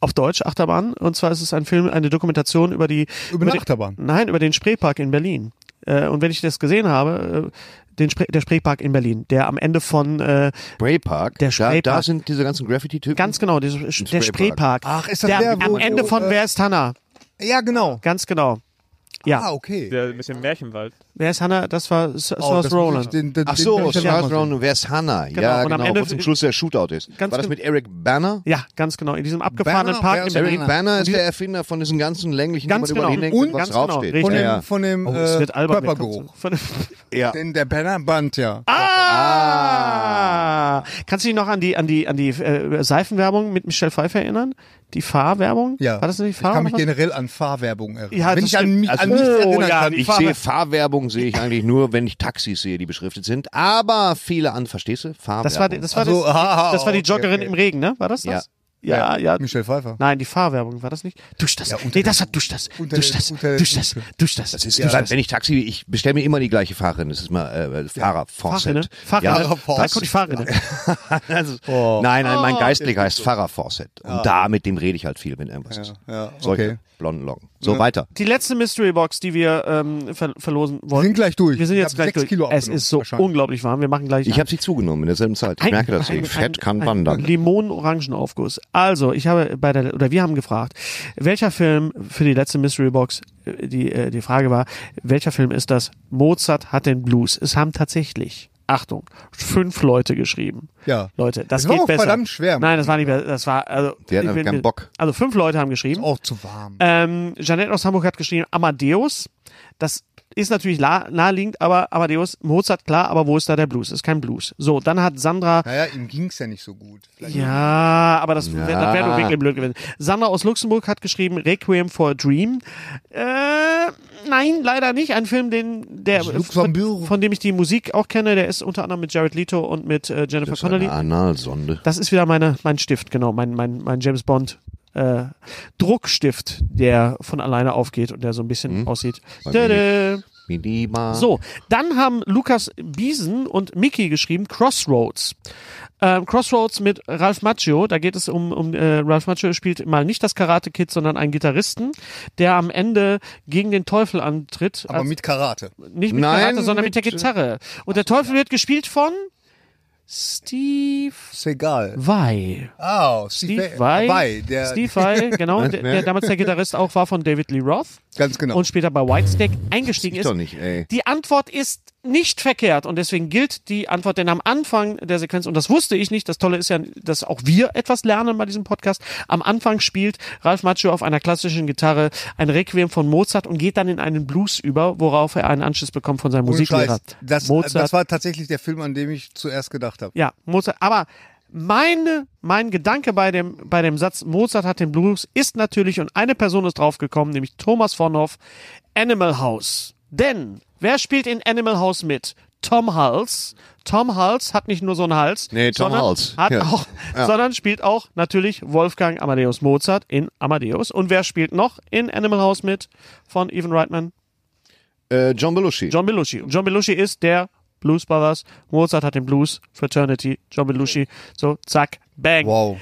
Speaker 6: Auf Deutsch Achterbahn. Und zwar ist es ein Film, eine Dokumentation über die.
Speaker 3: Über eine
Speaker 6: den-
Speaker 3: Achterbahn?
Speaker 6: Nein, über den Spreepark in Berlin. Äh, und wenn ich das gesehen habe, äh, den Spre der Spreepark in Berlin, der am Ende von äh,
Speaker 7: Spray Park.
Speaker 6: Der Spray
Speaker 7: Da, da
Speaker 6: Park.
Speaker 7: sind diese ganzen Graffiti-Typen.
Speaker 6: ganz genau, der, der
Speaker 7: Spreepark.
Speaker 6: Spreepark.
Speaker 3: Ach, ist das
Speaker 6: der,
Speaker 3: der, wo-
Speaker 6: am Ende
Speaker 3: wo,
Speaker 6: von
Speaker 3: äh,
Speaker 6: Wer ist Hanna?
Speaker 3: ja, genau.
Speaker 6: Ganz genau. Ja.
Speaker 3: Ah, okay.
Speaker 4: Der mit dem Märchenwald.
Speaker 6: Wer ist Hanna? Das war S-
Speaker 3: Oh,
Speaker 6: Source
Speaker 3: das muss ich-
Speaker 6: Roland.
Speaker 3: Den, den,
Speaker 7: Ach
Speaker 3: den
Speaker 7: so,
Speaker 3: will ich dann auch
Speaker 7: Charles
Speaker 3: mal sehen.
Speaker 7: Brown und wer ist Hannah?
Speaker 6: Genau,
Speaker 7: Ja,
Speaker 6: und am
Speaker 7: genau,
Speaker 6: Ende-
Speaker 7: wo zum Schluss der Shootout ist.
Speaker 6: Ganz genau.
Speaker 7: War das
Speaker 6: gen-
Speaker 7: mit Eric Banner?
Speaker 6: Ja, ganz genau. In diesem abgefahrenen
Speaker 3: Banner,
Speaker 6: Park
Speaker 3: wer
Speaker 6: in
Speaker 3: ist
Speaker 6: Berlin.
Speaker 7: Eric
Speaker 3: Banner.
Speaker 7: Banner ist der Erfinder von diesen ganzen länglichen,
Speaker 6: Ganz
Speaker 7: wo man
Speaker 6: genau.
Speaker 7: über den
Speaker 3: Und-
Speaker 7: was
Speaker 6: ganz genau,
Speaker 7: draufsteht.
Speaker 6: richtig.
Speaker 3: Von
Speaker 7: ja,
Speaker 3: dem,
Speaker 7: ja.
Speaker 3: von dem
Speaker 6: Oh, es
Speaker 3: äh,
Speaker 6: wird albern.
Speaker 3: Körpergeruch.
Speaker 6: Von dem-
Speaker 7: ja.
Speaker 3: Den, der Bannerband, ja.
Speaker 6: Ah! Kannst du dich noch an die an die an die äh, Seifenwerbung mit Michelle Pfeiffer erinnern? Die Fahrwerbung?
Speaker 3: Ja.
Speaker 6: War das nicht
Speaker 3: ich
Speaker 6: Fahr?
Speaker 3: kann mich
Speaker 6: oder was?
Speaker 3: generell an Fahrwerbung erinnern.
Speaker 6: Ja,
Speaker 3: Wenn
Speaker 6: das
Speaker 3: ich an
Speaker 6: stimmt.
Speaker 3: mich
Speaker 7: Also-
Speaker 3: an nichts
Speaker 7: Oh,
Speaker 3: erinnern
Speaker 6: ja,
Speaker 3: kann.
Speaker 6: die
Speaker 7: Ich
Speaker 6: Fahrrad-
Speaker 7: sehe Fahrwerbung, sehe ich eigentlich nur, wenn ich Taxis sehe, die beschriftet sind. Aber viele an, verstehst du? Fahrwerbung.
Speaker 6: das war die- das war
Speaker 3: Also,
Speaker 6: das,
Speaker 3: ah,
Speaker 6: das war die
Speaker 3: okay,
Speaker 6: Joggerin
Speaker 3: okay.
Speaker 6: im Regen, ne? War das das? Ja,
Speaker 3: Ja.
Speaker 6: ja.
Speaker 3: Michelle Pfeiffer.
Speaker 6: Nein, die Fahrwerbung war das nicht. Dusch das.
Speaker 3: Ja, unter
Speaker 6: nee,
Speaker 3: der-
Speaker 6: das war dusch das.
Speaker 3: unter
Speaker 6: Dusch
Speaker 3: der-
Speaker 6: das.
Speaker 3: unter der
Speaker 6: Dusch das.
Speaker 3: Dusche.
Speaker 6: Dusch das.
Speaker 7: Das ist, wenn ich Taxi, ich bestelle mir immer die gleiche Fahrerin. Das ist mal äh, Fahrer
Speaker 6: Fahrrinne.
Speaker 7: Fawcett.
Speaker 6: Fahrrinne.
Speaker 7: Ja,
Speaker 6: ne? da kommt die Fahrrinne.
Speaker 7: also,
Speaker 6: Oh.
Speaker 7: Nein, nein,
Speaker 6: Ah.
Speaker 7: mein Geistlicher heißt Fahrer Fawcett. Und da mit dem rede ich halt viel, wenn irgendwas ist.
Speaker 3: ja,
Speaker 7: Solche
Speaker 3: okay.
Speaker 7: blonden Locken. So weiter.
Speaker 6: Die letzte Mystery Box, die wir ähm, ver verlosen wollen. Wir
Speaker 3: sind gleich durch.
Speaker 6: Wir sind
Speaker 3: Ich
Speaker 6: jetzt
Speaker 3: hab
Speaker 6: gleich
Speaker 3: sechs
Speaker 6: durch.
Speaker 3: Kilo
Speaker 6: es
Speaker 3: abgenommen,
Speaker 6: ist so
Speaker 3: wahrscheinlich.
Speaker 6: unglaublich warm. Wir machen gleich.
Speaker 7: Ich habe sie zugenommen in derselben Zeit. Ich merke das
Speaker 6: ein-
Speaker 7: eben. Fett
Speaker 6: ein-
Speaker 7: kann
Speaker 6: ein
Speaker 7: wandern.
Speaker 6: Limonen-Orangenaufguss. Also, ich habe bei der, oder wir haben gefragt, welcher Film für die letzte Mystery Box, äh, die, äh, die Frage war, welcher Film ist das? Mozart hat den Blues. Es haben tatsächlich, Achtung, fünf Leute geschrieben.
Speaker 3: Ja.
Speaker 6: Leute, das
Speaker 3: Es war
Speaker 6: geht
Speaker 3: auch
Speaker 6: besser.
Speaker 3: verdammt schwer.
Speaker 6: Nein, das war nicht besser. Das war, also.
Speaker 7: Die hatten
Speaker 6: ich
Speaker 7: aber
Speaker 6: bin-
Speaker 7: keinen Bock.
Speaker 6: Also, fünf Leute haben geschrieben.
Speaker 3: Auch zu warm.
Speaker 6: Ähm, Jeanette aus Hamburg hat geschrieben Amadeus. Das ist natürlich la- naheliegend, aber Amadeus, Mozart, klar, aber wo ist da der Blues? Ist kein Blues. So, dann hat Sandra.
Speaker 3: Naja, ihm ging's ja nicht so gut. Vielleicht
Speaker 6: Ja, aber das wäre
Speaker 7: Ja.
Speaker 6: das wär doch wirklich blöd gewesen. Sandra aus Luxemburg hat geschrieben Requiem for a Dream. Äh, nein, leider nicht. Ein Film, den der
Speaker 3: Aus Luxemburg.
Speaker 6: von, von dem ich die Musik auch kenne, der ist unter anderem mit Jared Leto und mit äh, Jennifer
Speaker 7: Das ist
Speaker 6: Connelly.
Speaker 7: eine Analsonde.
Speaker 6: Das ist wieder meine, mein Stift, genau, mein, mein, mein James Bond äh, Druckstift, der von alleine aufgeht und der so ein bisschen aussieht.
Speaker 7: Mhm. Bei
Speaker 6: Tada.
Speaker 7: Minima.
Speaker 6: So, dann haben Lukas Biesen und Mickey geschrieben Crossroads. Ähm, Crossroads mit Ralph Macchio. Da geht es um, um äh, Ralph Macchio spielt mal nicht das Karate Kid, sondern einen Gitarristen, der am Ende gegen den Teufel antritt.
Speaker 3: Aber
Speaker 6: Als-
Speaker 3: mit Karate.
Speaker 6: nicht mit
Speaker 7: Nein,
Speaker 6: Karate, sondern mit,
Speaker 7: mit,
Speaker 6: der
Speaker 7: äh,
Speaker 6: Gitarre. Und der Teufel wird gespielt von Steve
Speaker 3: Ist egal.
Speaker 6: Vai.
Speaker 3: Ah,
Speaker 6: Steve Vai.
Speaker 3: Vai- Vai, der,
Speaker 6: Steve Vai, genau, der, der damals der Gitarrist auch war von David Lee Roth
Speaker 3: Ganz genau.
Speaker 6: und später bei Whitesnake eingestiegen
Speaker 7: Ich
Speaker 6: ist.
Speaker 7: doch nicht, ey.
Speaker 6: Die Antwort ist nicht verkehrt und deswegen gilt die Antwort, denn am Anfang der Sequenz, und das wusste ich nicht, das Tolle ist ja, dass auch wir etwas lernen bei diesem Podcast, am Anfang spielt Ralf Macchio auf einer klassischen Gitarre ein Requiem von Mozart und geht dann in einen Blues über, worauf er einen Anschluss bekommt von seinem
Speaker 3: Ohne
Speaker 6: Musiklehrer.
Speaker 3: Scheiß. Das, das war tatsächlich der Film, an dem ich zuerst gedacht habe.
Speaker 6: Ja, Mozart. Aber meine, mein Gedanke bei dem, bei dem Satz, Mozart hat den Blues, ist natürlich, und eine Person ist draufgekommen, nämlich Thomas Vonhoff, Animal House. Denn, wer spielt in Animal House mit? Tom Hals. Tom Hals hat nicht nur so einen Hals,
Speaker 7: Nee, Tom
Speaker 6: sondern,
Speaker 7: Hulce.
Speaker 6: Hat
Speaker 7: Ja.
Speaker 6: auch,
Speaker 7: Ja.
Speaker 6: sondern spielt auch natürlich Wolfgang Amadeus Mozart in Amadeus. Und wer spielt noch in Animal House mit von Evan Reitman?
Speaker 7: Äh, John Belushi.
Speaker 6: John Belushi. John Belushi ist der Blues Brothers. Mozart hat den Blues, Fraternity, John Belushi. So, zack, bang.
Speaker 3: Wow.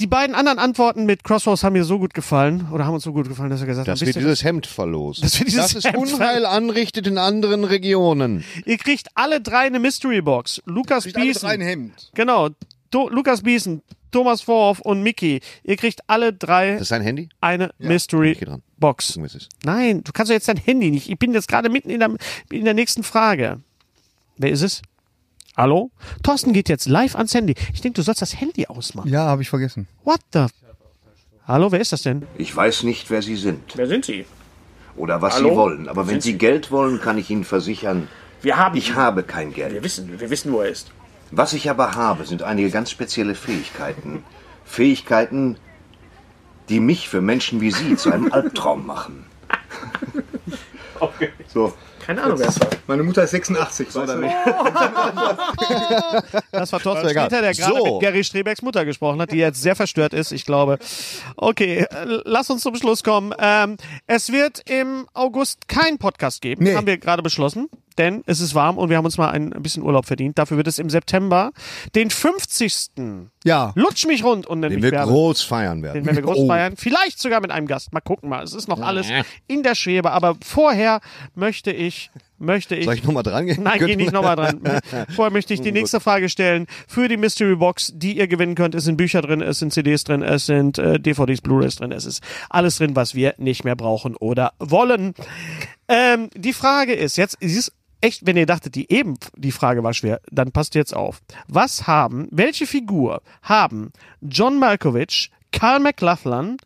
Speaker 6: Die beiden anderen Antworten mit Crossroads haben mir so gut gefallen oder haben uns so gut gefallen, dass wir gesagt
Speaker 7: dass
Speaker 6: haben,
Speaker 7: wir
Speaker 6: wisst ihr,
Speaker 7: dieses Hemd verlosen.
Speaker 6: Dass wir dieses
Speaker 7: das ist
Speaker 6: Hemd
Speaker 7: Unheil anrichtet in anderen Regionen.
Speaker 6: ihr kriegt alle drei eine Mystery Box. Lukas
Speaker 3: Kriegt alle drei ein
Speaker 6: Biesen.
Speaker 3: Hemd.
Speaker 6: Genau, Do Lukas Biesen, Thomas Vorhoff und Mickey. Ihr kriegt alle drei
Speaker 7: Das ist dein Handy?
Speaker 6: eine
Speaker 7: ich
Speaker 6: Mystery
Speaker 7: geh dran. Genau.
Speaker 6: Box.
Speaker 7: Gucken wir es ist.
Speaker 6: Nein, du kannst doch jetzt dein Handy nicht. Ich bin jetzt gerade mitten in der, in der nächsten Frage. Wer ist es? Hallo? Thorsten geht jetzt live ans Handy. Ich denke, du sollst das Handy ausmachen.
Speaker 3: Ja, habe ich vergessen.
Speaker 6: What the? Hallo, wer ist das denn?
Speaker 2: Ich weiß nicht, wer Sie sind
Speaker 1: Wer sind Sie?
Speaker 2: oder was
Speaker 1: Hallo?
Speaker 2: Sie wollen, aber wenn
Speaker 1: Sind
Speaker 2: Sie
Speaker 1: Sie-
Speaker 2: Geld wollen, kann ich Ihnen versichern,
Speaker 1: Wir haben
Speaker 2: ich
Speaker 1: ihn.
Speaker 2: habe kein
Speaker 1: Wir
Speaker 2: Geld.
Speaker 1: wissen, wir wissen, wo er ist.
Speaker 2: Was ich aber habe, sind einige ganz spezielle Fähigkeiten. Fähigkeiten, die mich für Menschen wie Sie zu einem Albtraum machen. So,
Speaker 1: Keine Ahnung, wer es war.
Speaker 8: Meine Mutter ist 86. So, damit.
Speaker 6: Das war Thorsten
Speaker 7: Das war egal.
Speaker 6: Sträter, der gerade
Speaker 7: So.
Speaker 6: mit Gary Strebecks Mutter gesprochen hat, die jetzt sehr verstört ist, ich glaube. Okay, äh, lass uns zum Schluss kommen. Ähm, es wird im August keinen Podcast geben,
Speaker 3: Nee.
Speaker 6: haben wir gerade beschlossen. Denn es ist warm und wir haben uns mal ein bisschen Urlaub verdient. Dafür wird es im September den 50.
Speaker 3: Ja.
Speaker 6: Lutsch mich rund und nenn
Speaker 7: Den
Speaker 6: mich
Speaker 7: wir
Speaker 6: Bärbel.
Speaker 7: groß feiern
Speaker 6: Den
Speaker 7: werden.
Speaker 6: werden wir groß
Speaker 3: Oh.
Speaker 6: feiern. Vielleicht sogar mit einem Gast. Mal gucken mal. Es ist noch alles in der Schwebe. Aber vorher möchte ich, möchte ich.
Speaker 7: Soll ich nochmal dran gehen?
Speaker 6: Nein, geh
Speaker 7: Könnte
Speaker 6: nicht
Speaker 7: man-
Speaker 6: nochmal dran. Vorher möchte ich die nächste Frage stellen. Für die Mystery Box, die ihr gewinnen könnt, es sind Bücher drin, es sind CDs drin, es sind äh, DVDs, Blu-rays drin, es ist alles drin, was wir nicht mehr brauchen oder wollen. Ähm, die Frage ist jetzt, es ist echt, wenn ihr dachtet, die eben die Frage war schwer, dann passt jetzt auf. Was haben, welche Figur haben John Malkovich, Karl McLachlan,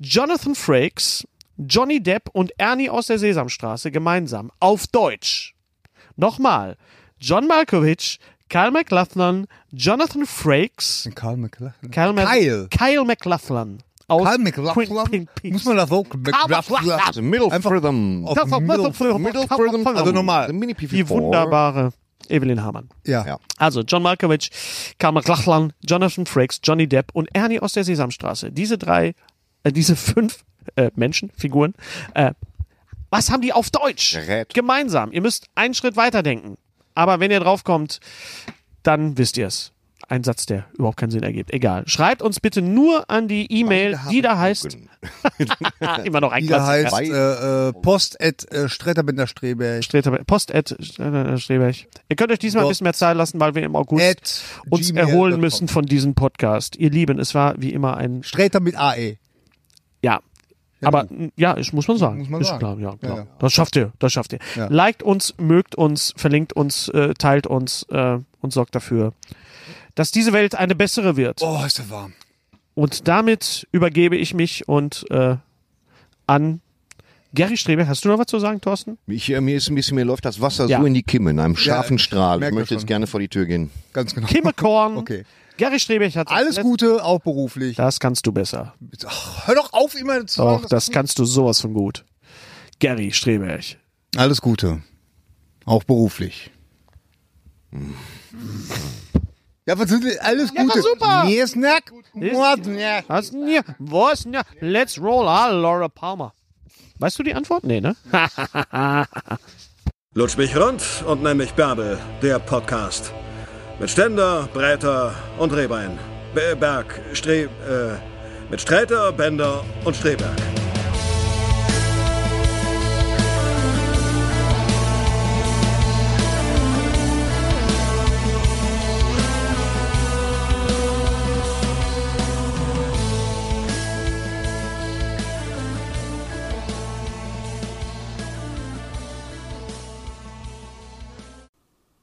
Speaker 6: Jonathan Frakes, Johnny Depp und Ernie aus der Sesamstraße gemeinsam auf Deutsch? Nochmal. John Malkovich, Kyle McLachlan, Jonathan Frakes,
Speaker 3: Karl McLachlan.
Speaker 6: Kyle, Ma-
Speaker 3: Kyle.
Speaker 6: Kyle McLachlan. Aus
Speaker 3: Karl
Speaker 6: Twin
Speaker 3: McLachlan?
Speaker 6: Peaks.
Speaker 3: Muss man das so?
Speaker 6: McLachlan.
Speaker 7: The Middle
Speaker 3: Einfach
Speaker 7: Rhythm.
Speaker 3: auf-
Speaker 6: Das war-
Speaker 3: Middle-
Speaker 7: Middle Rhythm.
Speaker 3: Also nochmal.
Speaker 7: The Mini
Speaker 6: Die wunderbare Evelyn Hamann.
Speaker 3: Ja.
Speaker 7: Ja.
Speaker 6: Also John Malkovich, Karl McLachlan, Jonathan Frakes, Johnny Depp und Ernie aus der Sesamstraße. Diese drei, äh, diese fünf äh, Menschen, Figuren, äh, was haben die auf Deutsch?
Speaker 7: Gerät.
Speaker 6: Gemeinsam. Ihr müsst einen Schritt weiterdenken. Aber wenn ihr draufkommt, dann wisst ihr es. Ein Satz, der überhaupt keinen Sinn ergibt. Egal. Schreibt uns bitte nur an die E-Mail, die da heißt. Ah, Immer noch ein
Speaker 3: Die da heißt
Speaker 6: Klassiker.
Speaker 3: äh, äh, post at äh, streter-strebe
Speaker 6: Streter- Post at Streberg. Ihr könnt euch diesmal ein
Speaker 3: Dot.
Speaker 6: bisschen mehr Zeit lassen, weil wir im August
Speaker 3: At
Speaker 6: uns
Speaker 3: gmail.com.
Speaker 6: erholen müssen von diesem Podcast. Ihr Lieben, es war wie immer ein
Speaker 3: Streter mit E. AE.
Speaker 6: Ja. Aber n- ja, ich muss man sagen.
Speaker 3: Muss man
Speaker 6: ist
Speaker 3: sagen.
Speaker 6: klar, ja, klar.
Speaker 3: ja.
Speaker 6: Das schafft ihr, das schafft ihr.
Speaker 3: Ja.
Speaker 6: Liked uns, mögt uns, verlinkt uns, äh, teilt uns äh, und sorgt dafür, dass diese Welt eine bessere wird.
Speaker 3: Oh, ist der warm.
Speaker 6: Und damit übergebe ich mich und äh, an Gary Strebe. Hast du noch was zu sagen, Thorsten?
Speaker 7: Mich, äh, mir, ist ein bisschen, mir läuft das Wasser
Speaker 6: Ja.
Speaker 7: so in die Kimme, in einem scharfen
Speaker 3: ich
Speaker 7: Strahl. Ich
Speaker 3: merke
Speaker 7: möchte jetzt
Speaker 3: das schon.
Speaker 7: gerne vor die Tür gehen.
Speaker 3: Ganz genau.
Speaker 6: Kimmelkorn.
Speaker 3: Okay.
Speaker 6: Gary Strebe hat
Speaker 3: Alles Gute, auch beruflich.
Speaker 6: Das kannst du besser.
Speaker 3: Ach, hör doch auf, immer zu
Speaker 6: Doch,
Speaker 3: sagen, dass-
Speaker 6: das kannst du sowas von gut. Gary Streberg.
Speaker 3: Alles Gute. Auch beruflich. Ja, was sind wir? Alles
Speaker 6: Hm. Ja, war
Speaker 3: Gute.
Speaker 6: super.
Speaker 3: Nee, Snack.
Speaker 6: Was denn hier? Wo ist denn hier? Let's roll, ah, Laura Palmer. Weißt du die Antwort? Nee, ne?
Speaker 5: Lutsch mich rund und nenn mich Bärbel, der Podcast. Mit Ständer, Breiter und Rehbein. Be- Berg, Stre... Äh, mit Streiter, Bender und Streberg.